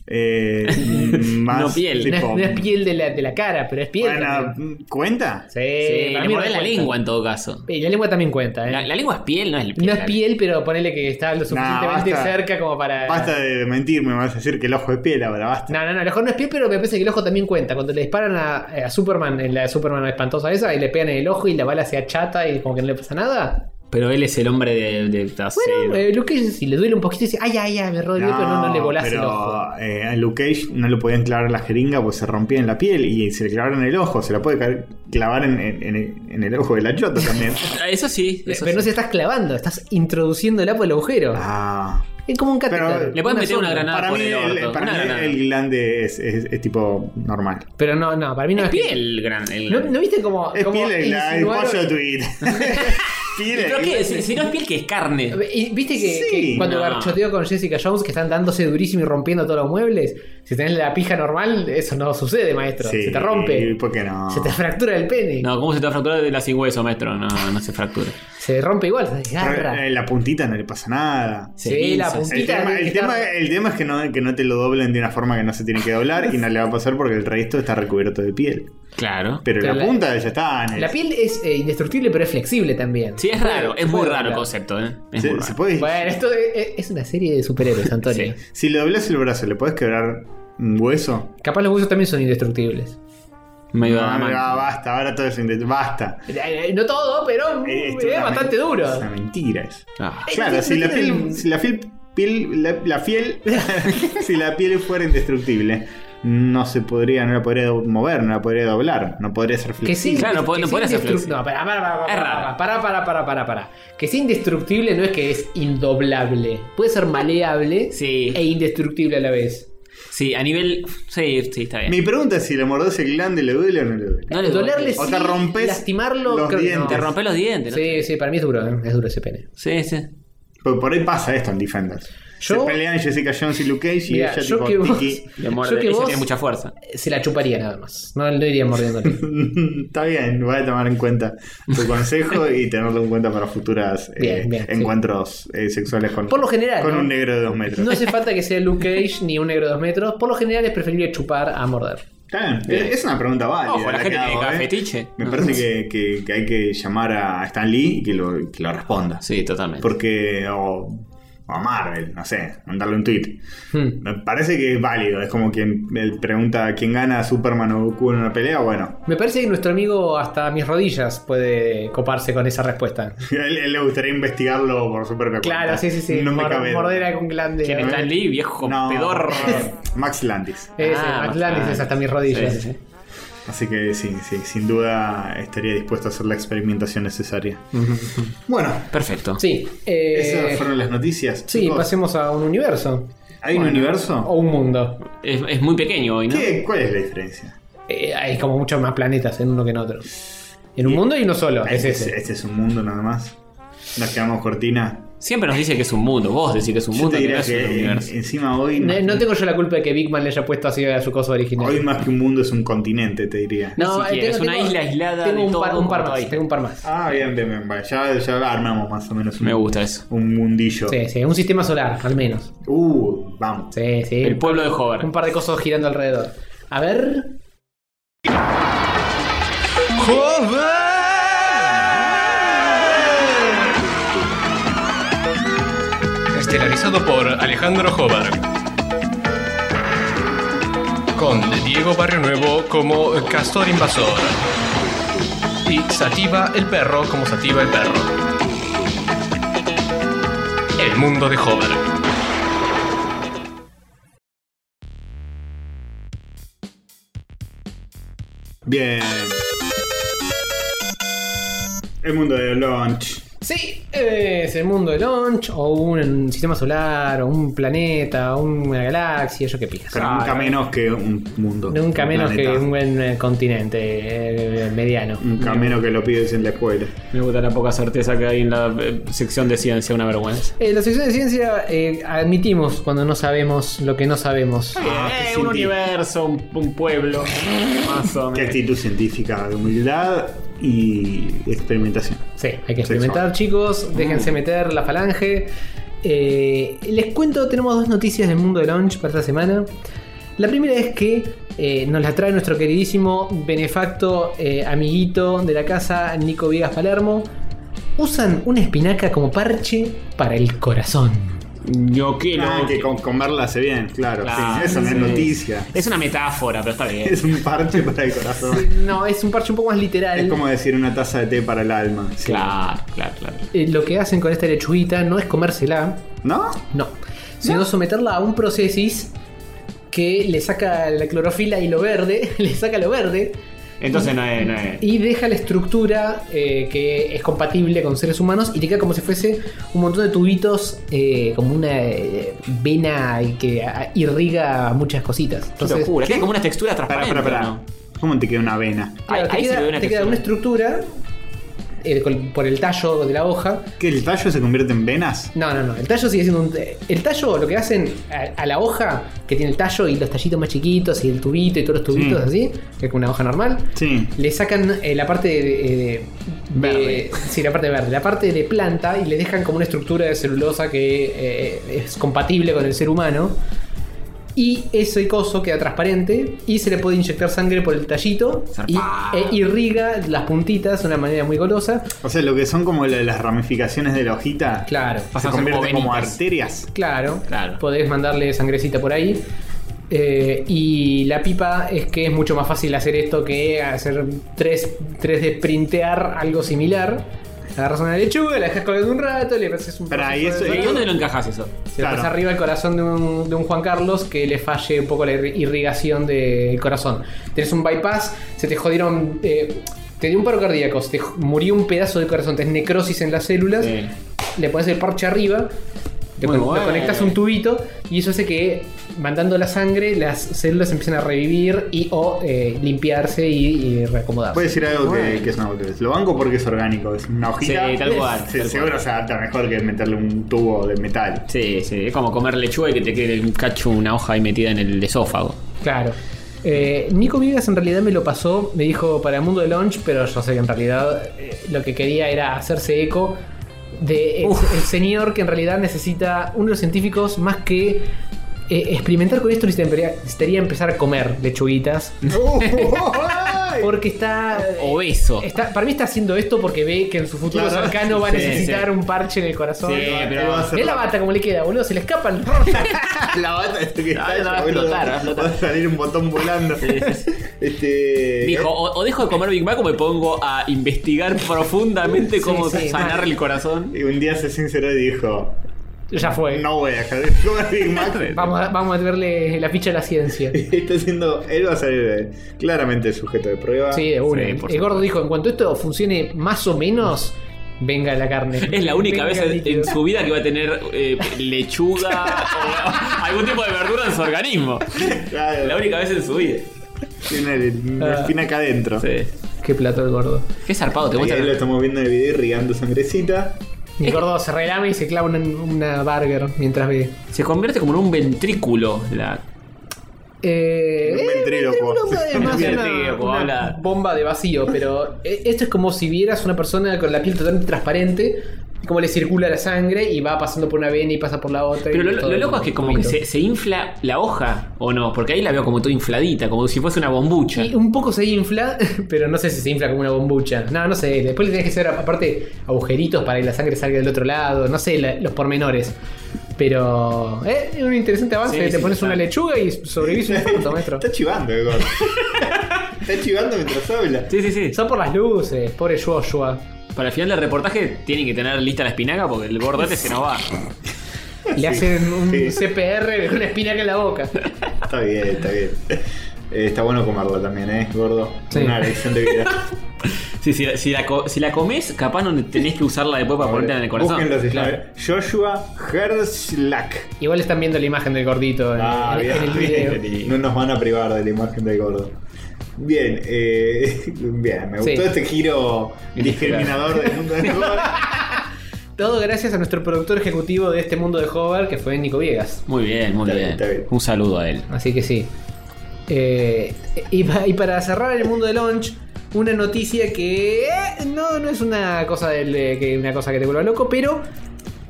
S2: Eh, mm, más
S1: No, piel.
S3: No es,
S2: tipo-
S3: no es piel de la, de la cara, pero es piel.
S2: Bueno,
S3: también.
S2: ¿cuenta?
S3: sí,
S1: mm, Sí,
S3: Eh, para
S1: le
S3: mí
S1: mordés
S3: no
S1: la
S3: cuenta.
S1: lengua en todo caso.
S3: Y la lengua también cuenta, ¿eh?
S1: La, la lengua es piel, no es el piel.
S3: no es piel, pero ponele que está lo suficientemente
S2: basta.
S3: cerca como para.
S2: Basta de mentirme, me vas a decir que el ojo es piel ahora, basta.
S3: No, no, no, el ojo no es piel, pero me parece que el ojo también cuenta. Cuando le disparan a, a Superman, en la Superman espantosa esa, y le pegan en el ojo y la bala se achata y como que no le pasa nada.
S1: Pero él es el hombre de, de trasero.
S3: Bueno, eh, Luke Cage, si le duele un poquito, dice, ay, ay, ay, me rodeo, pero no, no le volás el
S2: pero,
S3: ojo.
S2: eh, a Luke Cage no le podían clavar la jeringa porque se rompía en la piel y se le clavaron en el ojo. Se la puede ca- clavar en, en- en- en el ojo de la chota también.
S1: Ah, Eso sí.
S3: Pero
S1: eso
S3: no
S1: sí.
S3: se estás clavando, estás introduciéndola por el agujero.
S2: ah.
S3: Es como un
S2: Pero-
S3: catéter.
S1: Le puedes meter una
S3: sonda.
S1: granada
S2: Para
S1: por
S2: mí,
S1: el
S2: el,
S1: orto.
S2: para
S1: Una
S2: mí
S1: granada.
S2: el glande es, es- es tipo normal.
S3: Pero no, no, para mí no es,
S1: Es
S3: que-
S1: piel gran. el
S3: ¿No,
S1: gran.
S3: no viste cómo,
S2: Es
S3: cómo
S2: piel el, el
S3: insinuaron-
S2: pollo de Twitter. Piel el
S1: ¿Pero qué?
S2: glande.
S1: Si, si no es piel, que es carne.
S3: Y ¿Viste que,
S2: Sí.
S3: que cuando
S1: No.
S3: garchoteó con Jessica Jones, que están dándose durísimo y rompiendo todos los muebles? Si tenés la pija normal, eso no sucede, maestro.
S2: Sí,
S3: se te rompe.
S2: ¿Por qué no?
S3: Se te fractura el pene.
S1: No, ¿cómo se te va a fracturar de la sin hueso, maestro? No, no se fractura.
S3: Se rompe igual, se
S2: Pero,
S3: desgarra.
S2: eh, la puntita no le pasa nada.
S1: Se
S3: Sí, la
S1: pinza,
S3: puntita.
S2: El tema,
S3: tiene que
S2: el, tema,
S3: estar-
S2: el tema es que no, que no te lo doblen de una forma que no se tiene que doblar y no le va a pasar porque el resto está recubierto de piel.
S1: Claro.
S2: Pero,
S3: Pero
S2: la,
S3: la-
S2: punta ya está. en el-
S3: La piel es eh, indestructible, pero es flexible también.
S1: Sí, es raro. Es muy
S3: Puede
S1: raro el
S3: doblar.
S1: concepto, ¿eh? Es muy
S2: se,
S1: raro.
S2: se puede-
S3: Bueno, esto es, es una serie de superhéroes, Antonio.
S1: Sí.
S2: Si le doblas el brazo, ¿le puedes quebrar un hueso?
S3: Capaz los huesos también son indestructibles.
S1: Medio
S2: No,
S1: de
S2: no,
S1: mancha.
S2: ah, basta, ahora todo es inte- Basta.
S3: Eh, eh, No todo, pero mm,
S2: Eh,
S3: es,
S2: esto una
S3: bastante
S2: men-
S3: duro.
S2: Es una mentira eso.
S1: Ah.
S2: Claro,
S3: no
S2: si la
S3: tienen-
S2: piel, si la piel, piel- la, la piel, si la piel fuera indestructible, no se podría, no la podría do- mover, no la podría doblar, no podría ser
S3: Que
S2: flexible.
S3: sí,
S1: Claro, no
S3: que
S1: puede- no
S3: sí
S1: puede ser
S3: indestruct-
S1: flexible.
S3: No, para, para, para,
S1: Es
S3: para, para,
S1: raro.
S3: para, para, para, para, para. Que sea indestructible no es que es indoblable. Puede ser maleable
S1: Sí.
S3: e indestructible a la vez.
S1: Sí, a nivel. Sí, sí, está
S3: Eh.
S1: bien.
S2: Mi pregunta es si le mordés el glande, ¿le duele o no le duele?
S1: No le duele.
S3: Dolerle
S2: O
S3: sí,
S2: te rompes
S3: lastimarlo,
S2: los
S3: creo que no.
S2: dientes.
S1: Te rompe los dientes. ¿no?
S3: Sí, sí, para mí es duro, ¿eh? es duro ese pene.
S1: Sí, sí.
S2: Porque por ahí pasa esto en Defenders.
S3: Yo-
S2: se pelean Jessica Jones y Luke Cage y
S3: Mira,
S2: ella
S3: yo
S2: tipo
S3: que vos-
S2: tiki.
S1: Le muerde.
S3: Yo que
S1: Ella
S3: vos-
S1: tiene mucha fuerza.
S3: Se la chuparía nada más. No, no iría mordiéndole.
S2: Está bien, voy a tomar en cuenta tu consejo y tenerlo en cuenta para futuras eh,
S3: Bien, bien, sí.
S2: encuentros eh, sexuales con,
S3: Por lo general,
S2: con
S3: ¿no?
S2: un negro de dos metros.
S3: No hace falta que sea Luke Cage ni un negro de dos metros. Por lo general es preferible chupar a morder.
S2: Está bien, eh, Es una pregunta válida.
S1: Ojo, la gente
S2: que
S1: tiene
S2: hago,
S1: cada
S2: eh.
S1: fetiche.
S2: Me
S1: No.
S2: parece que, que- que hay que llamar a Stan Lee y que lo, que lo responda.
S1: Sí, totalmente.
S2: Porque. O, o a Marvel, no sé, mandarle un tweet.
S3: Hmm.
S2: Me parece que es válido. Es como quien él pregunta quién gana, Superman o Goku en una pelea. Bueno,
S3: Me parece que nuestro amigo hasta mis rodillas puede coparse con esa respuesta.
S2: él, él le gustaría investigarlo por su propia cuenta.
S3: Claro, sí, sí, sí.
S2: No me
S3: Mor-
S2: cabe.
S3: morder algún glande.
S1: ¿Quién
S3: ¿no?
S1: está Lee, viejo
S2: No,
S1: pedorro?
S2: Max Landis.
S3: Ese,
S1: Ah,
S3: Atlantis
S1: bastante.
S3: es hasta mis rodillas.
S1: Sí, sí, sí.
S2: Así que sí, sí, sin duda estaría dispuesto a hacer la experimentación necesaria.
S3: Eh,
S2: bueno,
S1: Perfecto.
S3: Sí, eh,
S2: esas fueron las noticias.
S3: sí,
S2: chicos.
S3: pasemos a un universo
S2: ¿Hay un
S3: o
S2: universo?
S3: un mundo.
S1: Es, es muy pequeño hoy, ¿no?
S2: ¿Qué? ¿Cuál es la diferencia?
S3: Eh, hay como muchos más planetas en uno que en otro. En un mundo hay uno solo, es
S2: Este, es,
S3: ese.
S2: este es un mundo nada más. Nos quedamos cortina.
S1: Siempre nos dice que es un mundo. Vos decís que es un
S2: Yo
S1: mundo,
S2: te
S1: que no
S2: diría
S1: es un
S2: que en-
S1: universo.
S2: encima hoy,
S3: No,
S2: más
S3: no
S2: que-
S3: tengo yo la culpa de que Big Man le haya puesto así a su cosa original.
S2: hoy más que un mundo es un continente, te diría.
S1: Ni
S3: No, eh,
S1: siquiera,
S3: tengo-
S1: es una
S3: tengo-
S1: isla aislada
S3: Tengo
S1: de
S3: un
S1: todo
S3: par, un par
S1: junto
S3: más.
S1: ahí.
S3: Tengo un par más.
S2: Ah, bien, bien, bien. vale. Ya, ya armamos más o menos un,
S1: Me gusta eso.
S2: un mundillo.
S3: Sí, sí, un sistema solar, al menos.
S2: Uh, vamos.
S3: Sí, sí.
S1: El pueblo de Hover.
S3: un par de cosas girando alrededor. A ver.
S7: Estelarizado por Alejandro Jobar. Con Diego Barrio Nuevo como Castor Invasor. Y Sativa el Perro como Sativa el Perro. El mundo de Jobar.
S2: Bien. El mundo de Launch.
S3: Sí, eh, es el mundo de Launch, o un sistema solar, o un planeta, o una galaxia, yo qué pijas.
S2: Pero
S3: Ah,
S2: nunca
S1: eh.
S2: menos que un mundo.
S3: Nunca
S2: un
S3: menos que
S2: planeta. Mm.
S3: un buen eh, continente eh, mediano.
S2: Nunca
S1: Mm.
S2: menos que lo pides en la escuela.
S1: Me gusta la poca certeza que hay en la eh, sección de ciencia, una vergüenza.
S3: Eh, la sección de ciencia eh, admitimos cuando no sabemos lo que no sabemos.
S2: Ah, qué
S1: Eh, un
S2: científico.
S1: universo, un, un pueblo, más o
S2: Qué
S1: menos.
S2: actitud científica, de humildad y experimentación.
S3: Sí, hay que experimentar,
S2: Sexual.
S3: chicos. Déjense meter la falange. Eh, les cuento, tenemos dos noticias del mundo de launch para esta semana. La primera es que eh, nos la trae nuestro queridísimo benefacto eh, amiguito de la casa, Nico Viegas Palermo. Usan una espinaca como parche para el corazón.
S1: Yo que
S2: Ah,
S1: lo-
S2: que con comerla hace bien, claro.
S1: Claro,
S2: sí, eso no
S1: sí.
S2: es noticia.
S1: Es una metáfora, pero está bien.
S2: Es un parche para el corazón.
S3: No, es un parche un poco más literal.
S2: Es como decir una taza de té para el alma. sí.
S1: Claro, claro, claro.
S3: Eh, lo que hacen con esta lechuguita no es comérsela,
S2: ¿No?
S3: No, sino someterla a un procesis que le saca la clorofila y lo verde, le saca lo verde
S1: Entonces no es. No es.
S3: y deja la estructura eh, que es compatible con seres humanos y te queda como si fuese un montón de tubitos, eh, como una eh, vena que ah, irriga muchas cositas.
S1: Qué
S3: Entonces,
S1: locura. Queda como una textura
S2: Pará,
S1: transparente.
S2: pará, pará.
S1: ¿no?
S2: ¿Cómo te queda una vena?
S3: claro,
S1: Ahí-
S3: te,
S1: ahí se
S3: queda,
S1: ve una
S3: te queda una estructura eh, con- por el tallo de la hoja
S2: ¿Que el tallo se convierte en venas?
S3: No, no, no. El tallo sigue siendo un. eh, El tallo, lo que hacen a, a la hoja, que tiene el tallo y los tallitos más chiquitos y el tubito y todos los tubitos así, que es una hoja normal,
S2: Sí.
S3: le sacan eh, la parte de. de-
S1: Verde.
S3: de- sí, la parte verde. La parte de planta y le dejan como una estructura de celulosa que eh, es compatible con el ser humano. Y ese coso queda transparente y se le puede inyectar sangre por el tallito y,
S1: Zarpado.
S3: e irriga las puntitas de una manera muy golosa.
S2: O sea, lo que son como la- las ramificaciones de la hojita.
S3: Claro.
S2: Se
S1: Pasan a ser
S2: convierten como,
S1: venitas.
S2: arterias.
S3: Claro,
S1: Claro.
S3: Podés mandarle sangrecita por ahí. Eh, y la pipa es que es mucho más fácil hacer esto que hacer 3, 3D printear algo similar. Agarras una lechuga, la dejas colgando un rato, le haces un
S2: Pero ahí
S3: proceso de
S2: eso-
S1: ¿Y
S3: color,
S1: dónde lo encajas eso?
S3: se lo
S2: claro.
S3: pasas arriba el corazón de un, de un Juan Carlos que le falle un poco la irri- irrigación del corazón. Tenés un bypass, se te jodieron. eh, te dio un paro cardíaco, se te j- murió un pedazo del corazón, tenés necrosis en las células
S1: Sí.
S3: le pones el parche arriba, le,
S1: Muy
S3: con- le
S1: bueno.
S3: conectas un tubito y eso hace que mandando la sangre las células empiezan a revivir y o eh, limpiarse y, y reacomodarse.
S1: Pues
S2: Puede decir algo que, que es una boludez. Lo banco porque es orgánico. Es una hojita.
S1: Sí, tal cual,
S2: Se-
S1: tal cual.
S2: seguro se adapta mejor que meterle un tubo de metal.
S1: Sí, sí. Es como comer lechuga y que te quede un cacho, una hoja ahí metida en el esófago.
S3: Claro. Eh, Nico Vigas en realidad me lo pasó, me dijo para el mundo de launch, pero yo sé que en realidad eh, lo que quería era hacerse eco de el, el señor que en realidad necesita uno de los científicos más que eh, experimentar con esto necesitaría, necesitaría empezar a comer lechuguitas porque está
S1: Oh, Obeso.
S3: Está- para mí está haciendo esto porque ve que en su futuro
S2: Claro.
S3: cercano va a
S1: Sí,
S3: necesitar
S1: sí.
S3: un parche en el corazón.
S1: Sí, pero
S2: Él va a hacer
S3: Mirá la bata como le queda, boludo, se le escapan.
S2: La bata de que
S1: Ah, no, va a
S2: boludo.
S1: explotar, va a explotar.
S2: Va a salir un botón volando. Este.
S1: Dijo, o, o dejo de comer Big Mac o me pongo a investigar profundamente cómo
S3: sí.
S1: sanar el corazón.
S2: Y un día se sinceró y dijo:
S3: ya fue.
S2: No voy a dejar de comer Big Mac.
S3: Vamos, a, vamos a verle la ficha a la ciencia.
S2: Está siendo. Él va a salir eh, claramente el sujeto de prueba.
S3: Sí, de una.
S1: Sí, por
S3: el gordo dijo, en cuanto esto funcione más o menos, venga la carne.
S1: Es la única
S3: Venga
S1: vez
S3: el
S1: en,
S3: líquido.
S1: en su vida que va a tener eh, lechuga o algún tipo de verdura en su organismo.
S2: Claro,
S1: La única vez en su vida.
S2: Tiene el- la
S3: Ah.
S2: espina acá adentro.
S1: Sí.
S3: Qué plato el gordo.
S1: Qué zarpado, te
S2: Y
S1: gusta.
S2: ahí lo estamos viendo en el video irrigando sangrecita.
S3: El gordo se relame y se clava una, una burger mientras ve.
S1: Se convierte como en un ventrículo. La...
S3: Eh,
S2: Un ventrílocuo.
S3: ventrílocuo es más
S2: Un
S3: una-
S1: ventrílocuo,
S3: una
S1: habla.
S3: bomba de vacío, pero eh, esto es como si vieras una persona con la piel totalmente transparente, como le circula la sangre y va pasando por una vena y pasa por la otra.
S1: Pero
S3: y
S1: lo,
S3: todo
S1: lo
S3: el
S1: loco es que como que
S3: tubito.
S1: se, se infla la hoja, ¿o no? Porque ahí la veo como toda infladita, como si fuese una bombucha.
S3: Y un poco se infla, pero no sé si se infla como una bombucha. No, no sé. Después le tenés que hacer, aparte, agujeritos para que la sangre salga del otro lado. No sé, la- los pormenores. Pero eh, es un interesante avance.
S1: Sí,
S3: te
S1: sí,
S3: pones
S1: está.
S3: una lechuga y sobrevives un punto, maestro.
S2: Está chivando el gordo. Está chivando mientras habla.
S1: Sí, sí, sí.
S3: Son por las luces, pobre Joshua.
S1: Para el final del reportaje tienen que tener lista la espinaca porque el gordote se nos va.
S3: Le hacen un
S2: sí.
S3: CPR con una espinaca en la boca.
S2: Está bien, está bien. Eh, está bueno comerlo también, ¿eh, gordo?
S3: Sí.
S2: Una lección de vida.
S1: Sí, si, la- si la, co- si la comes, capaz no tenés que usarla después para ponértela en el corazón.
S2: Búsquenlo si
S1: Claro.
S2: saben. Joshua Herschlack.
S3: Igual están viendo la imagen del gordito en,
S2: Ah,
S3: en- en el video.
S2: bien, bien. No nos van a privar de la imagen del gordo. Bien, eh, bien, me
S3: Sí.
S2: gustó este giro discriminador del mundo del gordo.
S3: Todo gracias a nuestro productor ejecutivo de este mundo de Hover, que fue Nico Viegas.
S1: Muy bien, muy
S2: Está
S1: bien.
S2: bien, está bien.
S1: Un saludo a él.
S3: Así que sí. Eh, y, pa- y para cerrar el mundo de Launch, una noticia que eh, no, no es una cosa, del, eh, que, una cosa que te vuelva loco, pero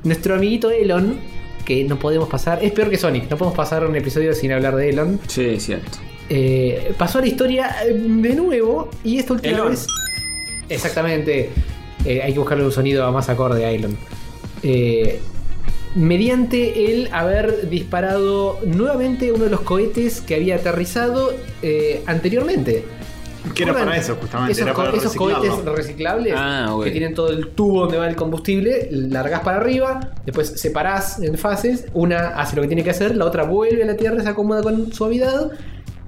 S3: nuestro amiguito Elon, que no podemos pasar, es peor que Sonic, no podemos pasar un episodio sin hablar de Elon,
S1: Sí, es cierto.
S3: eh, pasó a la historia eh, de nuevo y esta última
S1: Elon.
S3: vez... Exactamente, eh, hay que buscarle un sonido más acorde a Elon. Eh, mediante el haber disparado nuevamente uno de los cohetes que había aterrizado eh, anteriormente.
S2: Que era
S3: ¿Recuerdan?
S2: para eso, justamente.
S3: Esos,
S2: era
S3: co-
S2: para
S3: esos
S2: reciclarlo.
S3: cohetes reciclables
S1: Ah, ok.
S3: que tienen todo el tubo donde va el combustible, largás para arriba, después separás en fases, una hace lo que tiene que hacer, la otra vuelve a la Tierra, se acomoda con suavidad.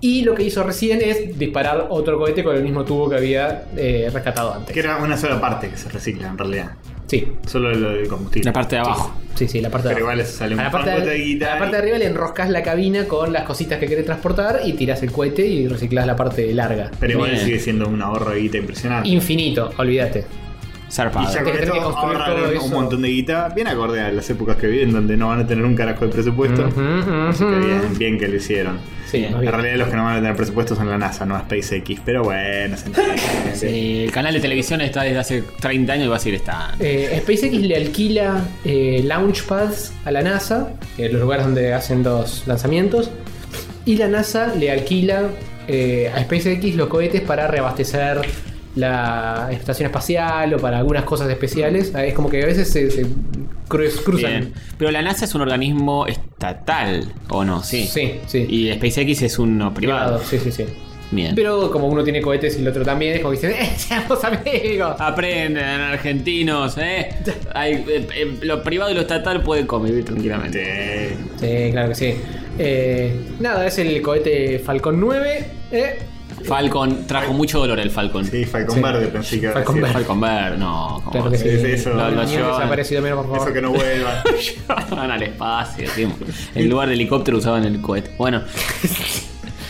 S3: Y lo que hizo recién es disparar otro cohete con el mismo tubo que había eh, rescatado antes.
S2: Que era una sola parte que se recicla en realidad.
S3: Sí,
S2: Solo lo del combustible.
S1: La parte de abajo.
S3: sí, sí, la parte de
S2: Pero
S3: abajo.
S2: igual eso sale
S3: A
S2: un
S3: la, parte
S2: fangote de
S3: de,
S2: guita
S3: a la parte de
S2: y-
S3: arriba le enroscas la cabina con las cositas que querés transportar y tirás el cohete y reciclás la parte larga.
S2: Pero igual
S1: Bien.
S2: sigue siendo un ahorro de guita impresionante.
S3: Infinito, olvídate.
S1: Zarpado.
S2: Y ya
S3: que
S2: con
S3: tener
S2: esto
S3: que construir
S2: ahorran
S3: todo
S2: un
S3: eso.
S2: montón de guita, bien acorde a las épocas que viven, donde no van a tener un carajo de presupuesto.
S3: Ujú, ujú.
S2: Así que bien, bien que lo hicieron.
S3: Sí,
S1: Bien.
S3: más bien.
S2: En realidad los que no van a tener presupuesto son la NASA, no SpaceX, pero bueno, se entiende.
S1: Sí, Eh, el canal de televisión está desde hace 30 años y va a seguir estando.
S3: Eh, SpaceX le alquila eh, launch pads a la NASA, que es los lugares donde hacen los lanzamientos, y la NASA le alquila eh, a SpaceX los cohetes para reabastecer la estación espacial o para algunas cosas especiales. Ah, Es como que a veces se, se cru- cruzan.
S1: Bien. Pero la NASA es un organismo estatal, ¿o no? Sí.
S3: Sí, sí.
S1: Y SpaceX es uno privado.
S3: Privado, Ah, Sí, sí, sí.
S1: Bien.
S3: Pero como uno tiene cohetes y el otro también, es como que dicen, ¡eh, seamos amigos!
S1: Ah. Aprendan, argentinos, ¿eh? Hay, eh, eh, lo privado y lo estatal pueden convivir tranquilamente.
S2: Realmente.
S3: Sí, claro que sí. Eh, nada, es el cohete Falcon 9. ¿eh?
S1: Falcon, trajo mucho dolor el Falcon.
S2: Sí, Falcon
S3: Sí.
S2: Verde pensé que iba a
S3: Falcon
S2: decir.
S3: Verde.
S1: Falcon Verde, no. ¿cómo
S3: Claro que
S1: va?
S3: sí.
S2: Sí, sí, eso.
S1: Lo- lo
S3: Ni un
S1: llevan.
S3: desaparecido menos, por favor.
S2: Eso que no vuelva.
S1: Van al espacio, tío. En lugar de helicóptero usaban el cohete. Bueno,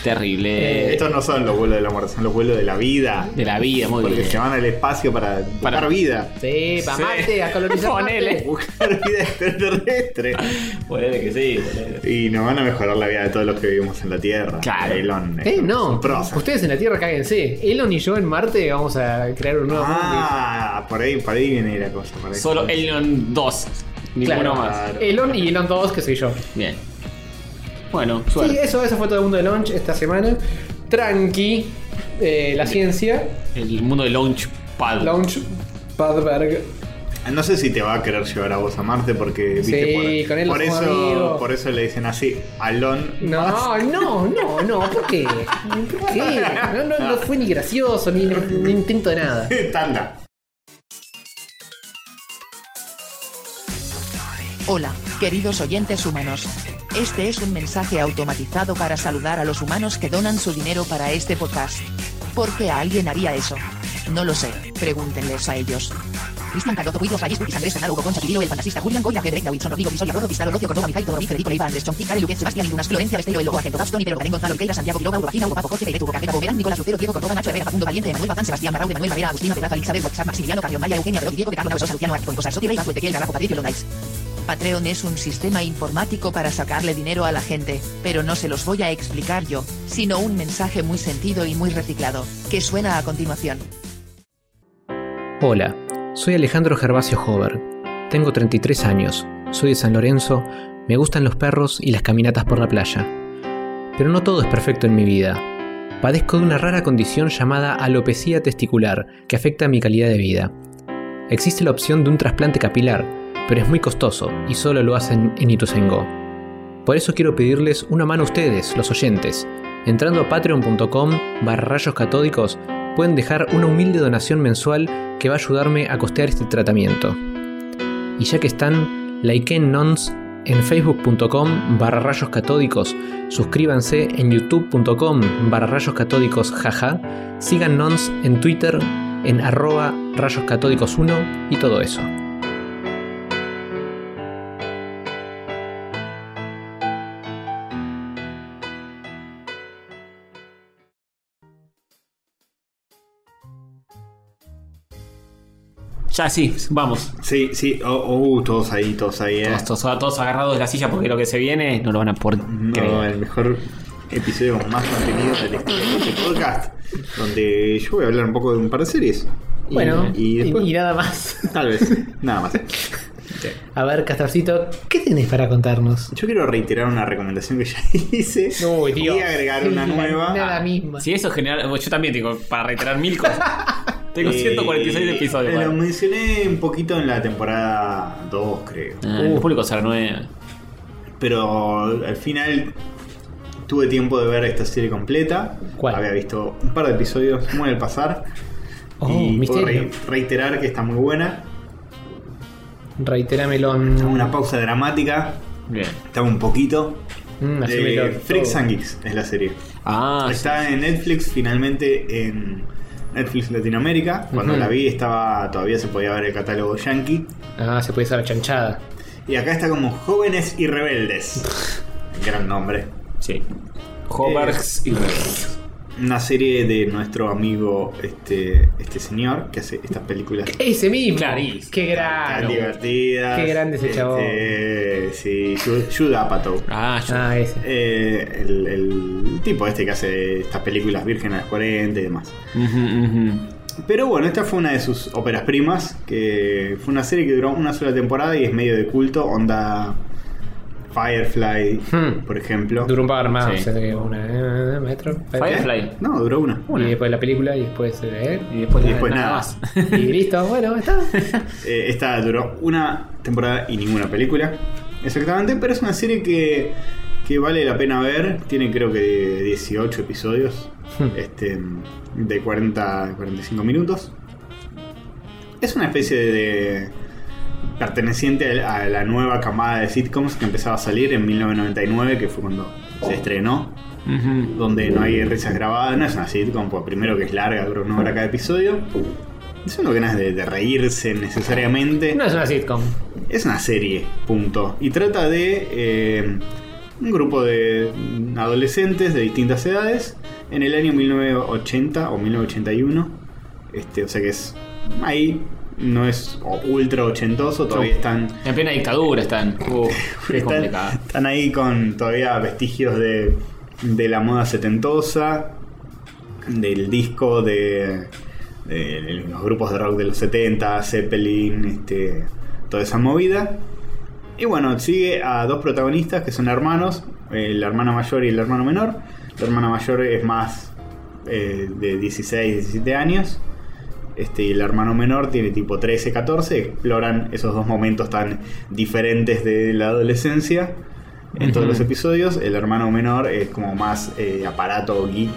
S1: terrible.
S2: Estos no son los vuelos de la muerte, son los vuelos de la vida.
S1: Eh. de la vida, muy
S2: Porque
S1: bien.
S2: se van al espacio para
S1: Para-
S2: buscar vida.
S3: Sí, para
S1: Sí.
S3: Marte, a colonizar
S1: Ponele.
S3: Marte.
S2: Buscar vida extraterrestre.
S1: Ponele que sí. ponele.
S2: Y nos van a mejorar la vida de todos los que vivimos en la Tierra.
S1: Claro.
S2: Elon.
S3: Eh,
S2: es
S3: no.
S2: un prosa.
S3: Ustedes en la Tierra cáguense. Elon y yo en Marte vamos a crear un nuevo mundo.
S2: Ah, por ahí, por ahí viene la cosa. por ahí.
S1: Solo Elon 2. Ninguno
S3: Claro.
S1: más.
S3: Elon y Elon 2, que soy yo.
S1: Bien. Bueno,
S3: Sí,
S1: suerte.
S3: eso, eso fue todo el mundo de launch esta semana. Tranqui, eh, la ciencia.
S1: El mundo de Launchpad.
S3: Launch Padberg.
S2: No sé si te va a querer llevar a vos a Marte porque viste
S3: Sí,
S2: por,
S3: con él
S2: por
S3: somos
S2: eso,
S3: amigos.
S2: por eso le dicen así, Alon.
S3: No,
S1: Ah.
S3: no, no, no, ¿por qué? ¿Por qué? No, no, no fue ni gracioso, ni, ni intento de nada.
S2: Tanda.
S8: Hola, queridos oyentes humanos. Este es un mensaje automatizado para saludar a los humanos que donan su dinero para este podcast. ¿Por qué alguien haría eso? No lo sé, pregúntenles a ellos. Cristian Cardozo, Guido Rayes, Burkis, Andrés Canal, Hugo Concha, Cirilo, El Fantasista, Julián Goya, Pedro Wilson, Rodrigo, Visoria, Rodo, Pistaro, Locio, Córdoba, Mijay, Todorní, Federico, Leiva, Andrés, Chonquín, Karen, Luquet, Sebastián, Indunas, Florencia, Besteiro, El Lobo, Argento, Gastón, Ibero, Garín, Gonzalo, Queira, Santiago, Quiroga, Hugo, Vagina, Hugo, Papo, Jorge, Pérez, Hugo, Carrera, Boberán, Nicolás Lucero, Diego, Córdoba, Nacho Herrera, Facundo, Valiente, Manuel Bazán, Sebastián, Barraud, Manuel Barrera, Agustina, Pedraza, Elizabeth, WhatsApp, Maximiliano, Carrión, Maya, Eugenia, Rodríguez, Diego, de Carlos, Nausos, Luciano, Arco, Cosas, Soti, Rey, Bazuete, Kiel, Garrafo, Patricio, Lonais.
S9: Patreon es un sistema informático para sacarle dinero a la gente, pero no se los voy a explicar yo, sino un mensaje muy sentido y muy reciclado, que suena a continuación.
S3: Hola, soy Alejandro Gervasio Hover. Tengo 33 años, soy de San Lorenzo, me gustan los perros y las caminatas por la playa. Pero no todo es perfecto en mi vida. Padezco de una rara condición llamada alopecia testicular, que afecta mi calidad de vida. Existe la opción de un trasplante capilar, pero es muy costoso y solo lo hacen en Ituzaingó. Por eso quiero pedirles una mano a ustedes, los oyentes. Entrando a patreon.com barra rayos catódicos, pueden dejar una humilde donación mensual que va a ayudarme a costear este tratamiento. Y ya que están, likeen nons en facebook.com barra rayos catódicos, suscríbanse en youtube.com barra rayos catódicos jaja, sigan nons en twitter en arroba rayoscatódicos1 y todo eso.
S1: Ya sí, vamos.
S2: Sí, sí, oh, oh, todos ahí, todos ahí, eh.
S1: Todos, todos- todos agarrados de la silla porque lo que se viene no lo van a poder creer.
S2: No, eh. el mejor episodio con más contenido de la historia de este podcast. Donde yo voy a hablar un poco de un par de series. Y-
S3: Bueno,
S2: y después-
S3: y nada más.
S2: Tal vez, nada más.
S3: A ver, Castorcito, ¿qué tenés para contarnos?
S2: Yo quiero reiterar una recomendación que ya hice
S3: Uy, tío.
S2: y agregar una nueva.
S3: Nada misma.
S1: Si eso genera. Yo también tengo para reiterar mil cosas. tengo
S2: Eh,
S1: 146 episodios.
S2: Lo
S1: para-
S2: mencioné un poquito en la temporada 2, creo.
S1: Ah, el público se renueva.
S2: Pero al final tuve tiempo de ver esta serie completa.
S3: ¿Cuál?
S2: Había visto un par de episodios muy al pasar.
S3: Oh,
S2: y puedo
S3: misterio.
S2: re- reiterar que está muy buena.
S3: Reiterámelo.
S2: Una pausa dramática.
S1: Bien.
S2: Está un poquito.
S3: Mm, hacémelo
S2: Eh, Freaks
S3: todo.
S2: and Geeks es la serie.
S1: Ah,
S2: está en Netflix finalmente en Netflix Latinoamérica. Cuando
S3: Ujú.
S2: la vi estaba todavía se podía ver el catálogo yankee.
S3: Ah, se puede hacer la chanchada.
S2: Y acá está como Jóvenes y Rebeldes. Gran nombre.
S1: sí. Hobart y
S2: Una serie de nuestro amigo este este señor que hace estas películas
S3: Ese mismo.
S1: Clarice.
S3: Qué
S2: tan
S3: grande.
S2: divertidas.
S3: Qué grande ese chabón.
S2: Este, sí, Jude- Jude Apatow.
S1: Ah, yo-
S3: Ah, ese.
S2: Eh, el, el tipo este que hace estas películas virgen a las 40 y demás.
S1: Ujú, ujú.
S2: Pero bueno, esta fue una de sus óperas primas, que fue una serie que duró una sola temporada y es medio de culto, onda Firefly,
S3: Hmm.
S2: por ejemplo.
S3: Duró un par más.
S1: Sí.
S3: o sea, que una, eh, metro, metro.
S2: ¿Qué?
S1: Firefly.
S2: No, duró una.
S3: Y después la película y después. eh,
S1: Y después,
S2: Y después nada.
S3: y listo, bueno, está.
S2: Eh, esta duró una temporada y ninguna película, exactamente, pero es una serie que, que vale la pena ver. Tiene creo que 18 episodios,
S3: Hmm.
S2: este, de 40 45 minutos. Es una especie de... perteneciente a la nueva camada de sitcoms que empezaba a salir en 1999, que fue cuando se estrenó,
S1: Ujú.
S2: donde no hay risas grabadas, no es una sitcom, porque primero que es larga, dura una hora cada episodio. Eso no ganas de, de reírse necesariamente.
S3: No es una sitcom.
S2: Es una serie, punto. Y trata de eh, un grupo de adolescentes de distintas edades en el año 1980 o 1981. Este, o sea que es ahí, no es ultra ochentoso, todavía están,
S1: En plena dictadura están. Uf, qué
S2: están,
S1: complicado.
S2: están ahí con todavía vestigios de, de la moda setentosa, del disco, de, de los grupos de rock de los 70, Zeppelin, este, toda esa movida. Y bueno, sigue a dos protagonistas que son hermanos, eh, la hermana mayor y el hermano menor. La hermana mayor es más eh, de 16, 17 años. Este, y el hermano menor tiene tipo 13, 14. Exploran esos dos momentos tan diferentes de la adolescencia en todos los episodios. El hermano menor es como más eh, aparato geek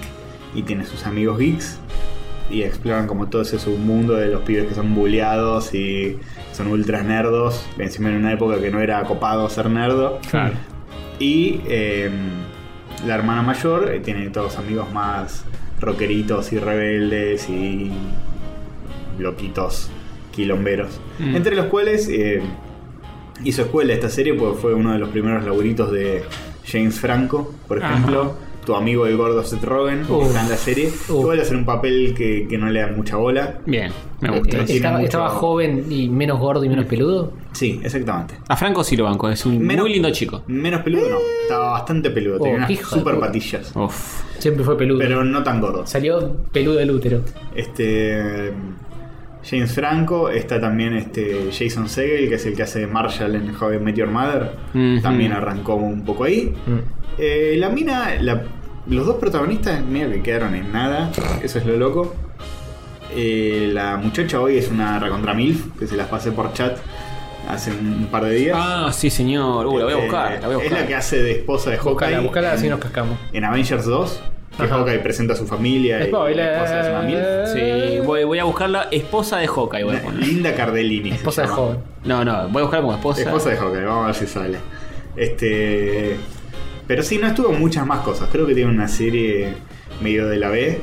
S2: y tiene sus amigos geeks. Y exploran como todo ese submundo de los pibes que son bulleados y son ultras nerdos. Encima en una época que no era copado ser nerdo.
S1: Claro.
S2: Y eh, la hermana mayor eh, tiene todos amigos más rockeritos y rebeldes y loquitos quilomberos.
S1: Mm.
S2: Entre los cuales eh, hizo escuela esta serie porque fue uno de los primeros laburitos de James Franco, por
S1: Ajá.
S2: ejemplo. Tu amigo el gordo Seth Rogen, que
S3: Uf.
S2: está en la serie. Igual hacer un papel que, que no le dan mucha bola.
S1: Bien, me gusta.
S2: Eh,
S3: Eh,
S2: tiene
S3: estaba,
S2: mucho-
S3: estaba joven y menos gordo y menos peludo.
S2: Sí, exactamente.
S1: A Franco sí lo banco, es un
S2: Menos-
S1: muy lindo chico.
S2: Menos peludo no, estaba bastante peludo,
S3: Oh,
S2: tenía unas
S3: hijo de
S2: super
S3: puta.
S2: patillas.
S1: Uf.
S3: Siempre fue peludo.
S2: Pero no tan gordo.
S3: Salió peludo del útero.
S2: Este. James Franco, está también este Jason Segel, que es el que hace de Marshall en How I Met Your Mother.
S1: Ujú.
S2: También arrancó un poco ahí.
S3: Mm.
S2: Eh, la mina, la- los dos protagonistas, mira que quedaron en nada. Eso es lo loco. Eh, la muchacha hoy es una recontra MILF, que se las pasé por chat hace un par de días.
S1: Ah, sí, señor. Uh, la voy a buscar,
S2: Eh,
S1: la voy a
S2: Es la
S1: buscar.
S2: que hace de esposa de Hawkeye.
S3: Buscala, buscala
S2: en,
S3: así nos cascamos.
S2: en Avengers 2, que
S3: Ajá.
S2: Hawkeye presenta a su familia. y la esposa es una MILF.
S3: Spoiler.
S1: Sí, voy, voy a buscar la esposa de Hawkeye. Voy a poner.
S2: Linda Cardellini. se
S3: Esposa de
S2: llama.
S3: joven.
S1: No, no, voy a buscar como esposa.
S2: Esposa de Hawkeye, vamos a ver si sale. Este. Pero sí, no estuvo en muchas más cosas. Creo que tiene una serie medio de la B.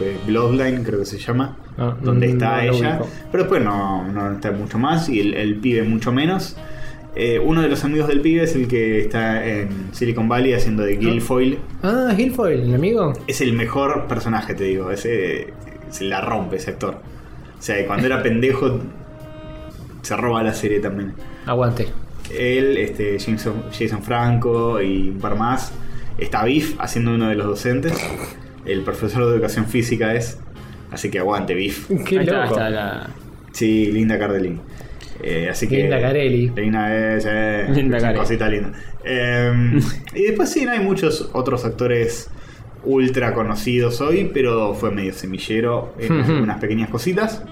S2: de Bloodline, creo que se llama,
S3: Ah,
S2: donde
S3: mm,
S2: está
S3: no lo
S2: ella.
S3: ubico.
S2: Pero después no, no está mucho más y el, el pibe mucho menos. Eh, uno de los amigos del pibe es el que está en Silicon Valley haciendo de Guilfoyle.
S3: Ah, Guilfoyle, el amigo.
S2: Es el mejor personaje, te digo. Ese, se la rompe ese actor. O sea, que cuando era pendejo se roba la serie también.
S3: Aguante.
S2: Él, este, Jason, Jason Franco y un par más. Está Biff haciendo uno de los docentes. El profesor de educación física es. Así que aguante, Biff.
S3: Qué
S1: Ahí está,
S3: loco.
S1: está la-
S2: Sí, linda Cardelín. Eh, así que,
S3: Linda Carelli.
S2: Linda es, eh,
S1: Linda
S2: es una
S1: Carelli.
S2: Cosita linda. Eh, y después sí, no hay muchos otros actores ultra conocidos hoy, pero fue medio semillero en
S3: Ujú.
S2: unas pequeñas cositas.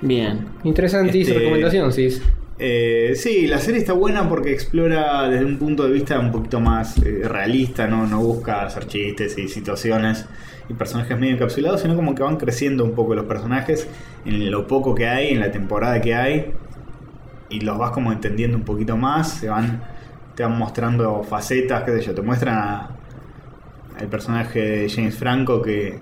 S1: Bien.
S3: Interesante y su
S2: Este-
S3: recomendación, Sis.
S2: Eh, sí, la serie está buena porque explora desde un punto de vista un poquito más eh, realista, ¿no? No busca hacer chistes y situaciones y personajes medio encapsulados, sino como que van creciendo un poco los personajes en lo poco que hay, en la temporada que hay, y los vas como entendiendo un poquito más, se van, te van mostrando facetas, qué sé yo, te muestran a- al personaje de James Franco que,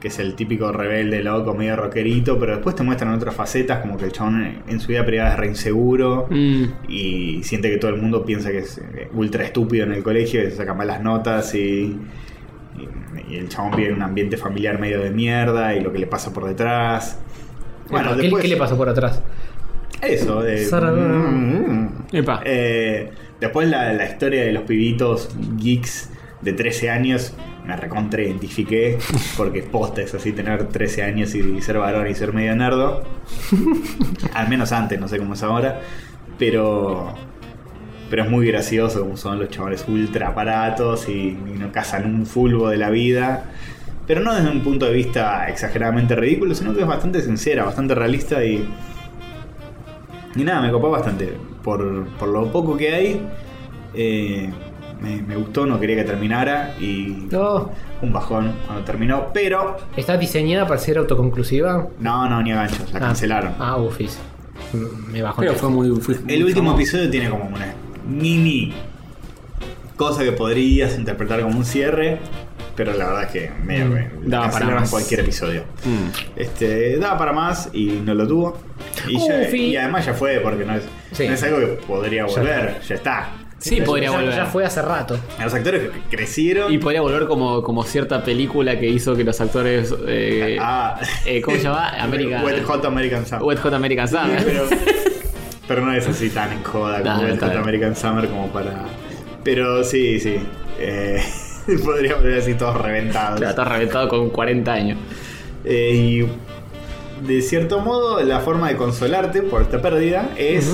S2: que es el típico rebelde loco, medio rockerito, pero después te muestran otras facetas, como que el chabón en- en su vida privada es re inseguro
S1: Mm,
S2: y siente que todo el mundo piensa que es eh, ultra estúpido en el colegio, que saca malas notas y, y- y el chabón vive en un ambiente familiar medio de mierda y lo que le pasa por detrás. Bueno,
S3: ¿Qué,
S2: después,
S3: ¿Qué le pasó por atrás?
S2: Eso, de... Mm,
S3: Sararán.
S1: Epa.
S2: Eh, después la, la historia de los pibitos geeks de 13 años me recontra identifiqué porque posta es así tener 13 años y, ser varón y ser medio nerdo. Al menos antes, no sé cómo es ahora. Pero. Pero es muy gracioso como son los chavales ultra aparatos y, y no cazan un fulbo de la vida. Pero no desde un punto de vista exageradamente ridículo, sino que es bastante sincera, bastante realista y. Y nada, me copó bastante. Por, por lo poco que hay, eh, me, me gustó, no quería que terminara y
S3: No.
S2: un bajón cuando terminó, pero
S3: ¿Está diseñada para ser autoconclusiva?
S2: no, no, ni a ganchos, la
S3: Ah.
S2: cancelaron.
S3: Ah, bufis. Mm, Me bajó.
S1: Pero fue muy. fue muy
S2: El último
S1: famoso.
S2: episodio tiene como una mini cosa que podrías interpretar como un cierre, pero la verdad es que me
S3: Mm,
S1: daba para más.
S2: cualquier episodio.
S1: Mm.
S2: Este, daba para más y no lo tuvo. Y, ya-
S3: Ufi.
S2: y además ya fue, porque no es,
S3: Sí.
S2: no es algo que podría
S3: Ya
S2: volver, ya está.
S1: Sí, podría
S3: ya,
S1: volver.
S3: Ya fue hace rato.
S2: A los actores que crecieron.
S1: Y pues, podría volver como, como cierta película que hizo que los actores. eh,
S2: Ah.
S1: eh, ¿Cómo se llama? American-
S2: Wet Hot American Summer.
S1: Wet Hot American Summer.
S2: Pero, pero no es así tan en joda como
S1: No, no,
S2: Wet
S1: está
S2: Hot
S1: bien.
S2: American Summer como para. Pero sí, sí. Eh, podría volver así todos reventados.
S1: Claro, está reventado con 40 años.
S2: Eh, y de cierto modo, la forma de consolarte por esta pérdida es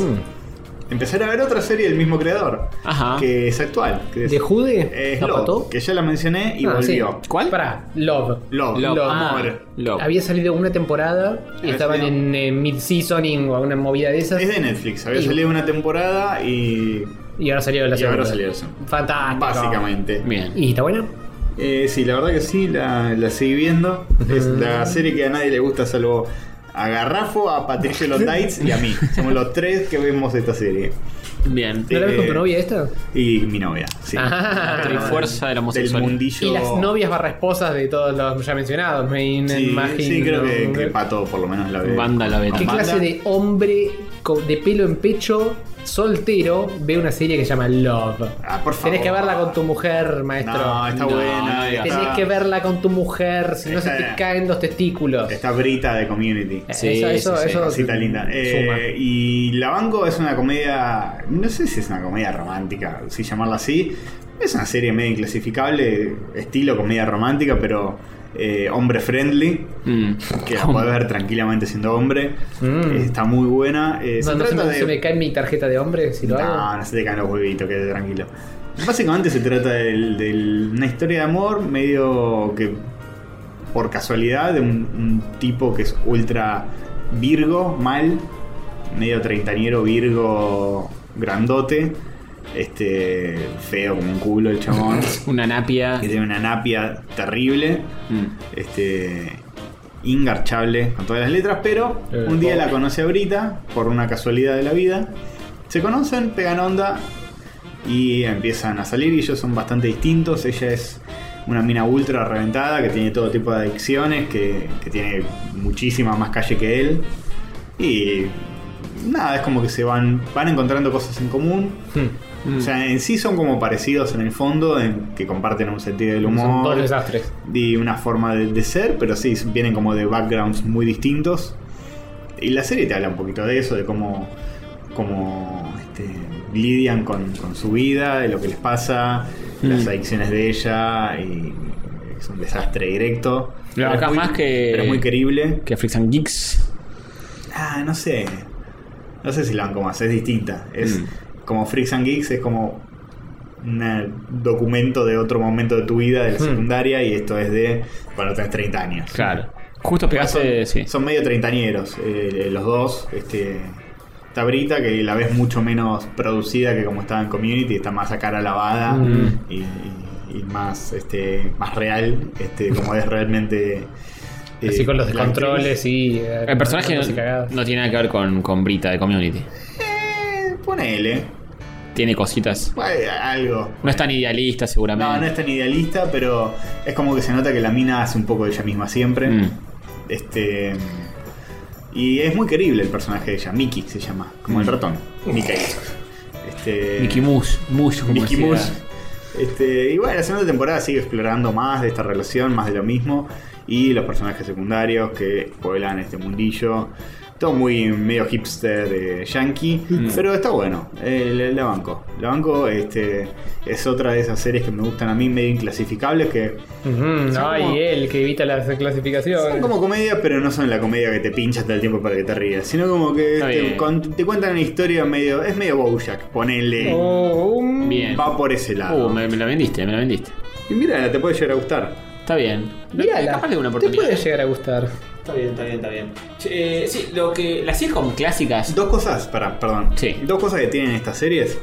S2: empezar a ver otra serie del mismo creador.
S1: Ajá.
S2: Que es actual. Que es, Eh,
S3: ¿De Jude?
S2: es
S3: ¿La
S2: Love,
S3: pató?
S2: que ya la mencioné y
S3: Ah, sí.
S2: volvió.
S1: ¿Cuál?
S3: Pará, Love.
S2: Love,
S1: Love.
S2: amor.
S1: Ah, Love.
S3: Había salido una temporada y
S2: Había
S3: estaban
S2: salido-
S3: en eh, mid-seasoning o alguna movida de esas.
S2: Es de Netflix, había
S3: Y-
S2: salido una temporada y.
S3: Y ahora salió la
S2: Y ahora
S3: segunda.
S2: salió eso.
S3: Fantástico.
S2: Básicamente.
S1: Ah, Bien.
S3: ¿Y está buena?
S2: Eh, sí, la verdad que sí, la, la seguí viendo. Es la serie que a nadie le gusta salvo a Garrafo, a Patricio Londaitz y a mí. Somos los tres que vemos esta serie.
S1: Bien.
S3: ¿No la ves con tu
S2: Eh,
S3: novia esta?
S2: Y mi novia, sí.
S3: Ah.
S1: Trifuerza de la
S2: Del
S1: homosexualidad.
S2: mundillo.
S3: Y las novias barra esposas de todos los ya mencionados. Main,
S2: Sí,
S3: Magin,
S2: sí, creo que,
S3: ¿no?
S2: que Pato por lo menos la ve.
S1: Banda la ve.
S2: con
S3: ¿Qué
S2: banda.
S3: clase de hombre co- de pelo en pecho, soltero, ve una serie que se llama Love?
S2: Ah, por favor.
S3: Tenés que verla con tu mujer, maestro.
S2: No, está
S1: No, no
S2: buena.
S1: digas.
S3: Tenés
S2: está,
S3: que verla con tu mujer, si no se
S2: Está-
S3: te caen los testículos.
S2: Está Brita de Community.
S3: Eh,
S1: Sí, sí, sí,
S2: Cosita linda.
S3: suma.
S2: Eh, y La Banco es una comedia. No sé si es una comedia romántica, si llamarla así. Es una serie medio inclasificable, estilo comedia romántica, pero eh, hombre friendly,
S1: Mm.
S2: que la podés ver tranquilamente siendo hombre.
S3: Mm.
S2: Eh, Está muy buena. Eh,
S3: No,
S2: se
S3: no se,
S2: trata
S3: me,
S2: de.
S3: se me cae mi tarjeta de hombre si lo hago.
S2: No, no se te caen los huevitos, quédate tranquilo. Básicamente se trata del- de, una historia de amor medio que por casualidad de un, un tipo que es ultra virgo, mal, medio treintañero virgo grandote, este feo como un culo el chabón,
S1: Una napia.
S2: que tiene una napia terrible,
S1: Mm.
S2: este ingarchable con todas las letras, pero
S3: Eh,
S2: un día
S3: pobre.
S2: la conoce a Brita por una casualidad de la vida. Se conocen, pegan onda y empiezan a salir y ellos son bastante distintos. Ella es una mina ultra reventada que tiene todo tipo de adicciones, que, que tiene muchísima más calle que él. Y nada, es como que se van, van encontrando cosas en común.
S1: Hmm.
S3: Mm.
S2: O sea, en sí son como parecidos en el fondo, en que comparten un sentido del humor
S3: Son todos desastres.
S2: y una forma de, de ser, pero sí vienen como de backgrounds muy distintos. Y la serie te habla un poquito de eso, de cómo, cómo este, lidian con, con su vida, de lo que les pasa, las
S1: Mm.
S2: adicciones de ella, y es un desastre directo.
S1: Pero acá
S2: muy-
S1: más que-
S2: Pero muy querible.
S1: Que Freaks and Geeks.
S2: Ah, no sé. No sé si la banco más, es distinta. Es
S3: Mm.
S2: como Freaks and Geeks, es como un documento de otro momento de tu vida,
S3: Mm.
S2: de la secundaria, y esto es de cuando tenés 30 años. Ah,
S1: Claro. Justo pegaste, sí.
S2: Son medio treintañeros eh, los dos. Este, está Brita, que la ves mucho menos producida que como estaba en Community, está más a cara lavada
S3: Mm.
S2: y, y- y más este más real, este como es realmente... eh,
S3: Así con los
S2: la
S3: descontroles y. eh,
S1: El personaje
S3: ratos y cagadas.
S1: no tiene nada que ver con, con Brita de Community.
S2: actriz. Eh, ponele.
S1: Tiene cositas.
S2: Bueno, algo.
S1: No es tan idealista, seguramente.
S2: No, no es tan idealista, pero es como que se nota que la mina hace un poco de ella misma siempre.
S1: Mm.
S2: Este. Y es muy querible el personaje de ella, Mickey se llama, como el ratón. Mickey. Este,
S1: Mm. Mickey Mouse. Mouse, como
S2: Mickey
S1: decía.
S2: Moose. Este, y bueno, la segunda temporada sigue explorando más de esta relación, más de lo mismo. Y los personajes secundarios que pueblan este mundillo. Todo muy medio hipster de yankee.
S1: Mm.
S2: Pero está bueno. eh, la, la banco. La banco este, es otra de esas series que me gustan a mí, medio inclasificables. Que
S3: Ujú, Ay,
S2: como-
S3: él que evita las
S2: son
S3: clasificaciones.
S2: como comedia, pero no son la comedia que te pinchas todo el tiempo para que te rías. Sino como que
S1: Está
S2: te,
S1: bien.
S2: con- te cuentan una historia medio. Es medio Bojack, ponele.
S3: Oh, um,
S1: Bien.
S2: Va por ese lado.
S1: Uh, me, me la vendiste, me la vendiste.
S2: Y mira, te puede llegar a gustar.
S1: Está bien.
S3: mírala,
S1: Capaz de una
S3: Te
S1: oportunidad.
S3: puede llegar a gustar.
S1: Está bien, está bien, está bien. Eh, sí, lo que. Las sitcom clásicas.
S2: Dos cosas, para, perdón.
S1: Sí.
S2: Dos cosas que tienen estas series.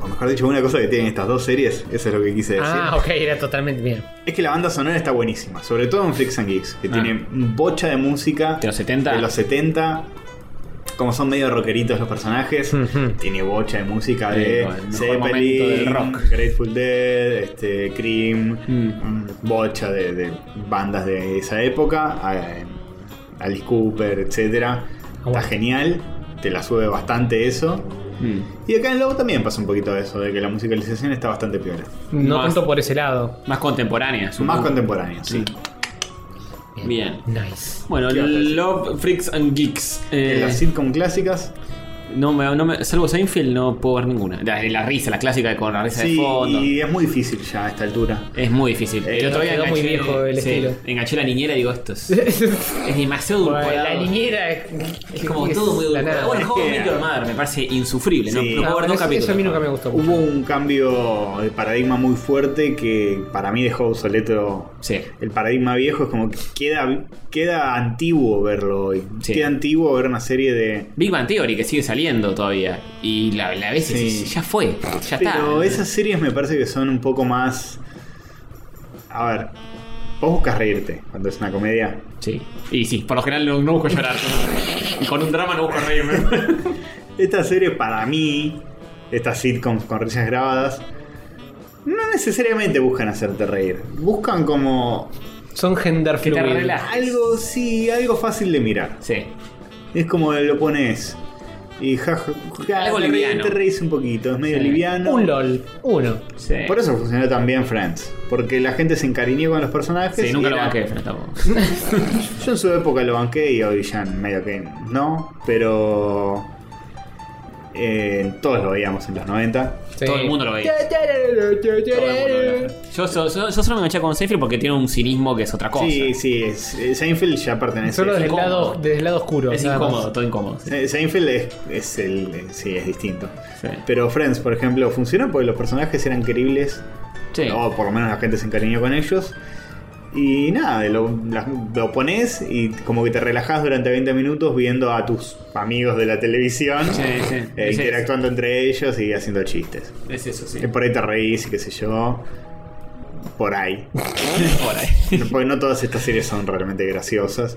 S2: O mejor dicho, una cosa que tienen estas dos series. Eso es lo que quise decir.
S3: Ah, ok, era totalmente bien.
S2: Es que la banda sonora está buenísima. Sobre todo en Flicks and Geeks. Que
S1: Ah.
S2: tiene bocha de música.
S1: De los 70.
S2: De los 70. Como son medio rockeritos los personajes.
S3: Ujú.
S2: Tiene bocha de música
S1: Sí,
S2: de
S1: bueno, el mejor momento
S2: Zeppelin,
S1: del rock.
S2: Grateful Dead, este, Cream.
S1: Mm.
S2: Bocha de, de bandas de esa época. eh, Alice Cooper, etcétera.
S1: Ah,
S2: Está
S3: bueno.
S2: genial. Te la sube bastante eso.
S1: Mm.
S2: Y acá en Lobo también pasa un poquito de eso, de que la musicalización está bastante piola.
S3: No
S1: Más.
S3: tanto por ese lado.
S1: Más contemporáneas.
S2: Más
S1: supongo.
S2: contemporánea,
S1: Mm.
S2: sí.
S1: Bien.
S3: Nice.
S1: Bueno,
S2: ¿Qué vas a decir?
S1: Love, Freaks and Geeks. Eh,
S2: En las sitcom clásicas.
S1: no me, no me- salvo Seinfeld, no puedo ver ninguna. La, la risa, la clásica con la risa de
S2: Sí,
S1: fondo.
S2: y es muy difícil ya a esta altura.
S1: Es muy difícil.
S2: Eh,
S1: el otro día
S3: quedó muy viejo el
S1: sí,
S3: estilo.
S1: Enganché la niñera y digo, esto es, es demasiado
S3: Bueno,
S1: dulcorado.
S3: la niñera es,
S1: Es como todo muy
S3: la
S1: dulcorado.
S3: nada.
S1: Bueno,
S2: es
S1: How I
S2: que-
S1: Met Your Mother me parece insufrible. No,
S2: Sí.
S1: no puedo
S3: Ah,
S1: ver dos
S3: eso-
S1: capítulos.
S3: Eso a mí nunca me gustó. mucho.
S2: Hubo un cambio de paradigma muy fuerte que para mí dejó obsoleto
S1: Sí.
S2: el paradigma viejo. Es como que queda, queda antiguo verlo hoy.
S1: Sí.
S2: Queda antiguo ver una serie de.
S1: Big Bang Theory que sigue saliendo todavía. Y la, la vez
S2: Sí.
S1: ya fue. Ya
S2: Pero
S1: está.
S2: esas series me parece que son un poco más. A ver, vos buscas reírte cuando es una comedia.
S1: Sí. Y sí, por lo general no, no busco llorar. Y con un drama no busco reírme.
S2: Esta serie para mí, estas sitcoms con risas grabadas, no necesariamente buscan hacerte reír. Buscan como
S3: Son gender
S1: Que te
S3: fluid.
S1: relaja.
S2: algo, sí, algo fácil de mirar.
S1: sí.
S2: Es como lo pones. Y jaja,
S1: Algo
S2: te,
S1: liviano.
S2: te reís un poquito, es medio
S1: Sí.
S2: liviano.
S3: Un LOL. Uno.
S1: sí.
S2: Por eso funcionó también Friends. Porque la gente se encariñó con los personajes.
S1: Sí, nunca
S2: y
S1: lo
S2: era-
S1: banqué, Fran, tampoco.
S2: Yo en su época lo banqué y hoy ya medio que no, pero eh, todos lo veíamos en los 90.
S3: Sí.
S1: Todo el mundo lo veía. Yo, so- so- yo solo me enganché con Seinfeld porque tiene un cinismo que es otra cosa.
S2: Sí, sí, es- eh, Seinfeld ya pertenece.
S3: Solo desde el,
S1: incómodo.
S3: lado, desde el lado oscuro.
S1: es
S3: nada más.
S1: incómodo, todo incómodo. sí.
S2: Se- Seinfeld es, es el, eh, sí, es distinto.
S1: Sí.
S2: Pero Friends, por ejemplo, funcionó porque los personajes eran queribles,
S1: Sí.
S2: o por lo menos la gente se encariñó con ellos. Y nada, lo, la- lo pones y como que te relajás durante 20 minutos viendo a tus amigos de la televisión
S1: Sí, sí.
S2: eh,
S1: Es eso.
S2: interactuando entre ellos y haciendo chistes.
S1: Es eso, sí.
S2: Eh, Por ahí te reís, qué sé yo. Por ahí.
S1: Ahora,
S2: No, Porque no todas estas series son realmente graciosas.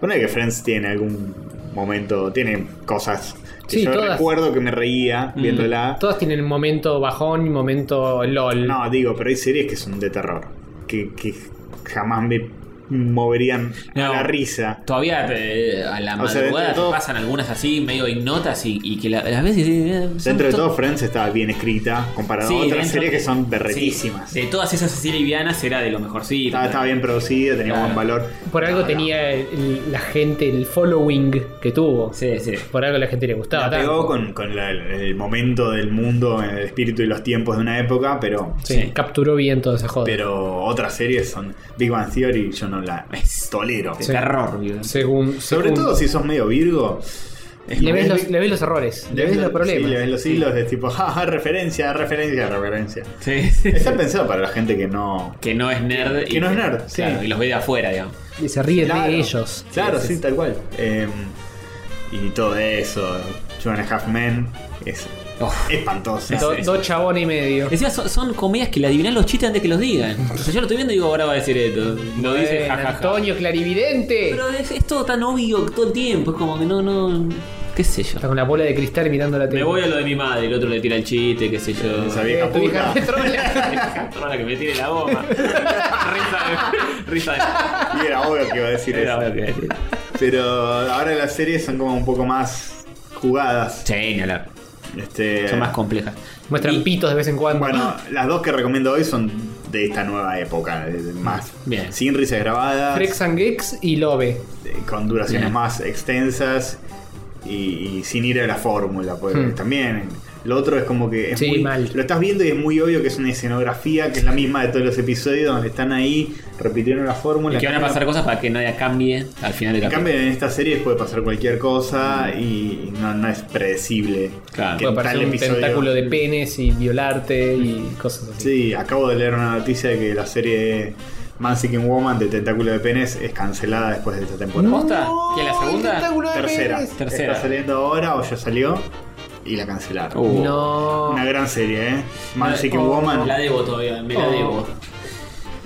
S2: Bueno, que Friends tiene algún momento, tiene cosas que
S3: Sí,
S2: yo
S3: todas. Mm,
S2: recuerdo que me reía viéndola.
S3: Todas tienen un momento bajón y momento LOL.
S2: No, digo, pero hay series que son de terror. que, que jamás me moverían a
S1: No.
S2: la risa.
S1: Todavía eh, a la
S2: O sea, dentro
S1: madrugada
S2: de
S1: te
S2: todo-
S1: pasan algunas así, medio ignotas y, y que eh, la- las veces.
S2: Dentro de todo, Friends está bien escrita comparado a otras series que son berretísimas.
S1: berretísimas de todas esas así livianas era de lo mejorcito.
S2: Estaba, estaba bien producida, tenía
S1: Claro.
S2: buen valor.
S3: Por algo
S2: No, no.
S3: tenía el- la gente, el following que tuvo.
S1: Sí, sí.
S3: Por algo a la gente le gustaba.
S2: La pegó con,
S3: tanto.
S2: con la- el momento del mundo, el espíritu y los tiempos de una época, pero.
S3: Sí, Capturó bien toda esa joda.
S2: Pero otras series son Big Bang Theory, yo no la tolero.
S1: De
S3: Sí.
S1: terror, digo.
S3: Según,
S2: Sobre
S3: según-
S2: todo si sos medio Virgo. es-
S3: Le ves,
S2: es-
S3: los, le ves los errores, le ves los problemas.
S2: Sí, le ves los hilos de tipo, jaja, referencia, referencia, referencia.
S1: Sí, sí.
S2: Está pensado para la gente que no.
S1: Que no es nerd.
S2: Que no es nerd, sí.
S1: claro, y los ve de afuera, digamos.
S3: Y se ríen
S2: Claro.
S3: de ellos.
S2: Claro, sí, tal cual. Eh, y todo eso, Joan Half Men, es
S1: Uf.
S2: espantosa.
S3: Do- Dos chabones y medio.
S1: Decía, son, son comedias que le adivinan los chistes antes que los digan. O sea, yo lo estoy viendo y digo, ahora va a decir esto. Lo dice
S3: Bueno,
S1: jajaja.
S3: Eh, Antonio Clarividente.
S1: Pero es, es todo tan obvio todo el tiempo. Es como que no, no. ¿Qué sé yo?
S3: Está con la bola de cristal mirando la tele.
S1: Me voy a lo de mi madre, el otro le tira el chiste, qué sé yo.
S2: Esa
S3: Eh,
S2: vieja
S3: tu hija
S2: puta.
S3: me trola.
S1: Toma la que me tire la goma. risa de. Risa de.
S2: Y era obvio que iba a decir
S1: Era
S2: eso.
S1: obvio que iba a decir.
S2: Pero ahora las series son como un poco más jugadas.
S1: Sí, ni hablar.
S2: Este,
S1: Son más complejas.
S3: Muestran
S1: Y-
S3: pitos de vez en cuando.
S2: Bueno, las dos que recomiendo hoy son de esta nueva época, de- de más
S1: Bien.
S2: sin risas grabadas,
S3: Frex and Geeks y Lobe.
S2: eh, con duraciones
S1: Bien.
S2: más extensas y, y sin ir a la fórmula, pues
S3: Hmm.
S2: también lo otro es como que es
S3: Sí,
S2: muy-
S3: mal.
S2: lo estás viendo y es muy obvio que es una escenografía que es la misma de todos los episodios donde están ahí repitiendo la fórmula.
S1: Y que van a pasar cosas para que nadie cambie al final del
S2: En
S1: capítulo.
S2: cambio, en estas series puede pasar cualquier cosa y no, no es predecible.
S1: Hmm. Claro.
S2: que
S3: Puede
S2: en tal
S3: aparecer un
S2: episodio-
S3: tentáculo de penes y violarte y cosas así.
S1: Este,
S2: Sí, acabo de leer una noticia de que la serie Man Seeking Woman de Tentáculo de Penes es cancelada después de esta temporada.
S1: ¿Posta? ¿Que la segunda?
S3: tentáculo de
S2: Tercera.
S3: penes.
S1: Tercera.
S2: Está saliendo ahora o ya salió y la cancelaron.
S1: Uh.
S3: No.
S2: Una gran serie, ¿eh? Man
S1: La-
S2: Seeking
S1: oh,
S2: Woman.
S1: La debo todavía, me la
S3: Oh.
S1: debo.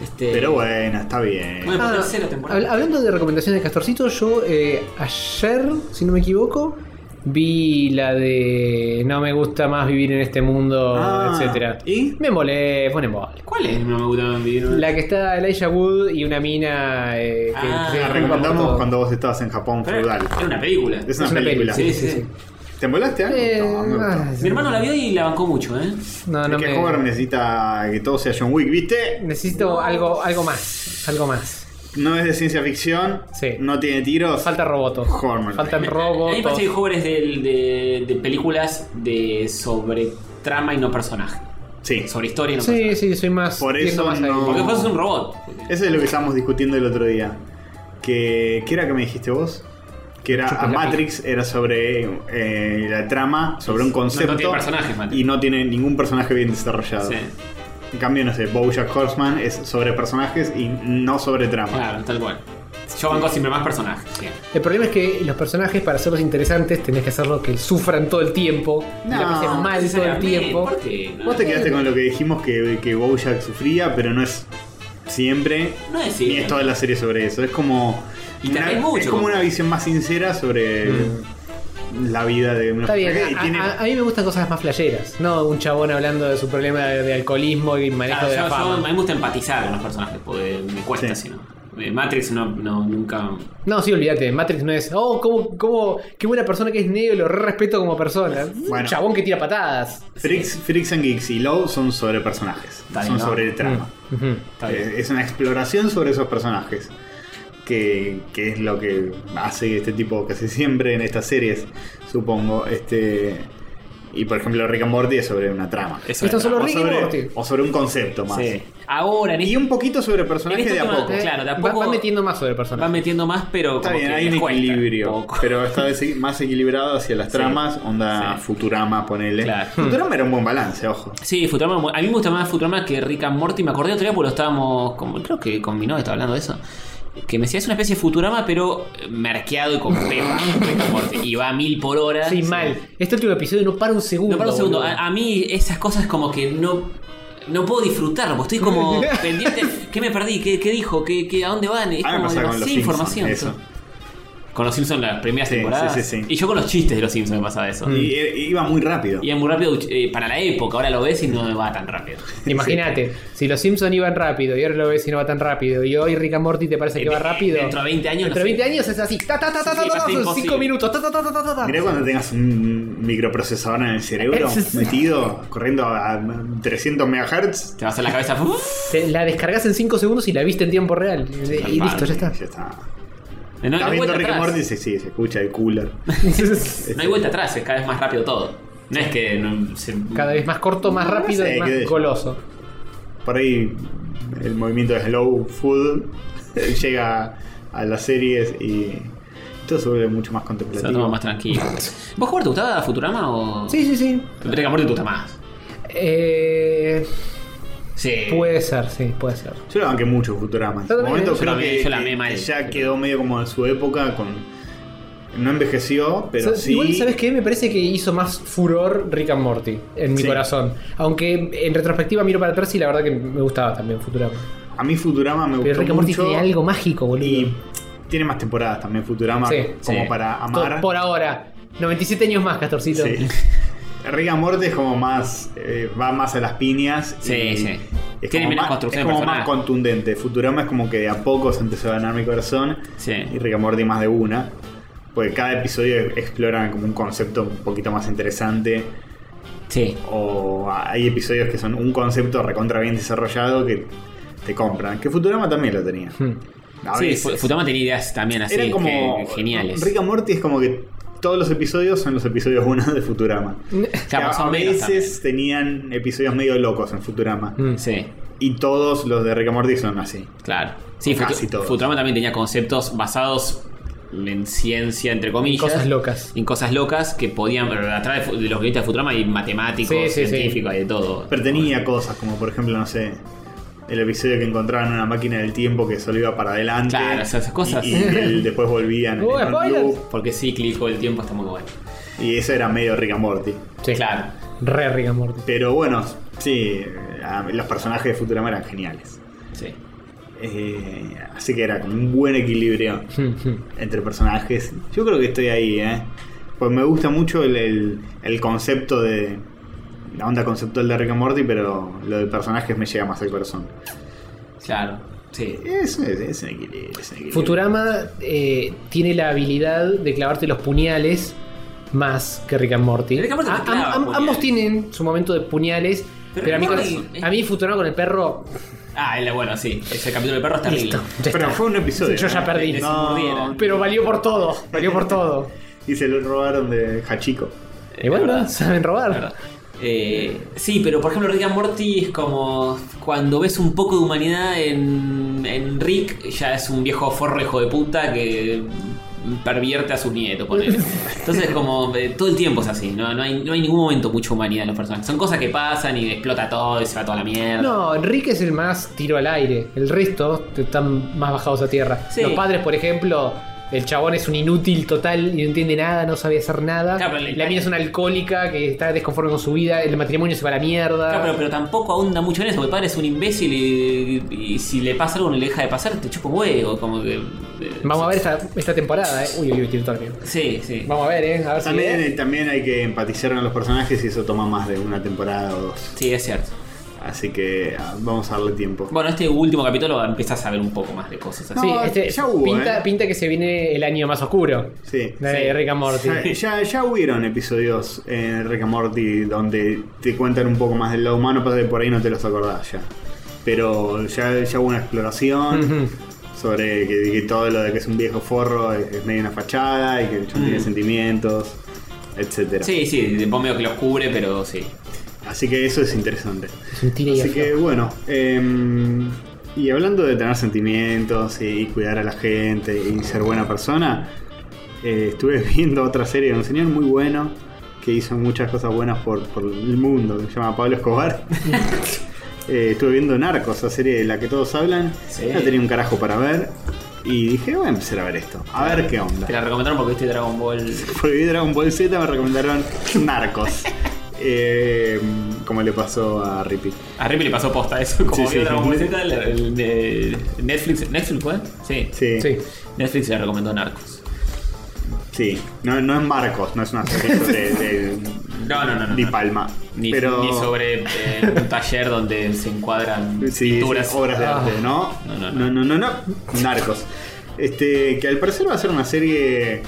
S1: Este,
S2: Pero bueno, está bien.
S1: Bueno,
S3: Ah,
S1: tercera temporada.
S3: habl- hablando de recomendaciones de Castorcito, yo eh, ayer, si no me equivoco, vi la de No me gusta más vivir en este mundo,
S2: Ah,
S3: etcétera.
S2: ¿y?
S3: Me molé, fue un embole.
S1: ¿Cuál es? No me gusta vivir.
S3: La que está Elijah Wood y una mina eh, que
S1: Ah,
S3: se
S2: la
S3: disculpa por
S2: recomendamos
S3: todo.
S2: cuando vos estabas en Japón
S1: Pero
S2: feudal.
S1: Era una película.
S2: Es una,
S3: es una
S2: película.
S1: Sí, sí, sí.
S2: ¿Te molaste?
S3: Eh,
S2: No, me gustó.
S3: ah,
S1: Mi hermano la vio y la bancó mucho, ¿eh?
S3: No, no
S2: es que
S3: me-
S2: Homer necesita que todo sea John Wick, ¿viste?
S3: Necesito algo, algo más, algo más.
S2: No es de ciencia ficción,
S3: Sí.
S2: no tiene tiros.
S3: Falta roboto.
S2: Homer.
S3: Faltan
S1: A mí me parece que
S3: robots.
S1: jóvenes de, de- de películas de sobre trama y no personaje.
S2: Sí.
S1: Sobre historia y no personaje.
S3: Sí, sí, soy más.
S2: Por
S3: tiendo
S2: eso
S3: más a-
S2: no-
S1: Porque después es un robot.
S2: Eso es lo que estábamos discutiendo el otro día. Que, ¿Qué era que me dijiste vos? Que era a Matrix, era sobre eh, la trama, sobre un
S1: No, no
S2: concepto.
S1: tiene personajes, Matrix.
S2: y no tiene ningún personaje bien desarrollado.
S1: Sí,
S2: En cambio, no sé, Bojack Horseman es sobre personajes y no sobre trama.
S1: claro, tal cual. Yo banco siempre más personajes. sí.
S3: El problema es que los personajes, para hacerlos interesantes, tenés que hacerlos que sufran todo el tiempo, que la
S2: No,
S3: pasen mal Ah, todo el tiempo.
S1: ¿Por qué? No,
S2: Vos te quedaste con lo que dijimos que, que Bojack sufría, pero no es siempre.
S1: no es
S2: Ni es
S1: cierto.
S2: toda la serie sobre eso. Es como.
S1: Y te
S2: una-
S1: reís mucho,
S2: es como
S1: porque-
S2: una visión más sincera sobre
S1: Mm.
S2: la vida de una
S3: Está bien,
S2: persona. Y
S3: a,
S2: tiene-
S3: a- a mí me gustan cosas más flayeras, no un chabón hablando de su problema de, de alcoholismo y manejo
S1: Claro,
S3: de
S1: yo-
S3: la
S1: yo-
S3: fama.
S1: a mí me gusta empatizar con los personajes, porque me cuesta,
S2: Sí.
S1: si no. Eh, Matrix no, no, nunca.
S3: No, sí, olvídate, Matrix no es, oh, cómo, cómo, qué buena persona que es negro, lo re respeto como persona. Un
S2: Bueno.
S3: chabón que tira patadas.
S2: Freaks, Freaks and Geeks y Low son sobre personajes.
S1: Está bien,
S2: son
S1: ¿no? Mm,
S2: sobre trama.
S3: Ujú.
S1: Está bien.
S2: Eh, Es una exploración sobre esos personajes. Que, que es lo que hace este tipo casi siempre en estas series, supongo. Este. Y por ejemplo, Rick and Morty es sobre una trama.
S1: Es
S3: Estos son
S1: verdad.
S3: los
S2: o,
S3: Rick y
S2: sobre,
S3: Morty.
S2: o sobre un concepto más.
S1: Sí. Ahora, en
S2: Y
S1: este,
S2: un poquito sobre
S1: en
S2: personajes
S1: este
S2: de a
S1: tema,
S2: poco.
S1: eh, claro, de a
S3: Va-
S1: poco
S3: va metiendo más sobre el
S1: va
S3: personaje.
S1: metiendo más, pero.
S2: Está
S1: como
S2: bien,
S1: que
S2: hay un
S1: les cuesta
S2: equilibrio.
S1: poco.
S2: Pero está desi- más equilibrado hacia las tramas, onda
S1: Sí.
S2: Futurama, ponele.
S1: Claro.
S2: Futurama era un buen balance, ojo.
S1: Sí, Futurama. A mí me gusta más Futurama que Rick and Morty. Me acordé otro día porque lo estábamos. Como, creo que con mi novia estaba hablando de eso. Que me decía, es una especie de Futurama, pero eh, marqueado y con pepa. Rick and Morty. Y va a mil por hora.
S3: Sí, mal. Este último episodio no para un segundo.
S1: No, para un segundo.
S3: boludo.
S1: A, a mí esas cosas como que no. No puedo disfrutarlo, porque estoy como pendiente. ¿Qué me perdí? ¿Qué, qué dijo? ¿Qué, qué, a dónde van? Es
S2: A mí me
S1: como
S2: pasa con los
S1: demasiada
S2: Simpsons,
S1: información.
S2: eso.
S1: Con los Simpsons las primeras
S2: Sí,
S1: temporadas.
S2: sí, sí, sí.
S1: Y yo con los chistes de los Simpsons me pasaba eso.
S3: Mm.
S2: Y, e- iba muy rápido.
S1: Y es muy rápido eh, para la época, ahora lo ves y no me va tan rápido.
S3: Imagínate, si los Simpson iban rápido y ahora lo ves y no va tan rápido y hoy Rick and Morty te parece que
S1: Eh,
S3: va rápido.
S1: Dentro de 20 años.
S3: Dentro de
S1: no
S3: 20
S1: sé.
S3: años es así. Ta, ta, ta, ta, ta,
S1: Sí, va a
S3: ta,
S1: ser
S3: son
S1: imposible.
S3: cinco minutos. Ta, ta, ta, ta, ta, ta, ta.
S2: Mirá cuando tengas un microprocesador en el cerebro metido, corriendo a 300 MHz.
S1: Te vas a la cabeza. ¡uf!
S3: Te la descargas en 5 segundos y la viste en tiempo real. Y listo, ya está.
S2: Ya está.
S1: No, no
S2: Está
S1: hay
S2: viendo
S1: vuelta
S2: Rick and
S1: atrás.
S2: Morty y dice, sí, se escucha el cooler.
S1: No hay vuelta atrás, es cada vez más rápido todo. No es que no, se-
S3: Cada vez más corto, más rápido
S2: sé,
S3: y
S2: qué sé
S3: más
S2: yo.
S3: goloso.
S2: Por ahí el movimiento de slow food llega a las series y todo se vuelve mucho más
S1: se lo toma
S2: contemplativo.
S1: más tranquilo. ¿Vos jugar te gustaba Futurama o.?
S3: Sí, sí, sí.
S1: Rick and Morty te gusta más.
S3: Eh,
S1: Sí.
S3: puede ser, sí, puede ser.
S2: Yo lo banqué mucho Futurama. En su
S3: Yo también,
S2: momento
S1: yo
S2: creo
S1: también,
S2: que,
S1: yo la
S2: que-
S1: amé
S2: que
S1: mal.
S2: ya quedó medio como en su época con... No envejeció, pero
S3: Sa-
S2: sí...
S3: Igual, ¿sabes qué? Me parece que hizo más furor Rick and Morty en mi
S2: Sí.
S3: corazón. Aunque en retrospectiva miro para atrás y la verdad que me gustaba también Futurama.
S2: A mí Futurama me
S3: Pero
S2: gustó
S3: Rick and Morty
S2: mucho.
S3: tiene algo mágico, boludo.
S2: Y tiene más temporadas también Futurama
S3: Sí,
S2: como
S1: sí.
S2: para
S3: To-
S2: amar.
S3: Por ahora. 97 años más, Castorcito.
S2: Sí. Rick and Morty es como más. eh, va más a las piñas.
S1: Sí,
S2: y
S1: sí.
S2: Es
S1: Tiene
S2: como,
S1: menos
S2: más,
S1: construcción
S2: es
S1: de
S2: como
S1: personaje.
S2: más contundente. Futurama es como que de a poco se empezó a ganar mi corazón.
S1: Sí.
S2: Y Rick and Morty más de una. Porque cada episodio explora como un concepto un poquito más interesante.
S1: Sí.
S2: O hay episodios que son un concepto recontra bien desarrollado que te compran. Que Futurama también lo tenía.
S3: Hmm.
S2: A
S1: Sí,
S2: veces.
S1: Fu- Futurama tenía ideas también así.
S2: Eran como.
S1: que- geniales.
S2: Rick and Morty es como que todos los episodios son los episodios 1 de Futurama.
S1: Claro,
S2: O sea,
S1: son
S2: a
S1: menos
S2: veces tenían episodios medio locos en Futurama.
S3: mm,
S1: también. Sí.
S2: Y todos los de Rick and Morty son así.
S1: Claro. Sí, Futu-
S2: Casi todos.
S1: Futurama también tenía conceptos basados en ciencia, entre comillas.
S3: Cosas locas.
S1: En cosas locas que podían. pero Atrás de fu- de los guionistas de Futurama hay matemáticos,
S3: Sí, sí, sí.
S1: científicos, hay de todo.
S2: Pero tenía cosas como, por ejemplo, no sé, el episodio que encontraban una máquina del tiempo que solo iba para adelante.
S1: Claro, esas- esas cosas.
S2: Y, y el- después volvían.
S3: Uh,
S2: en un
S3: spoilers.
S2: loop.
S1: Porque cíclico el tiempo está muy bueno.
S2: y eso era medio Rick and Morty.
S3: Sí.
S1: Claro.
S3: Re Rick and Morty.
S2: Pero bueno, sí, a- los personajes de Futurama eran geniales.
S1: Sí.
S2: Eh, así que era como un buen equilibrio.
S3: Hmm, hmm.
S2: entre personajes. Yo creo que estoy ahí, ¿eh? Pues me gusta mucho el, el- el concepto de. La onda conceptual de Rick and Morty, pero lo de personajes me llega más al corazón.
S1: Claro. Sí.
S2: Es, es, es un equilibrio. es un equilibrio.
S3: Futurama eh, tiene la habilidad de clavarte los puñales más que Rick and Morty.
S1: Rick and Morty te
S3: A-
S1: clava
S3: am- am-
S1: puñales.
S3: ambos tienen su momento de puñales, pero,
S1: Pero
S3: a, mí
S1: Rick
S3: con,
S1: and Morty-
S3: a mí Futurama con el perro,
S1: Ah, el, bueno, sí. Ese capítulo del perro está
S3: listo.
S1: horrible.
S3: ya
S2: Pero
S3: está.
S2: fue un episodio.
S3: Yo ya
S2: ¿no?
S3: perdí.
S1: Que se
S2: No.
S1: mordieran.
S3: Pero valió por todo, valió por todo.
S2: Y se lo robaron de Hachiko.
S3: Y bueno,
S1: verdad.
S3: saben robar.
S1: La verdad. Eh, sí, pero por ejemplo Rick and Morty es como cuando ves un poco de humanidad en, en Rick, ya es un viejo forro hijo de puta que pervierte a su nieto. ponele. Entonces como eh, todo el tiempo es así, no, no hay, no hay ningún momento mucha humanidad en los personajes. Son cosas que pasan y explota todo y se va toda la mierda.
S3: No, Enrique es el más tiro al aire. El resto te- están más bajados a tierra.
S1: Sí.
S3: Los padres, por ejemplo, el chabón es un inútil total y no entiende nada, no sabe hacer nada.
S1: Claro, pero el-
S3: la mía es una alcohólica que está desconforme con su vida, el matrimonio se va a la mierda.
S1: Claro, pero, pero tampoco ahonda mucho en eso, porque el padre es un imbécil y, y si le pasa algo no le deja de pasar, te chupa un huevo, como que... eh,
S3: Vamos a ver esta, esta temporada, eh. Uy, uy, uy, tiró todo el miedo.
S1: Sí, sí.
S3: Vamos a ver, eh. A ver si-
S2: También, eh, también hay que empatizar con los personajes y eso toma más de una temporada o dos.
S1: Sí, es cierto.
S2: Así que ah, vamos a darle tiempo.
S1: Bueno, este último capítulo empezás a ver un poco más de cosas así.
S3: Sí,
S2: No,
S3: este,
S2: ya hubo,
S3: pinta,
S2: eh.
S3: pinta que se viene el año más oscuro
S2: Sí.
S3: de Rick and Morty.
S2: Ya, ya, ya hubieron episodios en Rick and Morty donde te cuentan un poco más del lado humano, pero por ahí no te los acordás ya. Pero ya, ya hubo una exploración
S3: Ujú.
S2: sobre que, que todo lo de que es un viejo forro es, es medio una fachada y que el chabón tiene sentimientos, etcétera.
S1: Sí, sí, vos medio que los cubre, pero sí.
S2: Así que eso es interesante.
S3: Es un tira y
S2: Así que
S3: afloja.
S2: bueno, em, y hablando de tener sentimientos y cuidar a la gente y ser buena persona, eh, estuve viendo otra serie de un señor muy bueno que hizo muchas cosas buenas por, por el mundo, que se llama Pablo Escobar. Eh, estuve viendo Narcos, la serie de la que todos hablan.
S1: Sí.
S2: No tenía un carajo para ver. Y dije, voy a empezar a ver esto, a ver qué onda.
S1: Te la recomendaron porque viste Dragon Ball.
S2: Por vi Dragon Ball Z me recomendaron Narcos. Eh, como le pasó a Rippy.
S1: A Ripley le pasó posta eso. Como
S2: Sí,
S1: vio
S2: sí.
S1: Dragon Ball Z, el- el- el- Netflix. ¿Netflix fue? Sí.
S2: Sí.
S3: Sí.
S1: Netflix le recomendó Narcos.
S2: Sí, no, no es Marcos, no es una serie sobre de,
S1: No, no, no, no,
S2: Di
S1: no.
S2: Palma.
S1: Ni,
S2: pero
S1: ni sobre eh, un taller donde se encuadran
S2: sí, sí,
S1: pinturas.
S2: obras de
S1: Ah.
S2: arte, ¿no?
S1: No, no,
S2: no,
S1: no.
S2: no, no, no. Narcos. Este, que al parecer va a ser una serie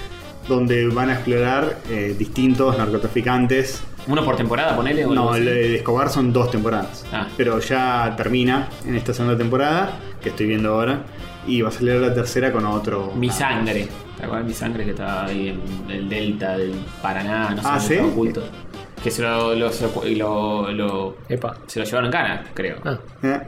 S2: donde van a explorar eh, distintos narcotraficantes.
S1: Uno por temporada, ponele. o algo
S2: No,
S1: así.
S2: el, el Escobar son dos temporadas.
S1: Ah.
S2: Pero ya termina en esta segunda temporada, que estoy viendo ahora. Y va a salir la tercera con otro.
S1: Mi
S2: narco.
S1: sangre. ¿Te acuerdas de mi sangre que estaba ahí en el delta del Paraná? No sé,
S2: Ah,
S1: dónde
S2: ¿sí?
S1: estaba oculto. Que se lo, lo- se lo- lo- lo-
S3: Epa.
S1: se lo llevaron en cana, creo.
S3: Ah.
S2: Eh.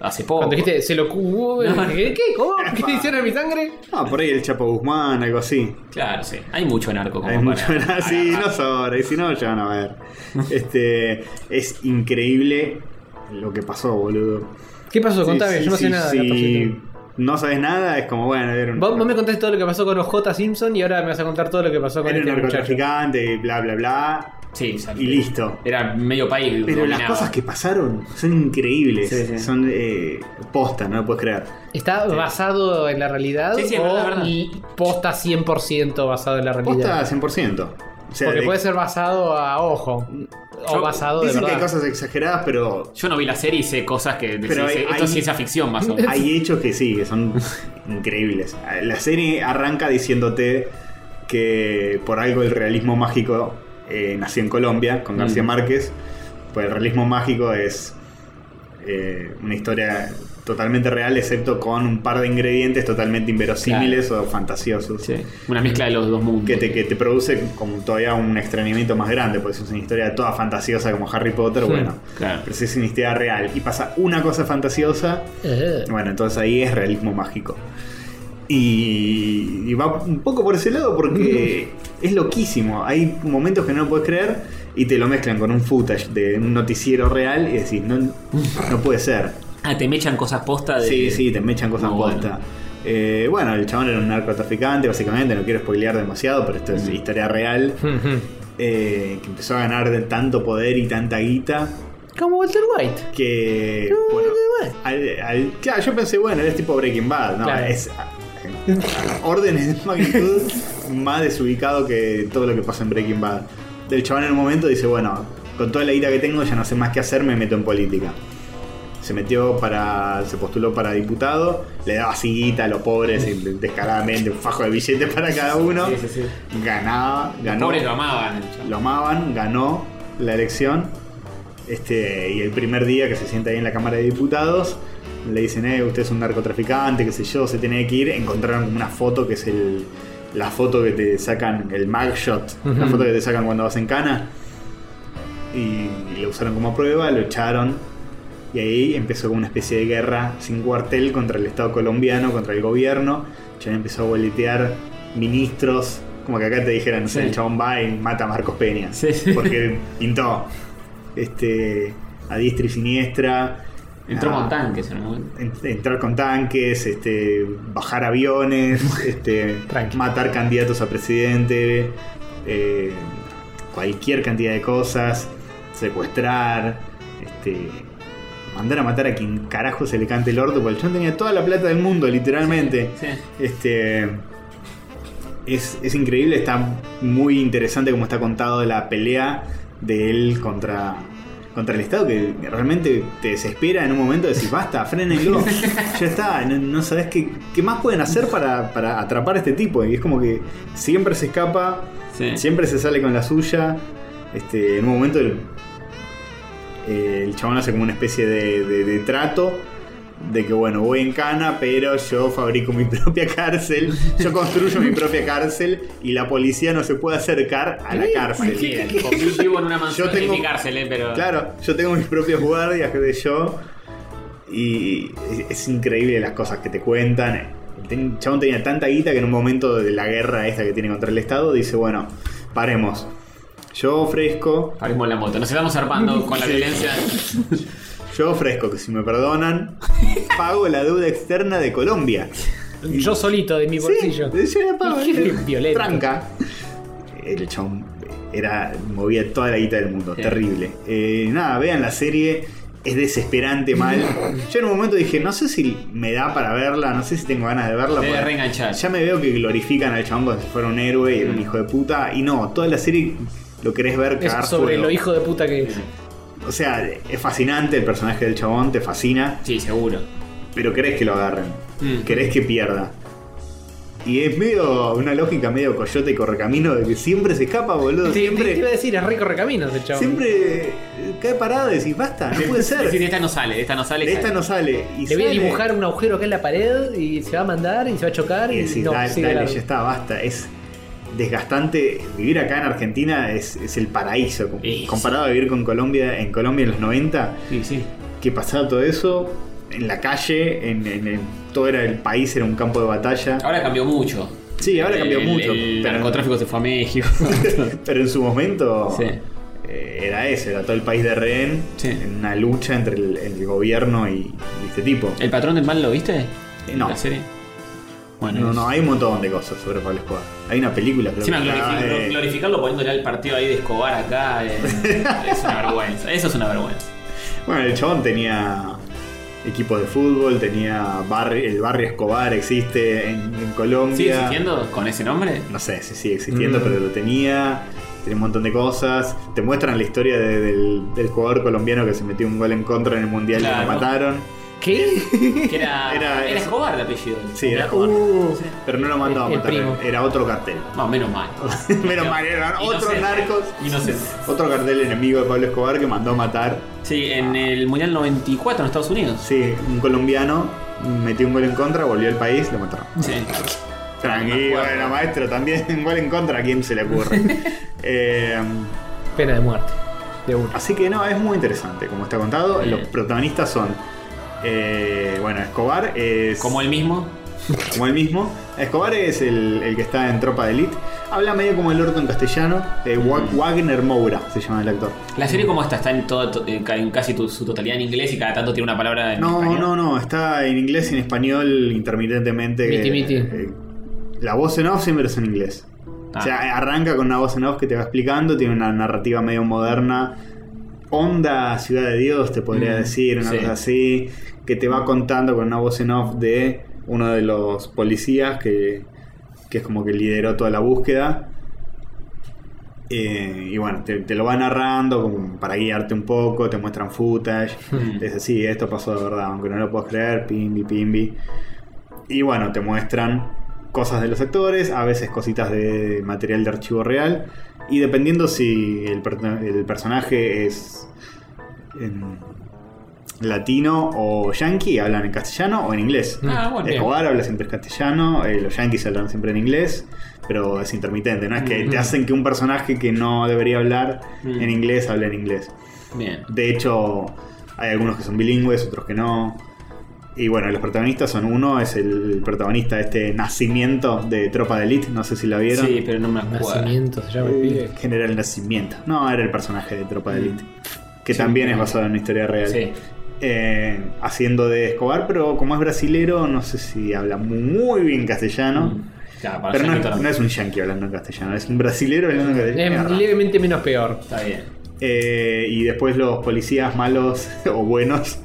S1: Hace poco.
S3: Cuando dijiste, se lo cubo.
S1: No.
S3: ¿Qué? ¿Qué? ¿Cómo? ¿Qué
S2: Epa.
S3: le hicieron a mi sangre?
S2: Ah, por ahí el Chapo Guzmán, algo así.
S1: Claro, sí. Hay mucho narco como
S2: Hay mucho
S1: para-
S2: así,
S1: para-
S2: no sobra, y si no, ya van a ver. Este, es increíble lo que pasó, boludo.
S3: ¿Qué pasó? Contame,
S2: Sí,
S3: yo no
S2: sí,
S3: sé nada.
S2: sí,
S3: capaz
S2: sí.
S3: que-
S2: no sabes nada, es como, bueno, era un,
S3: Vos, vos me contaste todo lo que pasó con OJ Simpson y ahora me vas a contar todo lo que pasó con
S2: era un
S3: este muchacho.
S2: narcotraficante, y bla, bla, bla.
S1: Sí, exacto.
S2: Y listo.
S1: Era medio país.
S2: Pero las
S1: dominado.
S2: cosas que pasaron son increíbles.
S1: Sí, sí.
S2: Son eh, posta, no lo puedes creer.
S3: ¿Está basado en la realidad
S1: Sí, sí, es
S3: o
S1: verdad, es verdad.
S3: y posta 100% basado en la realidad?
S2: Posta 100%. O sea,
S3: Porque
S2: de-
S3: puede ser basado a ojo o
S1: Yo-
S3: basado de
S2: dicen que
S3: verdad.
S2: hay cosas exageradas, pero
S1: Yo no vi la serie y sé cosas que decís, eh,
S2: Pero hay-
S1: esto
S2: hay-
S1: es ciencia ficción más o menos.
S2: Hay hechos que sí, que son increíbles. La serie arranca diciéndote que por algo el realismo mágico eh, nació en Colombia con García
S1: Mm.
S2: Márquez. Pues el realismo mágico es eh, una historia totalmente real, excepto con un par de ingredientes totalmente inverosímiles o fantasiosos.
S1: Sí. Una mezcla de los dos mundos.
S2: Que te, que te produce como todavía un extrañamiento más grande, porque si es una historia toda fantasiosa como Harry Potter, bueno.
S1: Claro.
S2: Pero si es una historia real y pasa una cosa fantasiosa,
S3: Eh.
S2: bueno, entonces ahí es realismo mágico. Y, y va un poco por ese lado porque es loquísimo. Hay momentos que no lo puedes creer y te lo mezclan con un footage de un noticiero real y decís, no, no puede ser.
S1: Ah, te mechan cosas posta de.
S2: Sí, sí, te mechan cosas
S1: No, bueno.
S2: posta. Eh, bueno, el chabón era un narcotraficante, básicamente, no quiero spoilear demasiado, pero esto es historia real.
S3: Mm.
S2: eh, que empezó a ganar de tanto poder y tanta guita
S3: Como Walter White.
S2: que bueno, al- al- claro yo pensé bueno es tipo Breaking Bad no
S3: Claro.
S2: es a- órdenes de magnitud más desubicado que todo lo que pasa en Breaking Bad el chaval en un momento dice bueno con toda la ira que tengo ya no sé más qué hacer me meto en política se metió para se postuló para diputado le daba siguita a los pobres y descaradamente un fajo de billetes para cada uno
S1: Mm. Sí, sí, sí.
S2: ganaba ganó
S1: Pobres lo amaban. el chabón.
S2: lo amaban, ganó la elección. Este, y el primer día que se sienta ahí en la Cámara de Diputados, le dicen, eh, usted es un narcotraficante, qué sé yo, se tiene que ir. Encontraron como una foto que es el, la foto que te sacan, el mugshot, la foto que te sacan cuando vas en cana. Y, y lo usaron como prueba, lo echaron. Y ahí empezó como una especie de guerra sin cuartel contra el Estado colombiano, contra el gobierno. El chabón empezó a boletear ministros. Como que acá te dijeran, no sé,
S1: Sí.
S2: el chabón va y mata a Marcos Peña.
S1: Sí, sí.
S2: Porque pintó. Este, a diestra y siniestra.
S1: Entró
S2: Ah,
S1: con tanques en un momento.
S2: en- entrar con tanques, este, bajar aviones, este,
S3: Tranqui.
S2: matar candidatos a presidente, eh, cualquier cantidad de cosas, secuestrar, este, mandar a matar a quien carajo se le cante el orto, porque el chabón tenía toda la plata del mundo, literalmente.
S1: Sí.
S2: Este. Es, es increíble, está muy interesante como está contado la pelea de él contra, contra el Estado, que realmente te desespera en un momento de decir, basta, frenenlo, ya está, no, no sabes qué, qué más pueden hacer para, para atrapar a este tipo. Y es como que siempre se escapa,
S1: Sí.
S2: siempre se sale con la suya. Este, en un momento el, eh, el chabón hace como una especie de, de- de trato. De que bueno, voy en cana, pero yo fabrico mi propia cárcel, yo construyo mi propia cárcel y la policía no se puede acercar a la cárcel.
S1: Bien, porque yo vivo en una mansión
S2: Yo tengo-
S1: en mi cárcel, eh, pero.
S2: Claro, yo tengo mis propios guardias que yo. Y es increíble las cosas que te cuentan. El chabón tenía tanta guita que en un momento de la guerra esta que tiene contra el Estado dice, bueno, paremos. Yo ofrezco,
S1: Parimos la moto. Nos estamos zarpando con la violencia.
S2: yo ofrezco que si me perdonan, pago la deuda externa de Colombia.
S3: Yo solito de mi
S2: Sí,
S3: bolsillo.
S2: yo la pago. eh,
S3: Qué violento.
S2: Tranca. El chabón era, movía toda la guita del mundo.
S1: Sí.
S2: Terrible. Eh, nada, vean la serie. es desesperante mal. Yo en un momento dije, no sé si me da para verla, no sé si tengo ganas de verla.
S1: Debe
S2: porque
S1: reenganchar. Mm.
S2: Ya me veo que glorifican al chabón como si fuera un héroe y era un hijo de puta. Y no, toda la serie lo querés ver
S3: Es
S2: cagar
S3: sobre
S2: fuego.
S3: lo hijo de puta que es.
S2: O sea, es fascinante el personaje del chabón, te fascina,
S1: Sí, seguro.
S2: pero querés que lo agarren.
S1: Mm.
S2: Querés que pierda. Y es medio una lógica medio coyote y correcamino de que siempre se escapa, boludo.
S3: Te, te- te iba a
S2: Siempre,
S3: decir, es rico este recaminos el chavo.
S2: siempre eh, cae parado y decís, basta, no puede
S1: Es decir,
S2: ser.
S1: esta no sale, esta no sale.
S2: De esta
S1: sale.
S2: no sale. Y
S3: Le voy a
S2: sale.
S3: dibujar un agujero acá en la pared y se va a mandar y se va a chocar
S2: Y
S3: y,
S2: decís,
S3: no,
S2: dale,
S3: sigue
S2: dale,
S3: largo.
S2: ya está, basta. Es desgastante. Vivir acá en Argentina es, es el paraíso. Com-
S1: Sí.
S2: Comparado a vivir con Colombia, en Colombia en los 90,
S1: Sí, sí.
S2: que pasaba todo eso en la calle, en, en- en- todo era el país, era un campo de batalla.
S1: Ahora cambió mucho.
S2: Sí, ahora cambió
S1: El-
S2: mucho.
S1: El
S2: pero,
S1: narcotráfico se fue a México.
S2: pero en su momento
S1: Sí.
S2: eh, era eso, era todo el país de rehén,
S1: Sí.
S2: en una lucha entre el, el gobierno y, y este tipo.
S1: ¿El patrón del mal lo viste?
S2: Eh, No.
S1: ¿La serie? Bueno,
S2: No,
S1: es-
S2: no, hay un montón de cosas sobre Pablo Escobar. Hay una película, creo
S1: Encima
S2: que está,
S1: glorific-
S2: eh,
S1: glorificarlo poniéndole al partido ahí de Escobar acá eh, es una vergüenza. Eso es una vergüenza.
S2: Bueno, el chabón tenía equipos de fútbol, tenía barri- el barrio Escobar, existe en, en Colombia.
S1: ¿Sigue existiendo Mm. con ese nombre?
S2: No sé si sigue existiendo, pero lo tenía. Tiene un montón de cosas. Te muestran la historia de- del, del jugador colombiano que se metió un gol en contra en el mundial y
S1: Claro.
S2: lo mataron.
S3: ¿Qué?
S1: Que era,
S2: Era-
S1: era,
S2: es-
S1: Escobar de apellido.
S2: Sí, era Escobar. pero no lo mandó a
S3: El
S2: matar,
S3: primo.
S2: era otro cartel.
S1: No, menos mal.
S2: Menos mal, eran otros
S1: Inocente.
S2: narcos.
S1: Inocente.
S2: Otro cartel enemigo de Pablo Escobar que mandó a matar.
S1: Sí, en el Mundial 94 en Estados Unidos.
S2: Sí, un colombiano metió un gol en contra, volvió al país, lo mataron.
S1: Sí.
S2: Tranquilo,
S1: Acuerdo.
S2: era maestro, también igual en contra a quién se le ocurre. Eh,
S3: Pena de muerte. De uno.
S2: así que no, es muy interesante como está contado.
S1: Bien.
S2: Los protagonistas son, eh, bueno, Escobar es
S1: Como el mismo.
S2: como el mismo. Escobar es el, el que está en Tropa de Elite. Habla medio como el orto en castellano. Eh, Wa- Wagner Moura se llama el actor.
S1: La serie como está, está en, todo, to- en ca- en casi tu- su totalidad en inglés y cada tanto tiene una palabra en
S2: No,
S1: español.
S2: no, no, está en inglés y en español intermitentemente.
S3: Miti,
S2: eh,
S3: miti.
S2: eh, la voz en off siempre es en inglés.
S1: Ah.
S2: O sea, arranca con una voz en off que te va explicando, tiene una narrativa medio moderna. Onda Ciudad de Dios, te podría
S1: Mm,
S2: decir, una
S1: sí.
S2: cosa así, que te va contando con una voz en off de uno de los policías que, que es como que lideró toda la búsqueda. Eh, y bueno, te, te lo va narrando como para guiarte un poco, te muestran footage,
S1: Mm.
S2: te dice, sí, esto pasó de verdad, aunque no lo puedas creer, pimbi, pimbi. Y bueno, te muestran cosas de los actores, a veces cositas de material de archivo real, y dependiendo si el, per- el personaje es em, latino o yankee, hablan en castellano o en inglés.
S1: Ah, bueno, bien.
S2: Escobar habla siempre en castellano, eh, los yankees hablan siempre en inglés, pero es intermitente, no es que te hacen que un personaje que no debería hablar
S1: Mm.
S2: en inglés hable en inglés.
S1: Bien.
S2: De hecho, hay algunos que son bilingües, otros que no. Y bueno, los protagonistas son uno, es el protagonista de este nacimiento de Tropa de Elite, no sé si la vieron.
S1: Sí, pero no me acuerdo.
S3: Nacimiento se llama el pibe.
S2: General Eh, Nacimiento. No, era el personaje de Tropa de Elite. Que también es basado en una historia real.
S1: Sí.
S2: Eh, haciendo de Escobar, pero como es brasilero, no sé si habla muy bien castellano.
S1: Mm. Ya, para
S2: Pero no
S1: ser
S2: es,
S1: que-
S2: no es un yankee hablando en castellano, es un brasilero hablando en
S3: Es
S2: castellano. Es raro.
S3: levemente menos peor.
S1: Está bien.
S2: Eh, y después los policías malos o buenos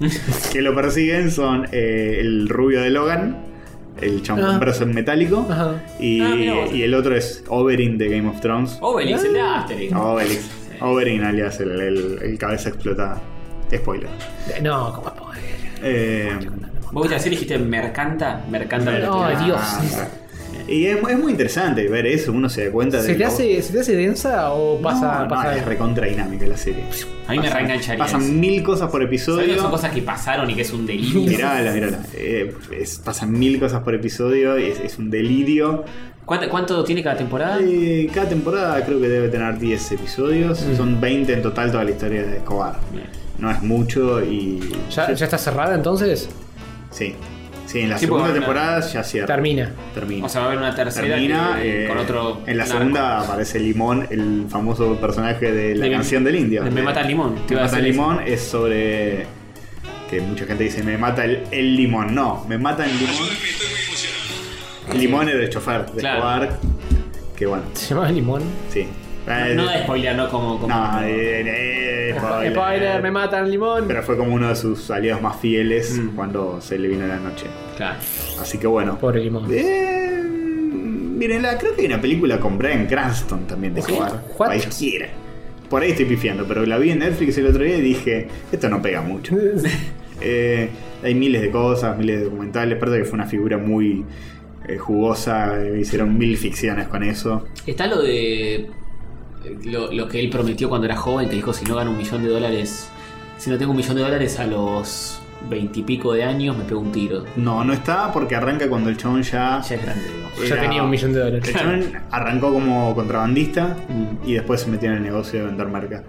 S2: que lo persiguen son eh, el rubio de Logan, el champion
S3: Ah.
S2: en metálico,
S3: Ajá.
S2: y,
S1: Ah, mirá vos.
S2: y el otro es Oberyn de Game of Thrones.
S1: Obelix, Oh, el de Asterix.
S2: Obelix. Oberyn alias el, el- el cabeza explotada. Spoiler.
S3: No, ¿cómo es poder?
S2: Eh,
S1: Vos viste la serie y dijiste Mercanta. Mercanta de la
S3: No,
S1: Tierra.
S3: Oh, Dios.
S2: ah, Y es, es muy interesante ver eso, uno se da cuenta de
S3: ¿Se te,
S2: lo-
S3: hace, ¿Se te hace densa o
S2: No,
S3: pasa.?
S2: no,
S3: pasa-
S2: es recontra dinámica la serie.
S1: A mí me
S2: Pasan-
S1: reengancharía eso.
S2: Pasan mil cosas por
S1: ¿Sabés que son
S2: episodio.
S1: cosas que pasaron y que es un delirio.
S2: Mirala, mirala. Eh, es- pasan mil cosas por episodio, y es, es un delirio.
S1: ¿Cuánto, cuánto tiene cada temporada?
S2: Eh, cada temporada creo que debe tener 10 episodios.
S1: Mm.
S2: Son 20 en total toda la historia de Escobar.
S1: Bien.
S2: No es mucho y.
S3: ¿Ya, ya está cerrada entonces?
S2: Sí. Sí, en la
S1: Sí,
S2: segunda
S1: porque-
S2: temporada ya cierra.
S3: Termina.
S2: Termina.
S1: O sea, va a haber una tercera
S2: Termina
S1: que-
S2: eh,
S1: con otro.
S2: En la
S1: narco.
S2: segunda aparece Limón, el famoso personaje de la
S1: De mi-
S2: canción del indio.
S1: de Me
S2: De-
S1: mata el limón,
S2: Me
S1: te iba a
S2: mata el
S1: decir
S2: limón es sobre. Que mucha gente dice, me mata el, el limón. No, me mata el limón.
S5: Estoy muy emocionado.
S2: Limón era el chofer de
S1: Claro.
S2: Escobar. Que bueno,
S3: ¿Se llamaba Limón?
S2: sí. Eh,
S1: No de spoiler, no como. como-
S2: no, eh, eh, spoiler.
S3: Spoiler, me matan limón.
S2: Pero fue como uno de sus aliados más fieles
S1: Mm.
S2: cuando se le vino la noche.
S1: Claro.
S2: Así que bueno.
S3: Pobre limón.
S2: Eh, mírenla, creo que hay una película con Brian Cranston también de jugar.
S3: What?
S2: Cualquiera. Por ahí estoy pifiando, pero la vi en Netflix el otro día y dije, esto no pega mucho. Eh, hay miles de cosas, miles de documentales, aparte que fue una figura muy eh, jugosa, eh, hicieron mil ficciones con eso.
S1: Está lo de. eh, Lo, lo que él prometió cuando era joven, que dijo: si no gano un millón de dólares. Si no tengo un millón de dólares a los veintipico de años, me pego un tiro.
S2: No, no está porque arranca cuando el chabón Ah, ya...
S1: Ya es grande, digo.
S3: Ya
S2: era-
S3: tenía un millón de
S2: El
S3: dólares.
S2: chabón arrancó como contrabandista
S1: Mm.
S2: y después se metió en el negocio de vender marca.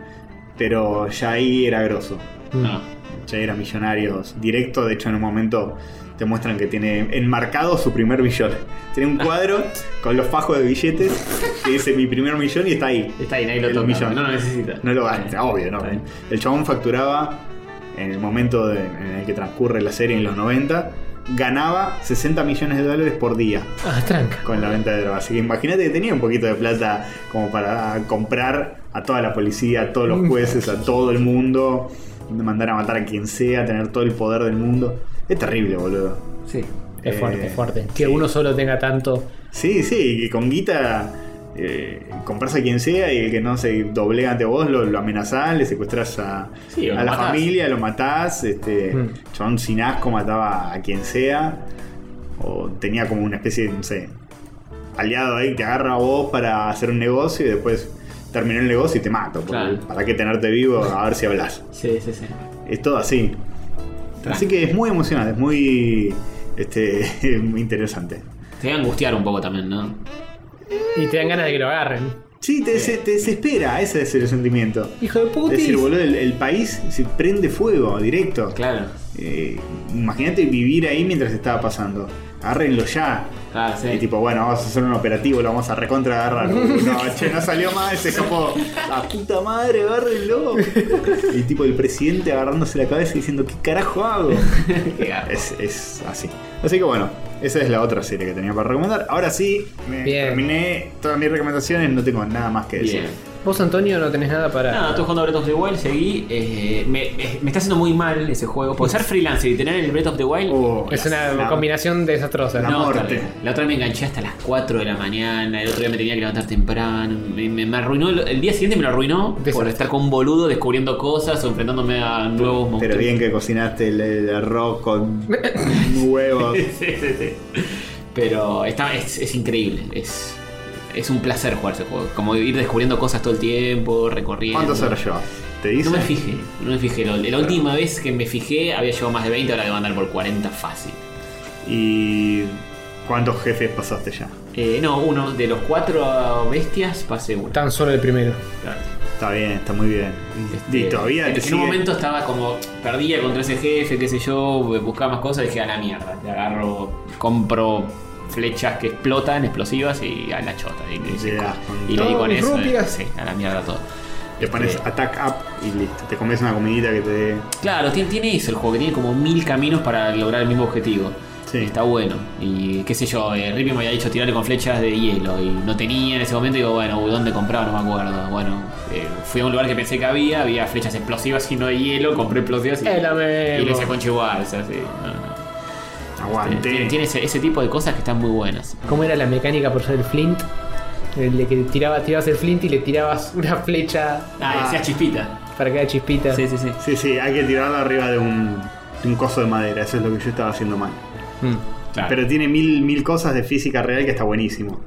S2: Pero ya ahí era grosso.
S1: No.
S2: Ya era millonarios directo. De hecho, en un momento te muestran que tiene enmarcado su primer millón. Tiene un cuadro con los fajos de billetes que dice mi primer millón y está ahí.
S1: Está ahí, nadie lo
S2: El
S1: toca.
S2: millón.
S1: No lo necesita.
S2: No lo gasta,
S1: Está bien.
S2: obvio, ¿no?
S1: Está bien.
S2: El chabón facturaba en el momento de- en el que transcurre la serie en los 90, ganaba 60 millones de dólares por día
S3: Ah, tranca.
S2: con la venta de droga. Así que imagínate que tenía un poquito de plata como para comprar a toda la policía, a todos los jueces, a todo el mundo, mandar a matar a quien sea, tener todo el poder del mundo. Es terrible, boludo.
S1: Sí.
S3: Es
S2: Eh,
S3: fuerte, es fuerte. Que uno solo tenga tanto.
S2: Sí, sí, y con guita eh, compras a quien sea y el que no se doblea ante vos lo, lo amenazás, le secuestras a,
S1: Sí, o
S2: a
S1: lo
S2: la
S1: matás.
S2: familia, lo matás. Este,
S3: Mm.
S2: John sin asco mataba a quien sea. O tenía como una especie de, no sé, aliado ahí, te agarra a vos para hacer un negocio y después terminó el negocio y te mato. porque
S1: Claro.
S2: ¿Para qué tenerte vivo? A ver si hablas.
S1: Sí, sí, sí.
S2: Es todo así. Así que es muy emocionante, es muy, este, muy interesante.
S1: Te va a angustiar un poco también, ¿no?
S3: Y te dan ganas de que lo agarren.
S2: Sí, te, des- te desespera, ese es el sentimiento.
S3: Hijo de
S2: Es
S3: putis.
S2: decir, boludo, el, el país se prende fuego directo.
S1: Claro.
S2: Eh, Imagínate vivir ahí mientras estaba pasando. Agárrenlo ya.
S1: Claro, Ah, sí.
S2: Y tipo, bueno, vamos a hacer un operativo, lo vamos a recontra agarrar. No, che, no salió mal, se escapó. La puta madre, agárrenlo. Y tipo, el presidente agarrándose la cabeza y diciendo, ¿qué carajo hago?
S1: Qué garro.
S2: Es, es así. Así que bueno, esa es la otra serie que tenía para recomendar. Ahora sí, me
S3: Bien.
S2: terminé todas mis recomendaciones, no tengo nada más que decir.
S1: Bien.
S3: Vos, Antonio, no tenés nada para.
S1: Nada, estoy jugando a Breath of the Wild, seguí. eh, me, me- me está haciendo muy mal ese juego. Porque ser freelancer y tener el Breath of the Wild.
S2: Oh,
S3: es
S2: la-
S3: una
S2: la-
S3: combinación desastrosa.
S2: la-
S1: No, está
S2: muerte.
S1: bien. La otra me enganché hasta las 4 de la mañana, el otro día me tenía que levantar temprano, me, me- me arruinó, el, el día siguiente me lo arruinó por
S3: Desastre.
S1: estar con un boludo descubriendo cosas o enfrentándome a nuevos monstruos.
S2: Pero bien que cocinaste el, el arroz con huevos.
S1: Sí, sí, sí. Pero está, es, es increíble, es, es un placer jugar ese juego, como ir descubriendo cosas todo el tiempo, recorriendo.
S2: ¿Cuántas horas llevas? ¿Te dice?
S1: No me fijé, no me fijé. La, la última vez que me fijé había llevado más de 20, ahora debo andar por 40 fácil.
S2: ¿Y cuántos jefes pasaste ya?
S1: Eh, no, uno de los cuatro bestias pasé uno.
S3: Tan solo el primero.
S1: Claro.
S2: Está bien, está muy bien.
S1: Este,
S2: y todavía
S1: en,
S2: te
S1: en un
S2: sigue-
S1: momento estaba como perdía contra ese jefe, qué sé yo, buscaba más cosas y dije a la mierda, te agarro, compro flechas que explotan, explosivas y a la chota. Y, y-
S2: Yeah,
S1: y le di
S3: todo,
S1: con
S3: mis
S1: eso.
S3: rupias.
S1: sí, a la mierda todo.
S2: Te pones
S1: Este,
S2: attack up y listo. Te comes una comidita que te dé.
S1: Claro, tiene, tiene eso el juego, que tiene como mil caminos para lograr el mismo objetivo.
S2: Sí.
S1: Está bueno. Y qué sé yo, eh, Rippy me había dicho tirarle con flechas de hielo y no tenía en ese momento. Digo, bueno, uy, ¿dónde compraba? No me acuerdo. Bueno, eh, fui a un lugar que pensé que había, había flechas explosivas y no de hielo, compré explosivas y,
S3: Es lo
S1: y
S3: mismo.
S1: le hice concha igual. O sea, sí, no, no.
S2: Aguante.
S1: Tiene, tiene ese, ese tipo de cosas que están muy buenas.
S3: ¿Cómo era la mecánica por ser el flint? El de que tiraba, tirabas el flint y le tirabas una flecha
S1: Ah, decías chispita.
S3: para que haga chispita.
S1: Sí, sí, sí.
S2: Sí, sí, hay que tirarla arriba de un, de un coso de madera. Eso es lo que yo estaba haciendo mal.
S3: Mm.
S1: Claro.
S2: Pero tiene mil, mil cosas de física real que está buenísimo.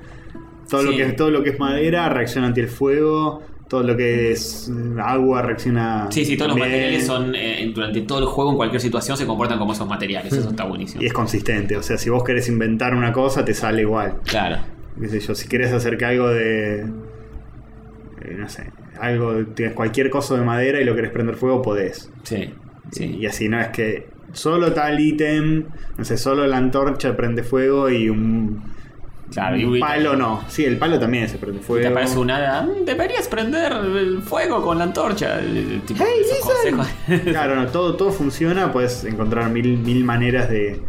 S2: Todo, lo
S1: Sí.
S2: que, es- todo lo que es madera reacciona ante el fuego. Todo lo que es mm, agua reacciona.
S1: Sí, sí, todos los
S2: también.
S1: materiales son, eh, durante todo el juego, en cualquier situación, se comportan como esos materiales. Eso está buenísimo.
S2: Y es consistente. O sea, si vos querés inventar una cosa, te sale igual.
S1: Claro.
S2: qué sé yo, si quieres hacer algo de. eh, no sé, algo. de- Tienes cualquier cosa de madera y lo querés prender fuego, podés.
S1: Sí. Sí.
S2: Y así, no es que solo tal ítem, no sé, solo la antorcha prende fuego y un.
S1: Claro, y
S2: un
S1: ubica-
S2: palo no. Sí, el palo también se prende fuego.
S1: Te aparece un hada. "Mm, Deberías prender el fuego con la antorcha. Eh, Tipo, esos consejos.
S2: Claro, no, todo, todo funciona, puedes encontrar mil, mil maneras de,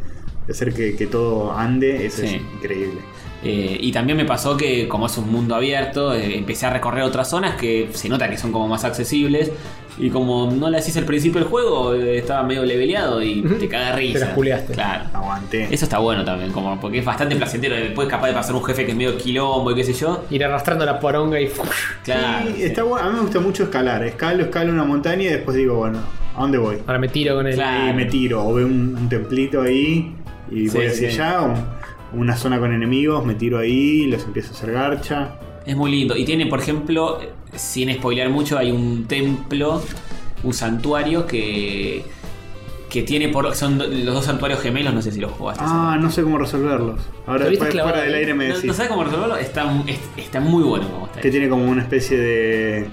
S2: de hacer que, que todo ande, eso es
S1: Sí.
S2: increíble.
S1: Eh, y también me pasó que como es un mundo abierto, eh, empecé a recorrer otras zonas que se nota que son como más accesibles. Y como no las hice al principio del juego, eh, estaba medio leveleado y
S3: Ujú.
S1: te caga de risa.
S3: Te las culeaste.
S1: Claro.
S2: Aguante.
S1: Eso está bueno también, como porque es bastante placentero. Después capaz de pasar un jefe que es medio quilombo y qué sé yo.
S3: Ir arrastrando la poronga y.
S1: Claro.
S2: Sí,
S1: sí.
S2: está bueno. A mí me gusta mucho escalar. Escalo, escalo una montaña y después digo, bueno, ¿a dónde voy?
S3: Ahora me tiro con el.
S1: Claro.
S2: Y me tiro, o veo un, un templito ahí y
S1: Sí,
S2: voy hacia
S1: sí.
S2: allá, o una zona con enemigos, me tiro ahí, los empiezo a hacer garcha.
S1: Es muy lindo. Y tiene, por ejemplo, eh, sin spoilear mucho, hay un templo, un santuario que. que tiene por. son do- los dos santuarios gemelos, no sé si los jugaste.
S2: Ah, no sé cómo resolverlos. Ahora
S3: Pero viste
S2: después,
S3: clavado
S2: fuera del
S3: ahí.
S2: aire me
S1: No,
S2: decís
S1: no sabes cómo resolverlo, está, mu- es- está muy bueno como está.
S2: que tiene como una especie de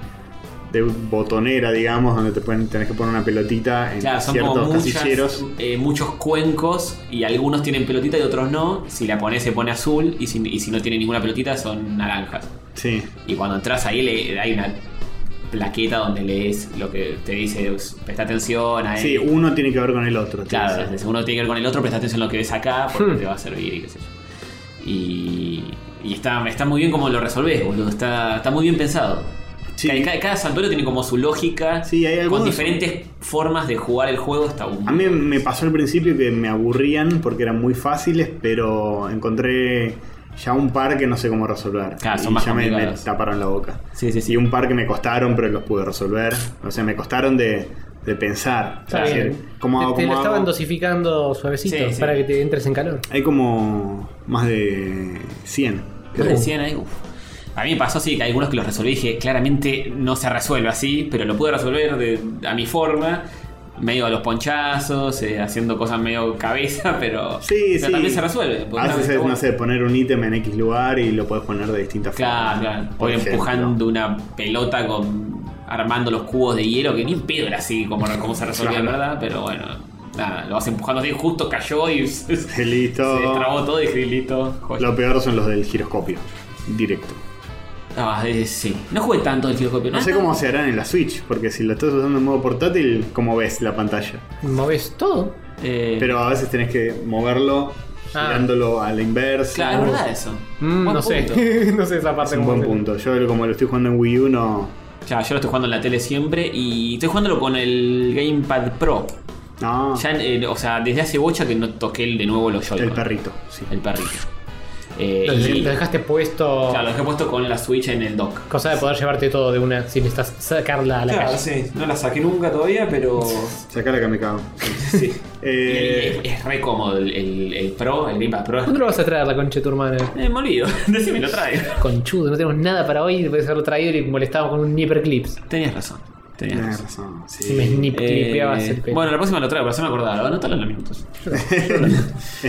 S2: de botonera, digamos, donde te pueden, tenés que poner una pelotita en
S1: Claro, son como
S2: ciertos
S1: muchas,
S2: casilleros.
S1: eh, muchos cuencos y algunos tienen pelotita y otros no. Si la pones se pone azul y si, y si no tiene ninguna pelotita son naranjas.
S2: Sí.
S1: Y cuando entras ahí le- hay una plaqueta donde lees lo que te dice, "Us- presta atención a él".
S2: Sí, uno tiene que ver con el otro. te
S1: Claro,
S2: dice.
S1: desde uno tiene que ver con el otro, presta atención a lo que ves acá porque
S3: Hmm.
S1: te va a servir y qué sé yo. Y, y está, está muy bien como lo resolvés, boludo. Está, está muy bien pensado.
S2: Sí.
S1: Cada, cada- cada santuario tiene como su lógica.
S2: Sí, hay algunos-
S1: Con diferentes formas de jugar el juego está un...
S2: A mí me pasó al principio que me aburrían porque eran muy fáciles, pero encontré ya un par que no sé cómo resolver.
S1: Claro, son
S2: y
S1: más
S2: ya me, me
S1: complicados.
S2: taparon la boca.
S1: Sí, sí, sí.
S2: Y un par que me costaron, pero los pude resolver. O sea, me costaron de, de pensar.
S3: Está
S2: Es
S3: bien.
S2: decir, ¿cómo hago,
S3: te, te
S2: cómo
S3: lo
S2: hago?
S3: estaban dosificando suavecito
S1: Sí, sí.
S3: para que te entres en calor.
S2: Hay como más de 100.
S1: Más
S2: creo.
S1: de 100 ahí, uf. A mí me pasó sí que hay algunos que los resolví y dije, claramente no se resuelve así, pero lo pude resolver de, a mi forma, medio a los ponchazos, eh, haciendo cosas medio cabeza, pero,
S2: Sí,
S1: pero
S2: sí.
S1: también se resuelve. porque
S2: A
S1: una vez
S2: veces
S1: está
S2: es, no
S1: bueno.
S2: sé, poner un ítem en X lugar y lo puedes poner de distintas
S1: Claro,
S2: formas.
S1: claro.
S2: Por
S1: Voy
S2: ejemplo.
S1: empujando una pelota con. armando los cubos de hielo, que ni un pedo era así como, como se resolvía en
S2: Claro.
S1: verdad, pero bueno. Nada, lo vas empujando así, justo cayó y se, se
S2: Listo.
S1: trabó todo y dije, listo. joya.
S2: Lo peor son los del giroscopio. Directo.
S1: Ah, eh, sí. No jugué tanto el giroscopio.
S2: No sé
S1: Ah,
S2: cómo se harán en la Switch, porque si lo estás usando en modo portátil, como ves la pantalla.
S3: Moves todo.
S1: eh,
S2: Pero a veces tenés que moverlo,
S3: Ah.
S2: girándolo a la inversa.
S1: Claro, es verdad eso.
S3: Mm,
S1: Buen
S3: no sé.
S1: punto.
S3: no sé esa parte.
S2: Es un
S3: cómo
S2: buen
S3: se-
S2: punto. Yo como lo estoy jugando en Wii U no.
S1: Claro, yo lo estoy jugando en la tele siempre y estoy jugándolo con el Gamepad Pro.
S2: No.
S1: Ya, en- eh, o sea, desde hace bocha que no toqué el- de nuevo los joy
S2: Ah. el perrito, sí.
S1: El perrito. Eh,
S3: Lo,
S1: y-
S3: lo dejaste puesto.
S1: Claro, lo dejé puesto con la Switch en el dock.
S3: Cosa de poder llevarte todo de una si necesitas sacarla a la calle.
S1: sí, no la saqué nunca todavía, pero.
S2: Sacala que me cago.
S1: Sí.
S2: Eh,
S1: es, es re cómodo el, el- el Pro, el Gamepad Pro.
S3: ¿Cuándo lo vas a traer la concha de tu hermana?
S1: Eh, me olvido, decime, lo traigo.
S3: Conchudo, no tenemos nada para hoy. Puedes haberlo traído y molestado con un Clips.
S1: Tenías razón, tenías
S2: tenés
S1: razón.
S2: razón. Sí.
S3: Si me snip
S1: Eh,
S3: clipeabas el pelo.
S1: bueno, la próxima lo traigo, pero se me acordaba, anótalo en los minutos.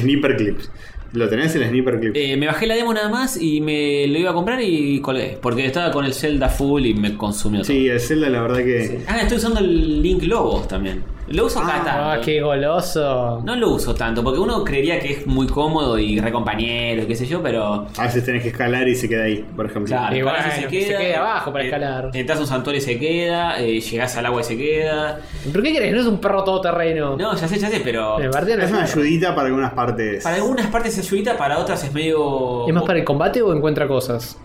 S2: Sniper clips. ¿Lo tenés el sniper clip?
S1: Eh, me bajé la demo nada más y me lo iba a comprar y colgué, porque estaba con el Zelda full y me consumió todo.
S2: sí, el Zelda la verdad que.
S1: Ah, estoy usando el Link Lobos también. Lo uso cada tanto.
S3: Ah, qué goloso.
S1: No lo uso tanto, porque uno creería que es muy cómodo y recompañero y qué sé yo, pero.
S2: A veces tenés que escalar y se queda ahí, por ejemplo.
S1: Claro,
S3: Y
S1: para
S3: bueno,
S1: eso
S3: que se quede abajo para
S1: eh,
S3: escalar.
S1: Entras a un santuario y se queda, eh, llegás al agua y se queda.
S3: ¿Pero qué crees? No es un perro todoterreno.
S1: No, ya sé, ya sé, pero.
S3: Me bardean
S2: Es
S3: al
S2: una
S3: perro.
S2: ayudita para algunas partes.
S1: Para algunas partes es ayuda, para otras es medio.
S3: ¿Es más para el combate o encuentra cosas?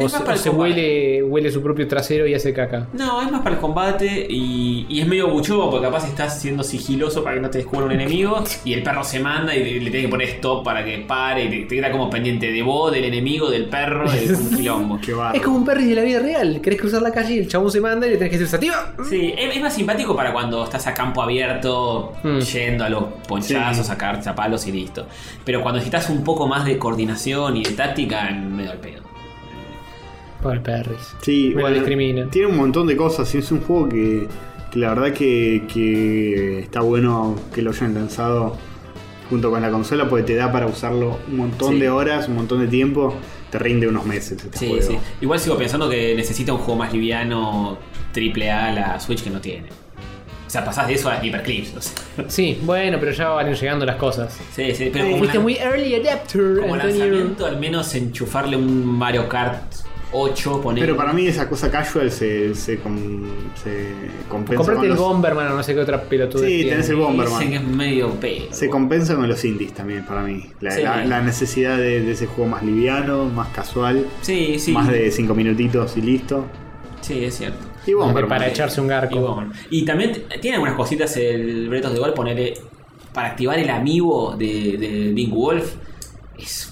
S3: O
S1: Es más
S3: se,
S1: para
S3: o
S1: el
S3: se
S1: combate.
S3: huele, huele su propio trasero y hace caca.
S1: No, es más para el combate y, y es medio buchudo porque capaz estás siendo sigiloso para que no te descubra un enemigo y el perro se manda y le, le tenés que poner stop para que pare y te, te queda como pendiente de vos, del enemigo, del perro, del un quilombo.
S2: Qué barro.
S3: Es como un perro de la vida real. Querés cruzar la calle y el chabón se manda y le tenés que decir sativa.
S1: Sí, es, es más simpático para cuando estás a campo abierto,
S2: Hmm.
S3: Mm.
S1: yendo a los ponchazos, a sacar chapalos y listo. Pero cuando necesitas un poco más de coordinación y de táctica, me da el pedo.
S3: Pobre perris.
S2: Sí,
S3: Me lo discrimina.
S2: Tiene un montón de cosas. y Es un juego que, que la verdad que, que está bueno que lo hayan lanzado junto con la consola porque te da para usarlo un montón
S1: Sí.
S2: de horas, un montón de tiempo. Te rinde unos meses este
S1: Sí,
S2: juego.
S1: sí. Igual sigo pensando que necesita un juego más liviano, triple A, la Switch que no tiene. O sea, pasás de eso a Hyperclips. o sea.
S3: Sí, bueno, pero ya van llegando las cosas.
S1: Sí, sí, pero como,
S3: Fuiste
S1: lan-
S3: muy early adapter,
S1: como
S3: Antonio.
S1: lanzamiento, al menos enchufarle un Mario Kart 8, poner.
S2: Pero para mí esa cosa casual se, se, com- se compensa
S3: Comprate
S2: con
S3: el eh,
S2: los...
S3: Bomberman o no sé qué otra pelotuda.
S2: Sí, tenés el
S1: Dicen que es
S2: Bomberman.
S1: medio pedo.
S2: Se compensa con los indies también para mí. La,
S1: Sí.
S2: la- la necesidad de, de ese juego más liviano, más casual,
S1: Sí, sí.
S2: más de 5 minutitos y listo.
S1: Sí, es cierto.
S2: Y Bomberman.
S3: para echarse un
S1: Eh, Y,
S3: garco.
S1: bueno, y también t- tiene algunas cositas el Bretos de Gol, ponerle. Para activar el amigo de, de Big Wolf. Es.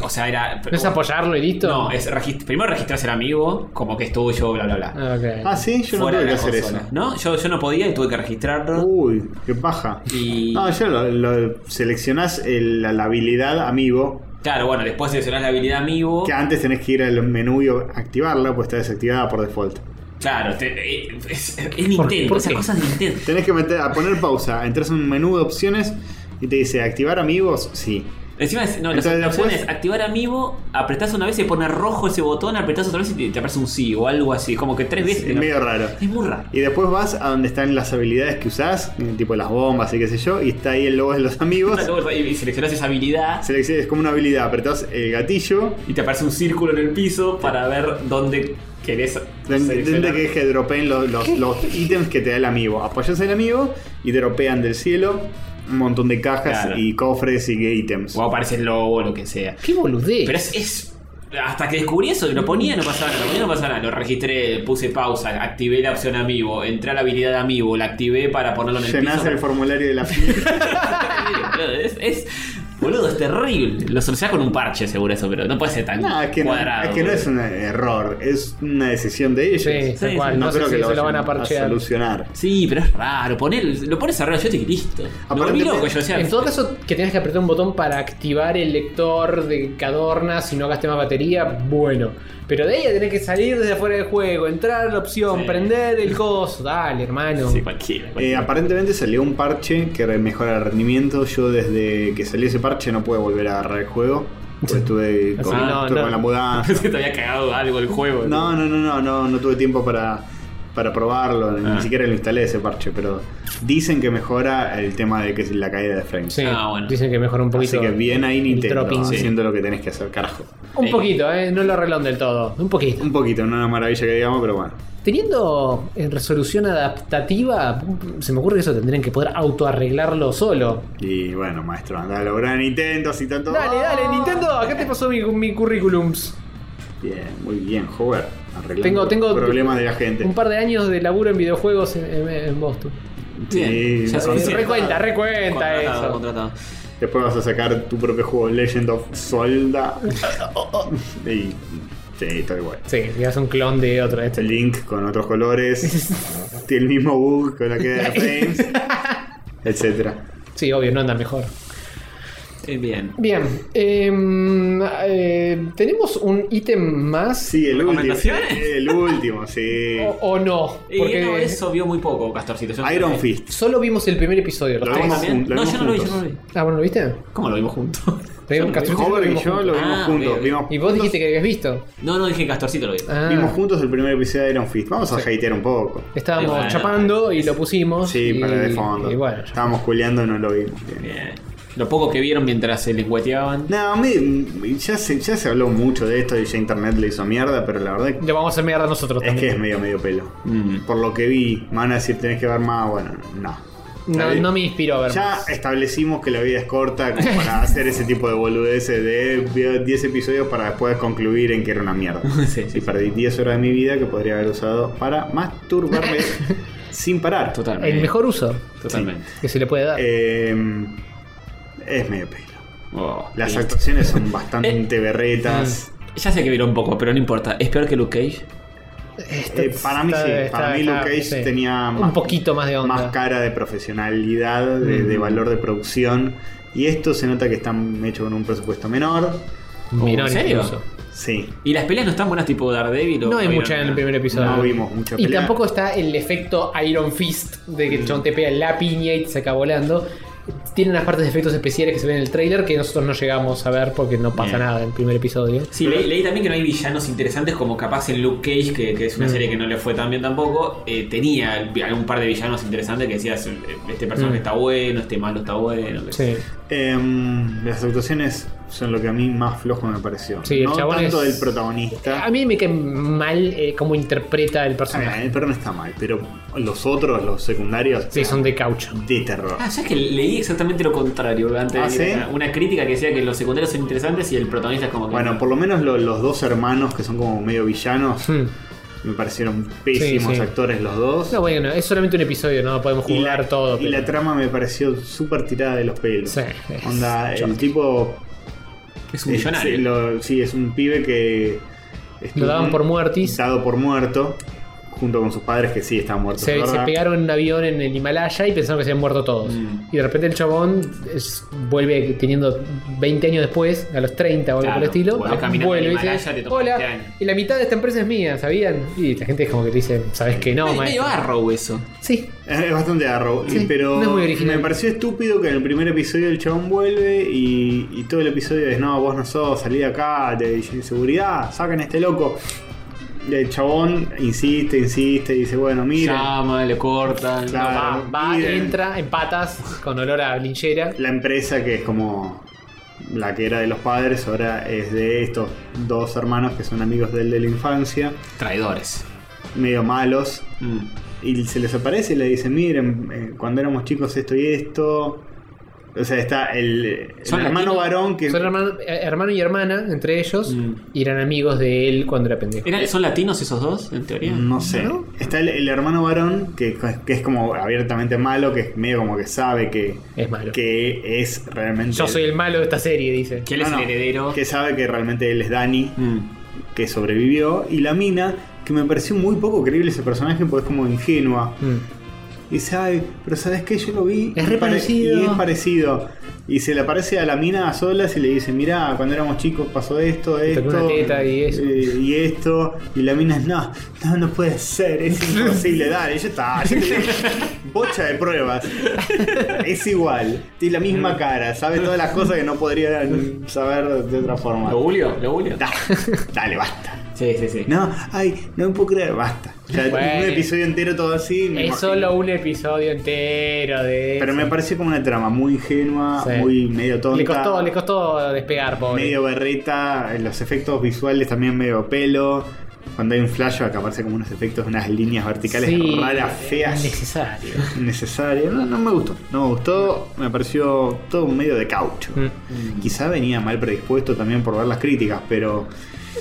S1: O sea, era.
S3: ¿No es apoyarlo y listo?
S1: No, es regist- primero registras el amigo, como que es tuyo, bla, bla, bla.
S3: Ah, ok.
S2: Ah, sí, yo no
S1: Fuera
S2: tuve que
S1: de la
S2: hacer
S1: consola,
S2: eso.
S1: ¿No? Yo, yo no podía y tuve que registrarlo.
S3: Uh.
S2: Uy, qué paja.
S1: Y-
S2: No, yo lo, lo- seleccionás el- la, la habilidad amigo.
S1: Claro, bueno, después seleccionás la habilidad amigo.
S2: Que antes tenés que ir al menú y activarla, pues está desactivada por default.
S1: Claro, te- eh, es, es Nintendo,
S3: por
S1: esas
S3: qué?
S1: cosas de Nintendo.
S2: Tenés que meter, a poner pausa, entras en un menú de opciones y te dice activar amigos, sí.
S1: Encima, es- no, las
S2: Entonces,
S1: opciones
S2: después-
S1: es activar amigo, apretás una vez y pone rojo ese botón, apretás otra vez y te, te aparece un sí o algo así, como que tres
S2: Es,
S1: veces.
S2: es medio raro.
S1: Es muy raro.
S2: Y después vas a donde están las habilidades que usás, eh, tipo las bombas y qué sé yo, y está ahí el logo de los amigos.
S1: Y y seleccionás esa habilidad
S2: Seleccionás- es como una habilidad, apretás el gatillo,
S1: y te aparece un círculo en el piso para ver dónde querés.
S2: donde
S1: seleccionar.
S2: que que dropeen los, los- los ítems que te da el amigo. Apoyás el amigo y dropean del cielo un montón de cajas
S1: Claro.
S2: y cofres y ítems.
S1: O aparece el lobo o lo que sea.
S3: Qué boludez.
S1: Pero es, es- Hasta que descubrí eso, lo ponía, no pasaba nada, lo ponía, no pasaba nada. Lo registré, puse pausa, activé la opción amigo, entré a la habilidad amigo, la activé para ponerlo en el
S2: Llenás
S1: piso.
S2: el formulario de la fila.
S1: Boludo, es, es- Boludo, es terrible. Lo solucionás con un parche, seguro eso, pero no puede ser tan
S2: No, es que, no,
S1: cuadrado.
S2: es que no
S1: boludo.
S2: es un error, es una decisión de ellos.
S3: Sí, tal
S1: sí,
S3: cual.
S1: sí.
S3: No, sé si se lo van
S2: vayan
S3: a parchear.
S2: solucionar.
S1: Sí, pero es raro. Poner, lo pones arriba yo te y listo. Me volví
S2: Aparentemente-
S1: loco, yo decía.
S3: En todo caso, que tengas que apretar un botón para activar el lector de cadorna si no gaste más batería, bueno. Pero de ella tenés que salir desde afuera del juego, entrar a la opción,
S1: Sí.
S3: prender el coso. Dale, hermano.
S1: Sí, cualquiera.
S2: Eh,
S1: cualquiera.
S2: aparentemente salió un parche que re- mejora el rendimiento. Yo desde que salió ese parche no pude volver a agarrar el juego. Porque estuve, con,
S3: no,
S2: estuve
S3: no.
S2: con la mudanza.
S1: Pensé que te había cagado algo el juego.
S2: No, no, no, no, no, no tuve tiempo para, para probarlo.
S1: Ah.
S2: Ni siquiera lo instalé ese parche, pero dicen que mejora el tema de que es la caída de frames.
S3: Sí,
S1: Ah, bueno.
S3: Dicen que mejora un poquito.
S2: Así que bien ahí Nintendo
S3: dropping, sí.
S2: haciendo lo que tenés que hacer, carajo.
S3: Un
S1: Sí.
S3: poquito, eh. No lo arreglón del todo. Un poquito.
S2: Un poquito, no una maravilla que digamos, pero bueno.
S3: Teniendo en resolución adaptativa, se me ocurre que eso tendrían que poder autoarreglarlo solo.
S2: Y bueno, maestro, andá a lograr Nintendo si tanto.
S3: Dale, dale, Nintendo, acá te pasó mi, mi currículums.
S2: Bien, muy bien, Hover. Arreglando
S3: Tengo- tengo-
S2: problemas de la gente.
S3: Un par de años de laburo en videojuegos en, en- en Boston.
S1: Bien, ya
S2: no,
S1: suficiente.
S2: sí.
S3: Recuenta, recuenta
S1: Contratado,
S3: eso.
S1: contratado.
S2: Después vas a sacar tu propio juego Legend of Zelda. y sí, tal igual.
S3: Sí, es un clon de otro.
S2: Este
S3: Este.
S2: Link con otros colores. tiene el mismo bug con la que de frames. etcétera.
S3: Sí, obvio, no anda mejor.
S1: Eh, Bien.
S3: Bien, em, eh, ¿tenemos un ítem más?
S2: Sí, el último.
S1: ¿Recomendaciones?
S2: El último, sí.
S3: O, o no?
S1: Y
S3: Porque
S1: no, eso vio muy poco, Castorcito. Yo-
S2: Iron Fist.
S3: solo vimos el primer episodio. los
S2: Lo
S3: tres.
S2: vimos
S1: ¿También?
S2: jun- lo
S1: No,
S2: vimos
S1: yo no lo vi, yo no
S2: juntos.
S1: lo vi.
S3: Ah, bueno, ¿lo viste?
S1: ¿Cómo lo vimos juntos?
S3: Te digo, Castor, sí,
S2: Hover
S3: lo
S2: y
S3: vimos
S2: yo lo
S3: juntos.
S2: vimos
S1: Ah,
S2: juntos.
S1: bien.
S2: Vimos,
S3: Y vos
S2: juntos-
S3: dijiste que habías visto.
S1: No, no, dije Castorcito lo vi.
S3: Ah,
S2: vimos juntos el primer episodio de Iron Fist. Vamos a hatear un poco.
S3: Estábamos
S1: Y bueno,
S3: chapando y lo pusimos.
S2: Sí,
S3: y,
S2: para de fondo.
S3: Y bueno,
S2: Estábamos culeando y no lo vimos. Bien.
S1: Bien. Lo poco que vieron mientras se lengüeteaban.
S2: No, a mí ya se, ya se habló mucho de esto y ya internet le hizo mierda, pero la verdad
S3: lo vamos a hacer mierda nosotros
S2: es que
S3: también.
S2: es medio medio pelo.
S1: Mm.
S2: Por lo que vi, me van a decir tenés que ver más, bueno, no.
S3: no,
S2: Está
S3: no
S2: bien.
S3: me inspiró a ver.
S2: Ya establecimos que la vida es corta como para hacer ese tipo de boludeces de 10 episodios para después concluir en que era una mierda.
S1: Sí, sí.
S2: Y perdí 10 horas de mi vida que podría haber usado para masturbarme sin parar.
S1: Totalmente.
S3: El mejor uso
S1: Totalmente.
S3: que se le puede dar.
S2: Eh, es medio pelo.
S1: Oh,
S2: Las
S1: listo.
S2: actuaciones son
S3: Eh,
S2: bastante berretas.
S3: mm,
S1: Ya sé que vieron poco, pero no importa. ¿Es peor que Luke Cage?
S2: Eh, para mí sí,
S3: Este está-
S2: para mí
S3: está-
S2: Luke Cage
S3: sí.
S2: tenía
S3: un poquito más de onda. Mm.
S2: más cara de profesionalidad, de, de valor de producción. Y esto se nota que están hecho con un presupuesto menor.
S3: Menor
S1: ¿En serio?
S3: incluso.
S2: Sí.
S1: ¿Y las peleas no están buenas tipo Daredevil? o-
S3: No hay
S1: vieron
S3: mucha en el
S1: nada?
S3: primer episodio.
S2: No vimos mucha
S3: Y
S2: pelea.
S3: tampoco está el efecto Iron Fist de que John te pega la piña y te saca volando. Tiene unas partes de efectos especiales que se ven en el trailer que nosotros no llegamos a ver porque no pasa
S1: Bien.
S3: nada en el primer episodio.
S1: Sí, leí, leí también que no hay villanos interesantes como capaz en Luke Cage, que, que es
S2: Mm.
S1: una serie que no le fue tan bien tampoco. eh, tenía algún par de villanos interesantes que decías, eh, este personaje
S3: Mm.
S1: está bueno, este malo está bueno. que-
S3: Sí.
S2: Em, las actuaciones son lo que a mí más flojo me pareció.
S3: Sí, el
S2: no
S3: chabón
S2: tanto
S3: es-
S2: del protagonista.
S3: A mí me cae mal eh, cómo interpreta el
S2: Ah,
S3: personaje.
S2: el perro no está mal, pero los otros, los secundarios,
S3: Sí, son de caucho.
S2: de terror.
S1: Ah, ¿sabes que leí exactamente lo contrario? Antes
S2: ¿Ah,
S1: de venir
S2: sí?
S1: acá? una crítica que decía que los secundarios son interesantes y el protagonista es como que.
S2: Bueno, por lo menos lo- los dos hermanos que son como medio villanos,
S3: Hmm.
S2: me parecieron pésimos
S3: Sí, sí.
S2: actores los dos.
S3: No, bueno, es solamente un episodio, no podemos
S2: Y
S3: jugar
S2: la,
S3: todo.
S2: y
S3: pero-
S2: la trama me pareció súper tirada de los pelos.
S3: Sí, es
S2: Onda, el
S3: choto.
S2: tipo.
S1: es un
S2: eh, sí,
S1: millonario.
S2: lo- sí, es un pibe que.
S3: Lo
S2: estuvo
S3: daban por muertis.
S2: Dado por muerto. Junto con sus padres que sí están muertos.
S3: Se,
S2: ¿verdad?
S3: se pegaron en un avión en el Himalaya y pensaron que se habían muerto todos.
S1: Mm.
S3: Y de repente el chabón es- vuelve teniendo 20 años después, a los 30 o algo
S1: Claro,
S3: por el estilo.
S1: vuelve caminando
S3: vuelve
S1: en
S3: y
S1: el Himalaya, este te
S3: dice:
S1: toma 20
S3: Hola,
S1: años".
S3: y la mitad de esta empresa es mía, ¿sabían? Y la gente es como que te dice: ¿Sabes que no,
S1: Es medio
S3: maestro?
S1: arrow eso.
S3: Sí,
S2: Es bastante arrow,
S3: Sí,
S2: pero
S3: no es muy original.
S2: me pareció estúpido que en el primer episodio el chabón vuelve y, y todo el episodio es no, vos no sos, salí de acá, te seguridad, sacan a este loco. Y el chabón insiste, insiste, y dice, bueno, mira,
S1: Llama, le cortan.
S2: Claro.
S3: va, va,
S2: miren.
S3: entra en patas con olor a linchera.
S2: la empresa que es como la que era de los padres, ahora es de estos dos hermanos que son amigos del de la infancia,
S1: Traidores.
S2: medio malos,
S1: Mm.
S2: Y se les aparece y le dicen, miren, eh, cuando éramos chicos esto y esto. O sea, está el, el
S1: Son
S2: hermano
S1: latinos,
S2: varón que...
S3: Son hermano, eh, hermano y hermana, entre ellos,
S1: Mm.
S3: y eran amigos de él cuando era pendejo.
S1: ¿Eran- ¿Son latinos esos dos, en teoría?
S2: No sé. Está el, el hermano varón que, que es como abiertamente malo, que es medio como que sabe que,
S3: Es malo.
S2: que es realmente...
S3: Yo soy el malo de esta serie, dice.
S1: Que él es
S2: No,
S1: el
S2: no,
S1: heredero.
S2: Que sabe que realmente él es Dani,
S1: Mm.
S2: que sobrevivió. Y la mina, que me pareció muy poco creíble ese personaje, porque es como ingenua.
S3: Mm.
S2: Y dice, ay, pero ¿sabes qué? Yo lo vi.
S3: Es
S2: y
S3: re
S2: pare-
S3: parecido.
S2: Y es parecido. Y se le aparece a la mina a solas y le dice, mirá, cuando éramos chicos pasó esto,
S3: tocó
S2: esto.
S3: una teta y eso".
S2: eh, y esto. Y la mina es, no, no, no puede ser, es imposible. Dale, ya está. ya tengo bocha de pruebas. Es igual. Tiene la
S3: Mm.
S2: misma cara. Sabe todas las cosas que no podrían saber de otra forma.
S1: ¿Lo bulio? ¿Lo bulio?
S2: Da- Dale, basta.
S1: Sí, sí, sí.
S2: No, ay, no me puedo creer, basta. O sea,
S3: Bueno.
S2: un episodio entero todo así. me
S3: Es
S2: imagino.
S3: solo un episodio entero de.
S2: Pero me pareció como una trama muy ingenua,
S3: Sí.
S2: muy medio tonta.
S3: le costó, le costó despegar, pobre.
S2: Medio berreta, eh, los efectos visuales también medio pelo. Cuando hay un flashback aparece como unos efectos, unas líneas verticales
S3: Sí,
S2: raras, feas,
S3: Necesario.
S2: innecesarias. No, no me gustó, no me gustó, me pareció todo medio de caucho.
S3: Mm.
S2: Quizá venía mal predispuesto también por ver las críticas, pero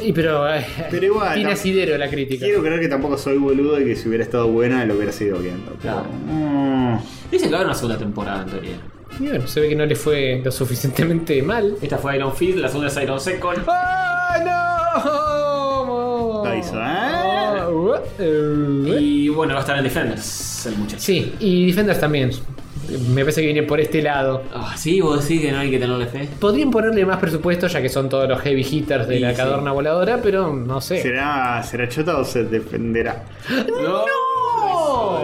S3: Y pero, eh,
S2: Pero igual,
S3: tiene
S2: no.
S3: asidero la crítica.
S2: quiero creer que tampoco soy boludo y que si hubiera estado buena lo hubiera seguido viendo. Pero,
S1: Claro.
S2: mm,
S1: Dicen que va a haber una segunda temporada, en teoría.
S3: Y bueno, se ve que no le fue lo suficientemente mal.
S1: Esta fue Iron Fist, la segunda es Iron Second.
S3: ¡Ah, no!
S2: Lo hizo, ¿eh?
S3: Ah, uh, uh, uh.
S1: Y bueno, va a estar en Defenders, el muchacho.
S3: Sí, y Defenders también. Me parece que viene por este lado.
S1: Ah, sí, vos decís que no hay que tenerle fe.
S3: Podrían ponerle más presupuesto, ya que son todos los heavy hitters de
S1: Y
S3: la
S1: sí.
S3: cadorna voladora, pero no sé.
S2: ¿Será, ¿Será chota o se defenderá?
S1: ¡No!
S3: Oh,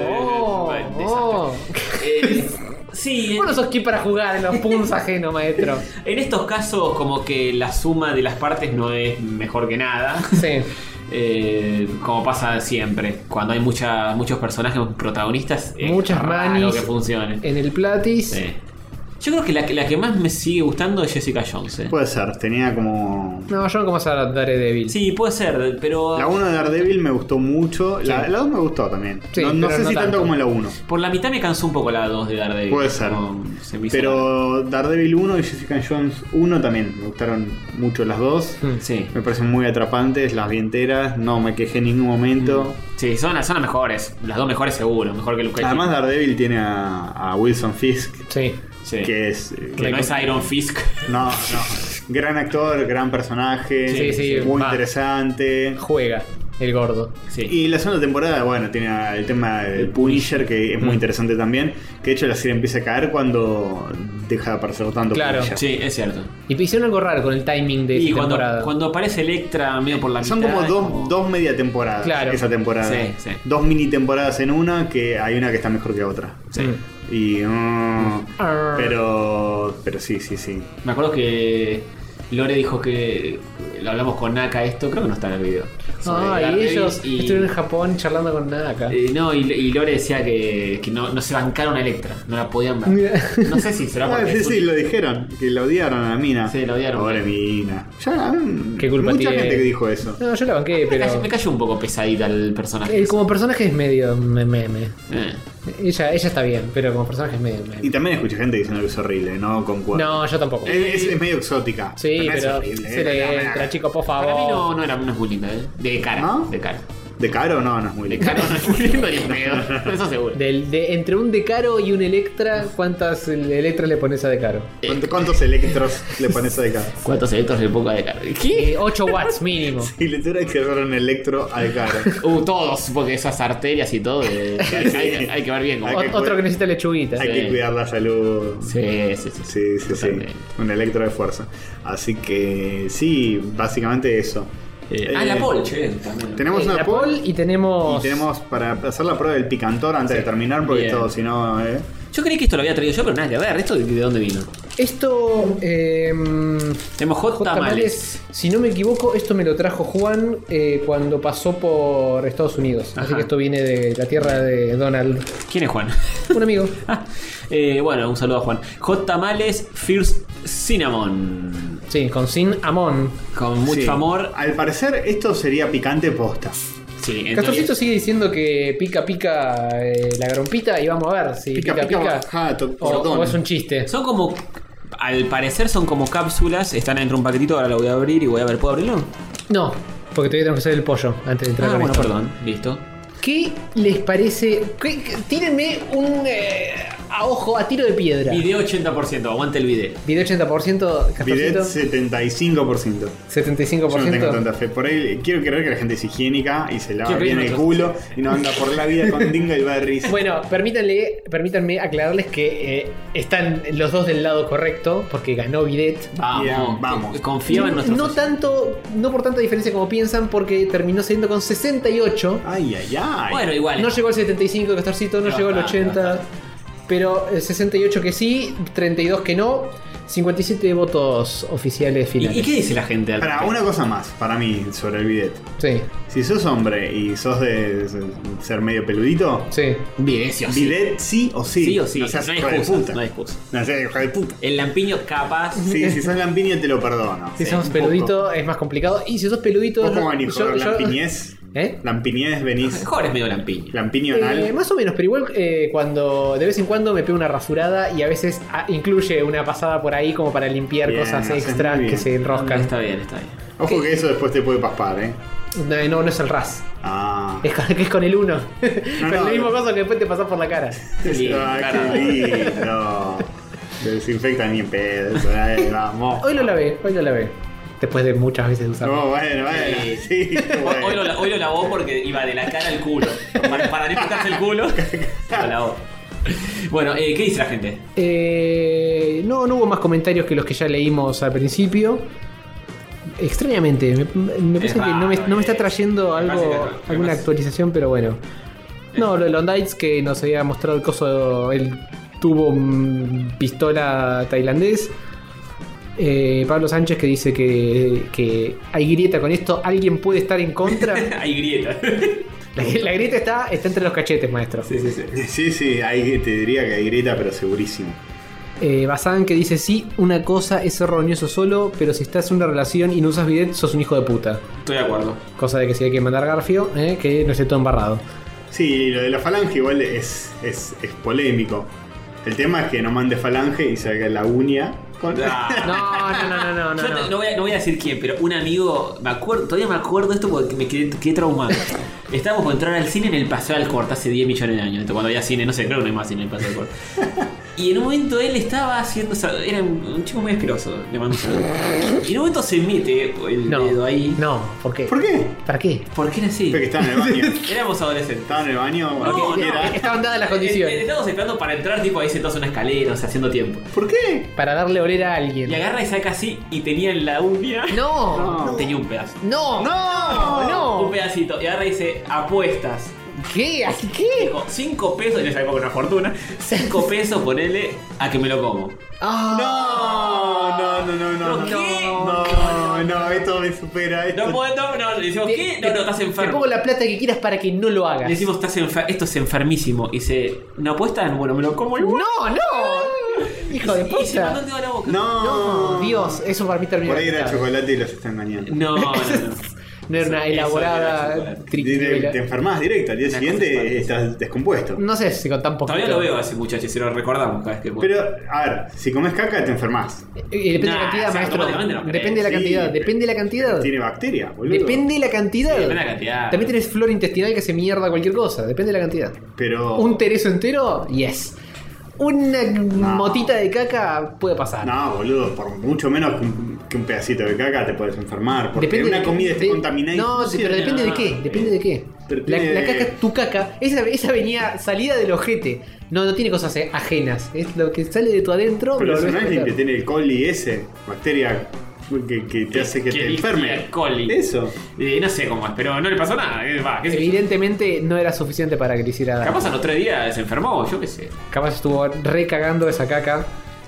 S3: oh.
S1: Eh, sí,
S3: Vos no sos quien para jugar en los puns ajeno, maestro.
S1: en estos casos como que la suma de las partes no es mejor que nada.
S3: Sí.
S1: Eh, como pasa siempre, cuando hay mucha- muchos personajes protagonistas, es
S3: Muchas
S1: raro
S3: manis.
S1: que funcione.
S3: En el platis.
S1: Sí. Yo creo que la, que- la que más me sigue gustando es Jessica Jones. eh.
S2: Puede ser, tenía como.
S3: No, yo no como a Daredevil.
S1: Sí, puede ser, pero
S2: La 1 de Daredevil me gustó mucho. La 2 me gustó también.
S3: Sí,
S2: no no
S3: pero
S2: sé
S3: no
S2: si tanto
S3: tanto.
S2: como la 1.
S1: por la mitad me cansó un poco la 2 de Daredevil.
S2: Puede ser.
S1: Como se me hizo
S2: Pero Daredevil 1 y Jessica Jones 1 también. Me gustaron mucho las dos.
S1: raro. Sí.
S2: Me parecen muy atrapantes, las vi enteras. No me quejé en ningún momento.
S3: Mm.
S1: Sí, son, las- son las mejores. Las dos mejores seguro. Mejor que Luke Cage.
S2: Además, Daredevil tiene a, a Wilson Fisk,
S3: Sí.
S1: Sí. que,
S2: que es. eh,
S1: no es Iron Fisk.
S2: No, no. Gran actor, gran personaje.
S3: Sí, sí,
S2: muy
S3: va.
S2: interesante.
S3: Juega el gordo.
S1: Sí.
S2: Y la segunda temporada, bueno, tiene el tema del Punisher, que es muy interesante también. Que de hecho la serie empieza a caer cuando deja de aparecer tanto
S3: Claro.
S2: Punisher.
S1: Sí, es cierto.
S3: Y hicieron algo raro con el timing de
S1: Y
S3: esa
S1: cuando,
S3: temporada.
S1: cuando aparece Electra medio por la
S2: Son
S1: mitad.
S2: como
S1: es
S2: dos, dos media temporadas
S3: Claro.
S2: esa temporada.
S1: Sí, sí.
S2: Dos mini temporadas en una, que hay una que está mejor que otra.
S1: Sí.
S3: Mm.
S2: Y. mm,
S3: Arr.
S2: pero. Pero sí, sí, sí.
S1: Me acuerdo que Lore dijo que lo hablamos con Naka esto, creo que no está en el video. Sobre
S3: Ah, y
S1: Daredevil
S3: ellos
S1: y-
S3: estuvieron en Japón charlando con Naka.
S1: eh, no, y, y Lore decía que, que no, no se bancaron a Electra, no la podían ver. No sé si será
S2: Ah,
S1: porque.
S2: sí,
S1: es un-
S2: sí, lo dijeron, que la odiaron a la mina.
S1: Sí, la odiaron.
S2: Pobre mina. Ya, mm,
S3: ¿Qué culpa
S2: mucha
S3: tiene?
S2: gente que dijo eso.
S3: No, yo la banqué,
S1: Me cayó-
S3: pero.
S1: Me cayó un poco pesadita el personaje.
S3: eh, como personaje es medio me- meme.
S1: Eh.
S3: Ella, ella está bien, pero como personaje es medio meme.
S2: Y también escuché gente diciendo que es horrible, no concuerdo.
S3: No, yo tampoco.
S1: Eh,
S2: Es, es medio exótica.
S3: Sí,
S2: no es
S3: pero.
S2: horrible,
S3: Se
S2: eh,
S3: le
S2: no, no,
S3: entra, chico, por
S1: Para mí no,
S3: favor.
S1: no era no es muy linda, ¿eh? De cara.
S2: ¿No?
S1: De cara.
S2: De caro no, no es muy
S1: De
S2: lindo.
S1: cara no es muy linda ni en pedo. Eso seguro.
S3: Del, de, entre un Decaro y un Electra, ¿cuántas Electra le pones a Decaro?
S2: ¿Cuánto- ¿Cuántos electros le pones a de cara?
S1: ¿Cuántos electros de poca de cara? ¿Qué?
S3: Eh, 8 watts mínimo.
S2: Y le tuviera que agarrar un electro al cara.
S1: Uh, todos, porque esas arterias y todo. eh, hay, hay- hay que ver bien
S3: O-
S1: cómo.
S2: Hay que-
S3: otro que necesita lechuguita.
S2: Hay que cuidar la salud.
S1: Sí, sí, sí.
S2: Sí, sí, sí.
S1: Totalmente.
S2: Un electro de fuerza. Así que sí, básicamente eso.
S1: Eh, ah,
S2: Eh,
S1: la Polche. también.
S2: Tenemos
S3: Eh,
S2: una
S3: la
S2: poll
S3: pole y tenemos.
S2: y tenemos para hacer la prueba del picantor antes de terminar, porque
S1: Bien.
S2: todo, si no, eh,
S1: Yo creí que esto lo había traído yo, pero nada que ver. ¿Esto de, de dónde vino?
S3: Esto. Eh,
S1: Tenemos hot,
S3: J.
S1: tamales.
S3: Tamales, si no me equivoco, esto me lo trajo Juan eh, cuando pasó por Estados Unidos. Así
S1: Ajá.
S3: que esto viene de la tierra de Donald.
S1: ¿Quién es Juan?
S3: Un amigo.
S1: Eh, bueno, un saludo a Juan. Hot tamales, Fierce Cinnamon.
S3: Sí, con Sin Amon.
S1: Con mucho
S2: sí.
S1: amor.
S2: Al parecer, esto sería picante posta.
S1: Sí, en
S3: Castorcito
S1: teoría.
S3: sigue diciendo que pica pica eh, la grompita y vamos a ver si
S2: Pica,
S3: pica
S2: pica,
S3: pica.
S2: bajada, to-
S3: o,
S2: cordón.
S3: o es un chiste.
S1: Son como. Al parecer son como cápsulas. Están dentro de un paquetito. Ahora lo voy a abrir y voy a ver. ¿Puedo abrirlo?
S3: No, porque todavía tengo que hacer el pollo antes de entrar
S1: Ah,
S3: con
S1: bueno,
S3: esto.
S1: perdón. Listo.
S3: ¿Qué les parece? ¿Qué- qué- tírenme un eh, a ojo, a tiro de piedra. Video,
S1: Video 80%. Aguante el video.
S3: 80%,
S2: Bidet
S3: Castorcito.
S2: 75%. Yo no tengo
S3: 75%.
S2: tanta fe por él. Quiero creer que la gente es higiénica y se lava
S1: Quiero creer
S2: bien el
S1: en
S2: culo y no anda por la vida con dinga y berries.
S3: Bueno, permítanle, permítanme aclararles que eh, están los dos del lado correcto, porque ganó Bidet.
S1: Vamos.
S2: Bien, vamos.
S1: Confío en nuestros.
S3: No tanto, no por tanta diferencia como piensan, porque terminó siendo con 68.
S2: Ay, ay, ay.
S1: Bueno, igual.
S3: No llegó al 75, Castorcito, no
S1: Ya
S3: llegó al
S1: está,
S3: 80. Pero eh, el 68 que sí, 32 que no, 57 votos oficiales
S1: ¿Y,
S3: finales.
S1: y qué dice la gente? al
S2: Para
S1: respecto?
S2: una cosa más, para mí, sobre el bidet.
S3: Sí,
S2: Si sos hombre y sos de ser medio peludito,
S3: sí.
S1: Bidet, sí o sí.
S2: bidet sí o sí.
S1: Sí o sí.
S2: No seas
S1: No hay
S2: hijo de
S1: excusas,
S2: puta.
S1: no hay excusas.
S2: No seas hijo de puta.
S1: El lampiño capaz.
S2: Sí, si sos lampiño te lo perdono.
S3: Si
S2: Sí,
S3: sos
S2: un
S3: peludito es más complicado. Y si sos peludito.
S2: poco. ¿Vos cómo
S3: yo-
S2: venís?
S3: yo-
S2: joder? ¿Lampiñez?
S3: ¿Eh?
S2: ¿Lampiñez venís?
S1: Mejor es medio lampiño.
S2: ¿Lampiño
S3: Eh,
S2: anal?
S3: más o menos, pero igual eh, cuando de vez en cuando me pego una rasurada y a veces ah, incluye una pasada por ahí como para limpiar
S2: Bien,
S3: cosas
S2: haces
S3: extra
S2: muy bien.
S3: que se enroscan.
S1: Está bien, está bien.
S2: Ojo que eso después te puede paspar, ¿eh?
S3: No, no, no es el ras.
S2: Ah.
S3: Es con, que es con el uno. con
S2: no,
S3: el mismo
S2: no.
S3: coso que después te pasas por la cara.
S1: Qué lindo,
S2: Ah,
S1: cara.
S2: qué lindo. Te desinfecta ni en pedo. eso, eh, Vamos.
S3: Hoy lo lavé, hoy lo lavé. Después de muchas veces de usarlo.
S2: No, bueno, bueno.
S1: Sí.
S2: Eh, Sí,
S1: Hoy,
S2: bueno.
S1: hoy lo, hoy lo lavó porque iba de la cara al culo. Para, para no tocarse el culo, lo lavó. Bueno, eh, ¿qué dice la gente?
S3: Eh, no, no hubo más comentarios que los que ya leímos al principio. Extrañamente, me, me parece
S1: Es
S3: que no me,
S1: raro,
S3: no me
S1: eh.
S3: está trayendo
S1: Me parece
S3: algo,
S1: que es raro, me
S3: alguna
S1: parece.
S3: actualización, pero bueno. No, lo de Londites que nos había mostrado el coso, el tubo mm, pistola tailandés. Eh, Pablo Sánchez que dice que, que hay grieta con esto, alguien puede estar en contra.
S1: Hay grietas.
S3: la, la grieta está, está entre los cachetes, maestro.
S1: Sí, sí, sí.
S2: Sí, sí, hay, te diría que hay grieta, pero segurísimo.
S3: Eh, Bazán que dice, sí, una cosa es ser roñoso solo, pero si estás en una relación y no usas bidet, sos un hijo de puta.
S1: Estoy de acuerdo.
S3: Cosa de que si hay que mandar Garfio, eh, que no esté todo embarrado.
S2: Sí, lo de la falange igual es, es, es polémico. El tema es que no mande falange y salga la uña. Con...
S1: Ah.
S3: No, no, no, no, no,
S1: Yo te-
S3: no.
S1: no voy a, no voy a decir quién, pero un amigo, me acuerdo, todavía me acuerdo esto porque me quedé, quedé traumado. Estábamos por entrar al cine en el Paseo del Corte hace 10 millones de años. Esto Cuando había cine, no sé, creo que no hay más cine en el Paseo del Corte. Y en un momento él estaba haciendo. o sea, era un un chico muy asqueroso, le mando un saludo. Y en un momento se mete el
S3: No,
S1: dedo ahí.
S3: no, ¿por qué?
S2: ¿Por qué?
S3: ¿Para qué?
S1: ¿Por qué era así?
S2: Porque estaba en el baño.
S1: Éramos adolescentes.
S2: Estaba en el baño.
S1: No,
S2: porque era-
S1: no.
S3: Estaban dadas las
S1: Eh, eh,
S3: condiciones.
S1: Estábamos esperando para entrar, tipo ahí sentados en una escalera, o sea, haciendo tiempo.
S2: ¿Por qué?
S3: Para darle oler a alguien.
S1: Y agarra y saca así y tenía en la uña.
S3: No,
S1: Tenía un pedazo.
S3: no, no,
S2: ¡No!
S1: Un pedacito. Y agarra y dice apuestas.
S3: ¿Qué? ¿Así qué?
S1: 5 pesos, en esa época era una fortuna, 5 pesos ponele a que me lo como.
S2: No,
S3: Ah.
S2: no, no, no, no.
S1: ¿Pero qué?
S2: No, no, no, esto me supera. Esto.
S1: No puedo, no, no, le decimos,
S3: Te-
S1: ¿qué?
S3: te-
S1: No, no, estás
S3: Te
S1: enfermo.
S3: pongo la plata que quieras para que no lo
S1: Le
S3: hagas.
S1: decimos, estás enfer- esto es enfermísimo. Y dice, ¿no apuestan? Bueno, me lo como
S3: No,
S1: igual.
S3: no. Hijo de
S1: Y se
S3: puta.
S1: mandó un dedo a la boca.
S2: no.
S3: No, Dios, eso para mí termina.
S2: Por ahí era
S3: la mitad.
S2: chocolate y los está engañando.
S1: No, no, no.
S3: No era una
S1: Eso- eso era
S3: elaborada
S1: chocolate.
S3: tri-
S2: Te,
S3: trivela.
S2: te enfermas directo, al día siguiente estás descompuesto.
S3: No sé si con tan poquito.
S1: Todavía lo veo ¿eh? a ese muchacho, si lo recordamos cada vez que
S2: Pero, a ver, si comes caca te enfermas.
S3: Y depende de la
S1: Nah,
S3: cantidad,
S1: o sea,
S3: maestro.
S1: automáticamente no
S3: Depende de la
S2: Sí,
S3: cantidad. Depende de la cantidad.
S2: Tiene bacteria, boludo.
S3: Depende de la cantidad.
S1: Sí, depende de la cantidad.
S3: También tenés flora intestinal que se mierda cualquier cosa. Depende de la cantidad.
S2: Pero.
S3: Un tereso entero, yes. Una motita de caca puede pasar.
S2: No, boludo, por mucho menos que un, que un pedacito de caca te puedes enfermar. Porque
S3: Depende
S2: una
S3: de-
S2: comida esté
S3: de-
S2: contaminada. y
S3: No,
S2: sucia.
S3: pero depende de
S1: no,
S3: qué,
S1: no.
S3: depende de qué.
S2: Pero
S3: La,
S2: tiene-
S3: la caca, tu caca, esa, esa venía salida del ojete. No, no tiene cosas eh, ajenas. Es lo que sale de tu adentro.
S2: Pero
S3: lo
S2: eso
S3: volvés
S2: no
S3: a
S2: es limpio,
S3: meter.
S2: tiene el coli ese, bacteria que, que te hace que, te enferme.
S1: El coli.
S2: Eso.
S1: Eh, no sé cómo es, pero no le pasó nada. eh, va, qué sé yo.
S3: Evidentemente no era suficiente para que le hiciera daño.
S1: Capaz a los tres días se enfermó, yo qué sé.
S3: Capaz estuvo recagando esa caca.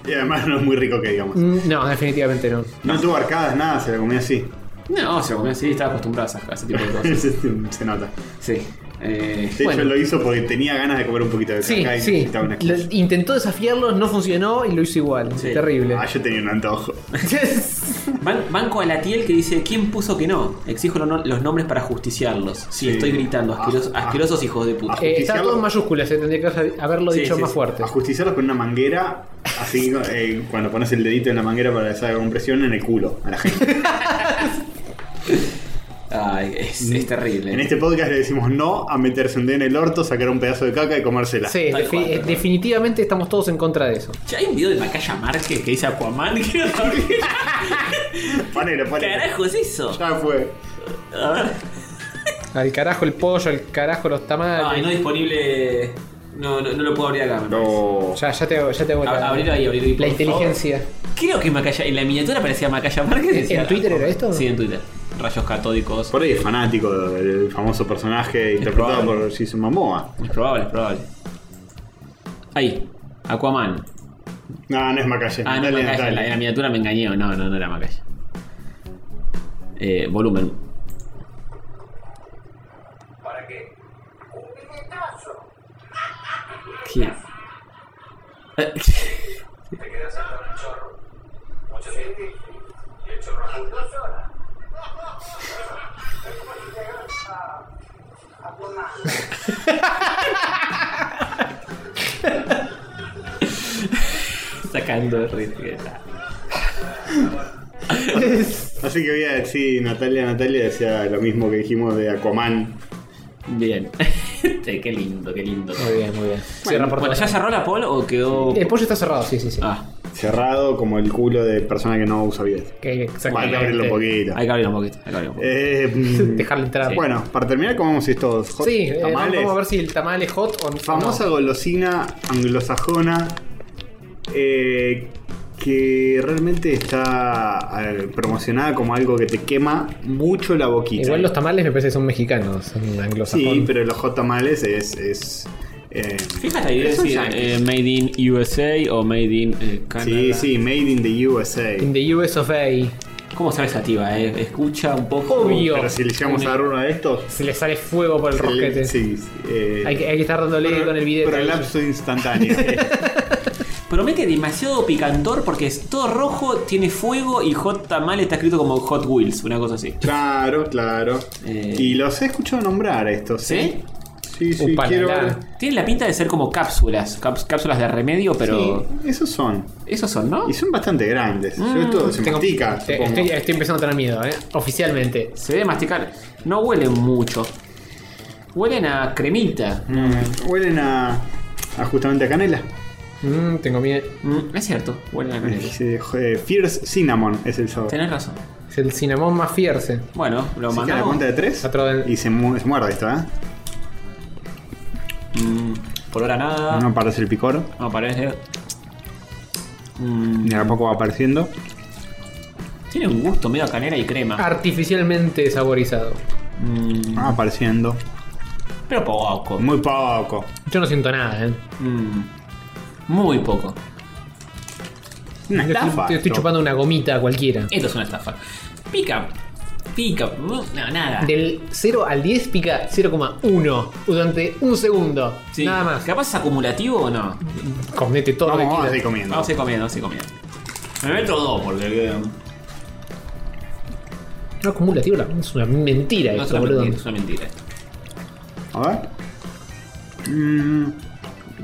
S2: Y además no es muy rico que digamos.
S3: Mm, No, definitivamente no.
S2: No tuvo arcadas, nada, se la comía así.
S1: No, se lo comió así, estaba acostumbrada a esa- a ese tipo de cosas.
S2: se se nota.
S1: Sí. Eh,
S2: De
S3: Bueno.
S2: hecho, lo hizo porque tenía ganas de comer un poquito de caca
S3: Sí,
S2: y
S3: sí.
S2: necesitaba una
S3: Lo-
S2: excusa.
S3: intentó desafiarlos, no funcionó y lo hizo igual.
S1: Sí.
S3: Terrible. Eh,
S2: Ah, yo tenía un antojo.
S1: ban- banco a la tiel que dice: ¿Quién puso que no? Exijo lo- los nombres para justiciarlos. Sí,
S2: Sí.
S1: estoy gritando, asqueros-
S2: Ah, ah.
S1: asquerosos hijos de puta.
S2: Ah.
S3: Eh, está todo en mayúsculas, eh, tendría que haberlo
S1: Sí,
S3: dicho
S1: sí,
S3: más
S1: sí.
S3: fuerte.
S2: Ajusticiarlos con una manguera, así eh, cuando pones el dedito en la manguera para que salga compresión en el culo a la gente.
S1: Ay, es, es terrible.
S2: Ah. En este podcast le decimos no a meterse un dedo en el orto, sacar un pedazo de caca y comérsela.
S3: Sí,
S1: Tal
S3: defi-
S1: cual, tal
S3: eh,
S1: cual.
S3: definitivamente estamos todos en contra de eso.
S1: Ya hay un video de Macaya Márquez que dice Aquaman. ¿Qué
S2: Ponelo, ponelo.
S1: carajo es eso?
S2: Ya fue.
S1: A ver.
S3: Al carajo el pollo, al carajo los
S1: Ay,
S3: tamales.
S1: no disponible. No, no, no lo puedo abrir acá. me parece.
S2: No.
S3: Ya, ya te hago, ya te hago
S1: Ab-
S3: la,
S1: abrir ahí, abrir ahí,
S3: la
S1: por
S3: inteligencia.
S1: Creo que Macaya. En la miniatura parecía Macaya Márquez.
S3: ¿En-
S1: decía-
S3: en Twitter era esto?
S1: Sí, en Twitter. Rayos catódicos.
S2: Por ahí es fanático del famoso personaje interpretado
S1: probable.
S2: por Jason Momoa.
S1: Es probable, es probable. Ahí. Aquaman.
S2: No, no es Macalle.
S1: Ah, no,
S2: Dale,
S1: Macaya.
S2: dale.
S1: En la, en la miniatura me engañé. o No, no, no era Macaya. Eh, volumen.
S5: ¿Para qué? Un billetazo.
S1: ¿Qué? Eh,
S5: Te quedas sentado en el chorro. Mucho tiempo. Y el chorro azul. Dos horas. Es como si llegas a... a Pomar.
S1: Sacando de risa.
S2: Así que voy a decir, Natalia, Natalia decía lo mismo que dijimos de Aquaman.
S1: Bien. Este, qué lindo, qué lindo.
S3: Muy bien, muy bien. Cierra por
S1: Bueno,
S3: todos
S1: ¿ya cerró la poll o quedó.?
S3: lados. El pollo está cerrado, sí, sí, sí.
S1: Ah,
S2: Cerrado como el culo de persona que no usa bien.
S3: Ok,
S2: Bueno, hay que abrirlo un
S3: exactamente.
S2: poquito.
S1: hay que abrir un poquito. Hay que abrir un poquito.
S2: Eh, mm,
S3: Dejarlo entrar.
S1: Sí.
S2: Bueno, para terminar, comemos estos hot
S3: Sí, eh, vamos-
S2: tamales.
S3: vamos a ver si el tamal es hot o no.
S2: Famosa golosina anglosajona eh, que realmente está eh, promocionada como algo que te quema mucho la boquita.
S3: Igual los tamales me parece que son mexicanos, son anglosajones.
S2: Sí, pero los hot tamales es. es eh,
S1: Fíjate ahí,
S2: es un
S1: decir,
S2: yankee.
S1: eh, Made in USA o Made in eh, Canadá.
S2: Sí, sí, made in the USA.
S3: In the US of A.
S1: ¿Cómo sabes Sativa? Eh? Escucha un poco.
S3: Obvio.
S2: Pero si le llegamos a dar uno de estos.
S3: Se le sale fuego por el
S2: se le-
S3: rosquete.
S2: sí, eh,
S3: Hay, que, hay que estar dándole
S2: pro-
S3: con el video.
S2: Prolapso instantáneo.
S1: Promete demasiado picantor porque es todo rojo, tiene fuego y Hot Tamal está escrito como Hot Wheels, una cosa así.
S2: Claro, claro.
S1: Eh.
S2: Y los he escuchado nombrar estos.
S1: ¿Sí?
S2: Sí, sí,
S3: Upa,
S2: quiero
S3: la, la.
S2: ver.
S1: Tiene la pinta de ser como cápsulas, caps- cápsulas de remedio, pero.
S2: Sí, esos son.
S1: Esos son, ¿no?
S2: Y son bastante grandes. Sobre todo se
S3: Mm, Tengo-
S2: mastica,
S3: te-
S2: supongo.
S3: estoy, estoy empezando a tener miedo, ¿eh? Oficialmente.
S1: Se debe masticar. No huelen mucho. Huelen a cremita.
S2: Mm, huelen a, a justamente a canela.
S3: Mm, tengo miedo.
S1: Mm, es cierto, huelen a cremita.
S2: Dice, eh, Fierce Cinnamon es el sabor.
S1: Tenés razón.
S3: Es el cinnamon más fierce.
S1: Bueno, lo
S2: Así que a la
S1: mandamos.
S2: cuenta de tres.
S3: Otro del-
S2: Y se, mu- se muerde esto, ¿eh?
S1: Mm, por ahora
S3: Ah.
S1: nada.
S2: No aparece el picor.
S1: No aparece. Mm,
S2: Ni a poco va apareciendo.
S1: tiene un gusto medio a
S2: Ah.
S1: canela y crema.
S3: Artificialmente saborizado.
S1: Mm,
S2: Va apareciendo.
S1: pero poco.
S2: Muy poco.
S3: Yo no siento nada, ¿eh?
S1: Mm. Muy poco.
S2: Una
S3: Yo
S2: estafa.
S3: estoy, te estoy
S2: esto.
S3: chupando una gomita cualquiera.
S1: Esto es una estafa. Pica. Pica. No, nada.
S3: Del 0 al 10 pica 0,1 durante un segundo.
S1: Sí.
S3: Nada más.
S1: ¿Capaz es acumulativo o no?
S3: Comete todo
S2: Vamos, vamos a
S3: lo que quieras.
S2: seguir comiendo.
S1: Vamos a ir comiendo, vamos a ir comiendo. Me meto dos porque. eh,
S3: No acumula, tío. la- Es una mentira
S1: No es
S3: esto,
S1: una
S3: boludo.
S1: mentira, es una mentira.
S2: A ver. Mm,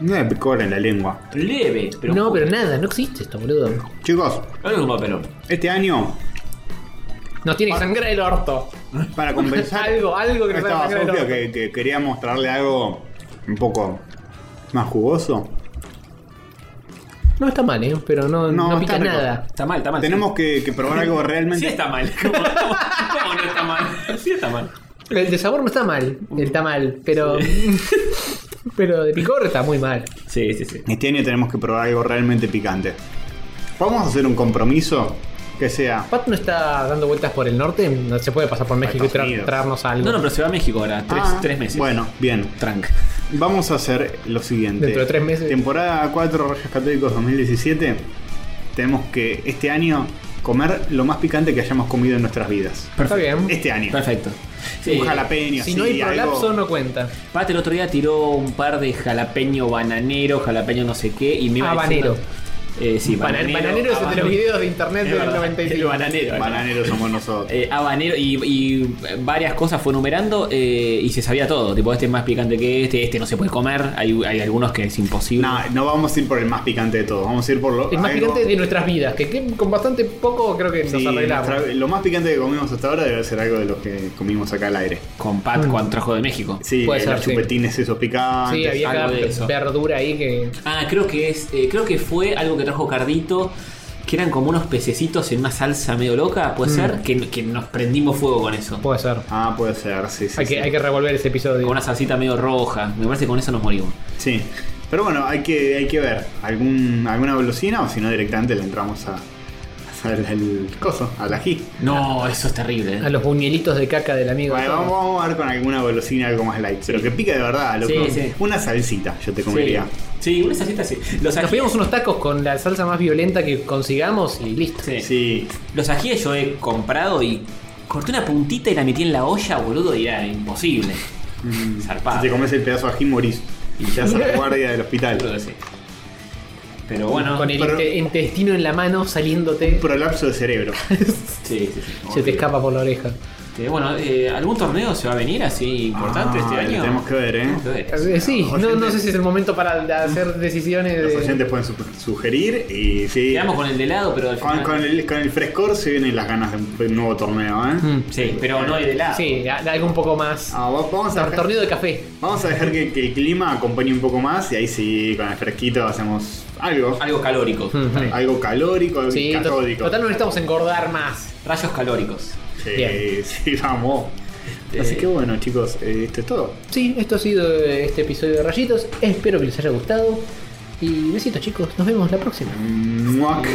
S2: no me picó en la lengua.
S1: Leve, pero.
S3: no, pero nada, no existe esto, boludo.
S2: Chicos,
S1: Ahora es un papelón.
S2: este año,
S3: Nos tiene que sangrar el orto.
S2: para compensar.
S3: Algo, algo que nos haga
S2: estaba
S3: sangrar el
S2: Sofía
S3: orto.
S2: que, que quería mostrarle algo un poco más jugoso.
S3: No está mal, ¿eh? Pero
S2: No,
S3: no, no,
S2: está
S3: pica
S2: rico.
S3: nada.
S1: Está mal, está mal.
S2: Tenemos que, que probar algo
S1: Sí
S2: realmente.
S1: está mal. ¿Cómo, cómo- cómo no está mal? Sí está mal.
S3: El de sabor no está mal. Está mal, pero. pero de picor está muy mal.
S1: Sí, sí, sí.
S2: Este año tenemos que probar algo realmente picante. Vamos a hacer un compromiso que sea.
S3: Pat no está dando vueltas por el norte. No se puede pasar por México y tra-
S2: Estados Unidos.
S3: traernos algo.
S1: No, no, pero se va a México ahora. Tres,
S2: Ah,
S1: tres meses.
S2: Bueno, bien.
S1: Tranca.
S2: Vamos a hacer lo siguiente.
S3: Dentro de tres meses.
S2: Temporada 4 Reyes Católicos 2017. Tenemos que este año comer lo más picante que hayamos comido en nuestras vidas.
S3: Está bien.
S2: Este año.
S1: Perfecto. Sí,
S2: Un jalapeño.
S3: Si
S2: así,
S3: no hay
S2: algo-
S3: prolapso, no cuenta.
S1: Pat el otro día tiró un par de jalapeño bananero, jalapeño no sé qué y me iba
S3: Habanero.
S1: diciendo- Eh, sí,
S3: Banan-
S1: bananero.
S3: bananero es el de los
S1: habanero.
S3: videos de internet
S1: Es
S3: del
S1: verdad,
S3: 95.
S1: El bananero. ahí.
S2: Bananeros somos nosotros.
S1: Eh, habanero y, y varias cosas fue numerando eh, y se sabía todo. Tipo, este es más picante que este, este no se puede comer. Hay, hay algunos que es imposible.
S2: No, no vamos a ir por el más picante de todos. Vamos a ir por lo.
S3: El más
S2: algo-
S3: picante de nuestras vidas. Que, que con bastante poco creo que
S2: Sí,
S3: nos arreglamos.
S2: nuestra- lo más picante que comimos hasta ahora debe ser algo de los que comimos acá al aire.
S1: Con Pat cuando trajo de México.
S2: Sí,
S3: Puede
S2: eh,
S3: ser,
S2: los
S3: Mm. sí.
S2: chupetines esos picantes.
S3: Sí, había
S1: algo
S3: cada
S1: de eso.
S3: verdura ahí que.
S1: Ah, creo que es. eh, creo que fue algo que trajo Cardito. Que eran como unos pececitos en una salsa medio loca,
S3: Mm.
S1: puede ser, que, que nos prendimos fuego con eso.
S3: Puede ser.
S2: Ah, puede ser, sí, sí.
S3: hay,
S2: sí.
S3: que, hay que revolver ese episodio.
S1: Con una salsita medio roja. Me parece que con eso nos morimos.
S2: Sí. Pero bueno, hay que, hay que ver algún, alguna golosina o si no directamente le entramos a, a- al, al coso, al ají.
S1: No, eso es terrible.
S3: A
S1: ¿eh?
S3: los buñuelitos de caca del amigo.
S2: Vale, vamos, vamos a ver con alguna golosina algo más light. Pero que pica de verdad, loco.
S1: Sí, sí.
S2: Una salsita, yo te
S1: Sí.
S2: comería.
S1: sí, una salsita sí. Los
S3: Nos
S1: ajíes,
S3: pedimos unos tacos con la salsa más violenta que consigamos y listo.
S1: sí.
S2: Sí.
S1: Los ajíes yo he comprado y corté una puntita y la metí en la olla, boludo, y era imposible. Zarpado.
S2: Si Mm. te comes el pedazo de ají, morís. Y ya a la guardia del
S1: Creo que
S2: hospital.
S1: sí. Pero bueno.
S3: con el
S2: pero-
S3: inte- intestino en la mano saliéndote.
S2: Prolapso de cerebro.
S1: Sí, sí, sí.
S3: Se te escapa por la oreja.
S1: Eh, bueno, eh, ¿algún torneo se va a venir así importante
S2: Ah,
S1: este
S2: lo
S1: año?
S2: tenemos que ver, ¿eh?
S1: Tenemos que ver.
S3: Eh, Sí,
S2: Los
S3: no, no
S2: oyentes-
S3: sé si es el momento para de hacer decisiones.
S2: Los
S3: de-
S2: oyentes pueden su- sugerir y sí.
S1: Quedamos con el de lado, pero al
S2: Con,
S1: final.
S2: con el, con el frescor se vienen las ganas de un nuevo torneo, ¿eh?
S3: Mm,
S1: Sí, pero no el de lado.
S3: Sí, a- algo un poco más.
S2: Ah, va- vamos, a dejar,
S3: Torneo de café.
S2: vamos a dejar que, que el clima acompañe un poco más y ahí sí, con el fresquito hacemos algo.
S1: Algo calórico.
S3: Mm,
S2: Algo calórico, algo
S3: Sí, to-
S2: catódico.
S3: total no necesitamos engordar más.
S1: Rayos calóricos.
S2: Sí,
S3: Bien.
S2: sí, vamos. Así que bueno, chicos, eh, esto es todo.
S3: Sí, esto ha sido eh, este episodio de Rayitos. Espero que les haya gustado. Y besitos chicos, nos vemos la próxima.
S2: Muac.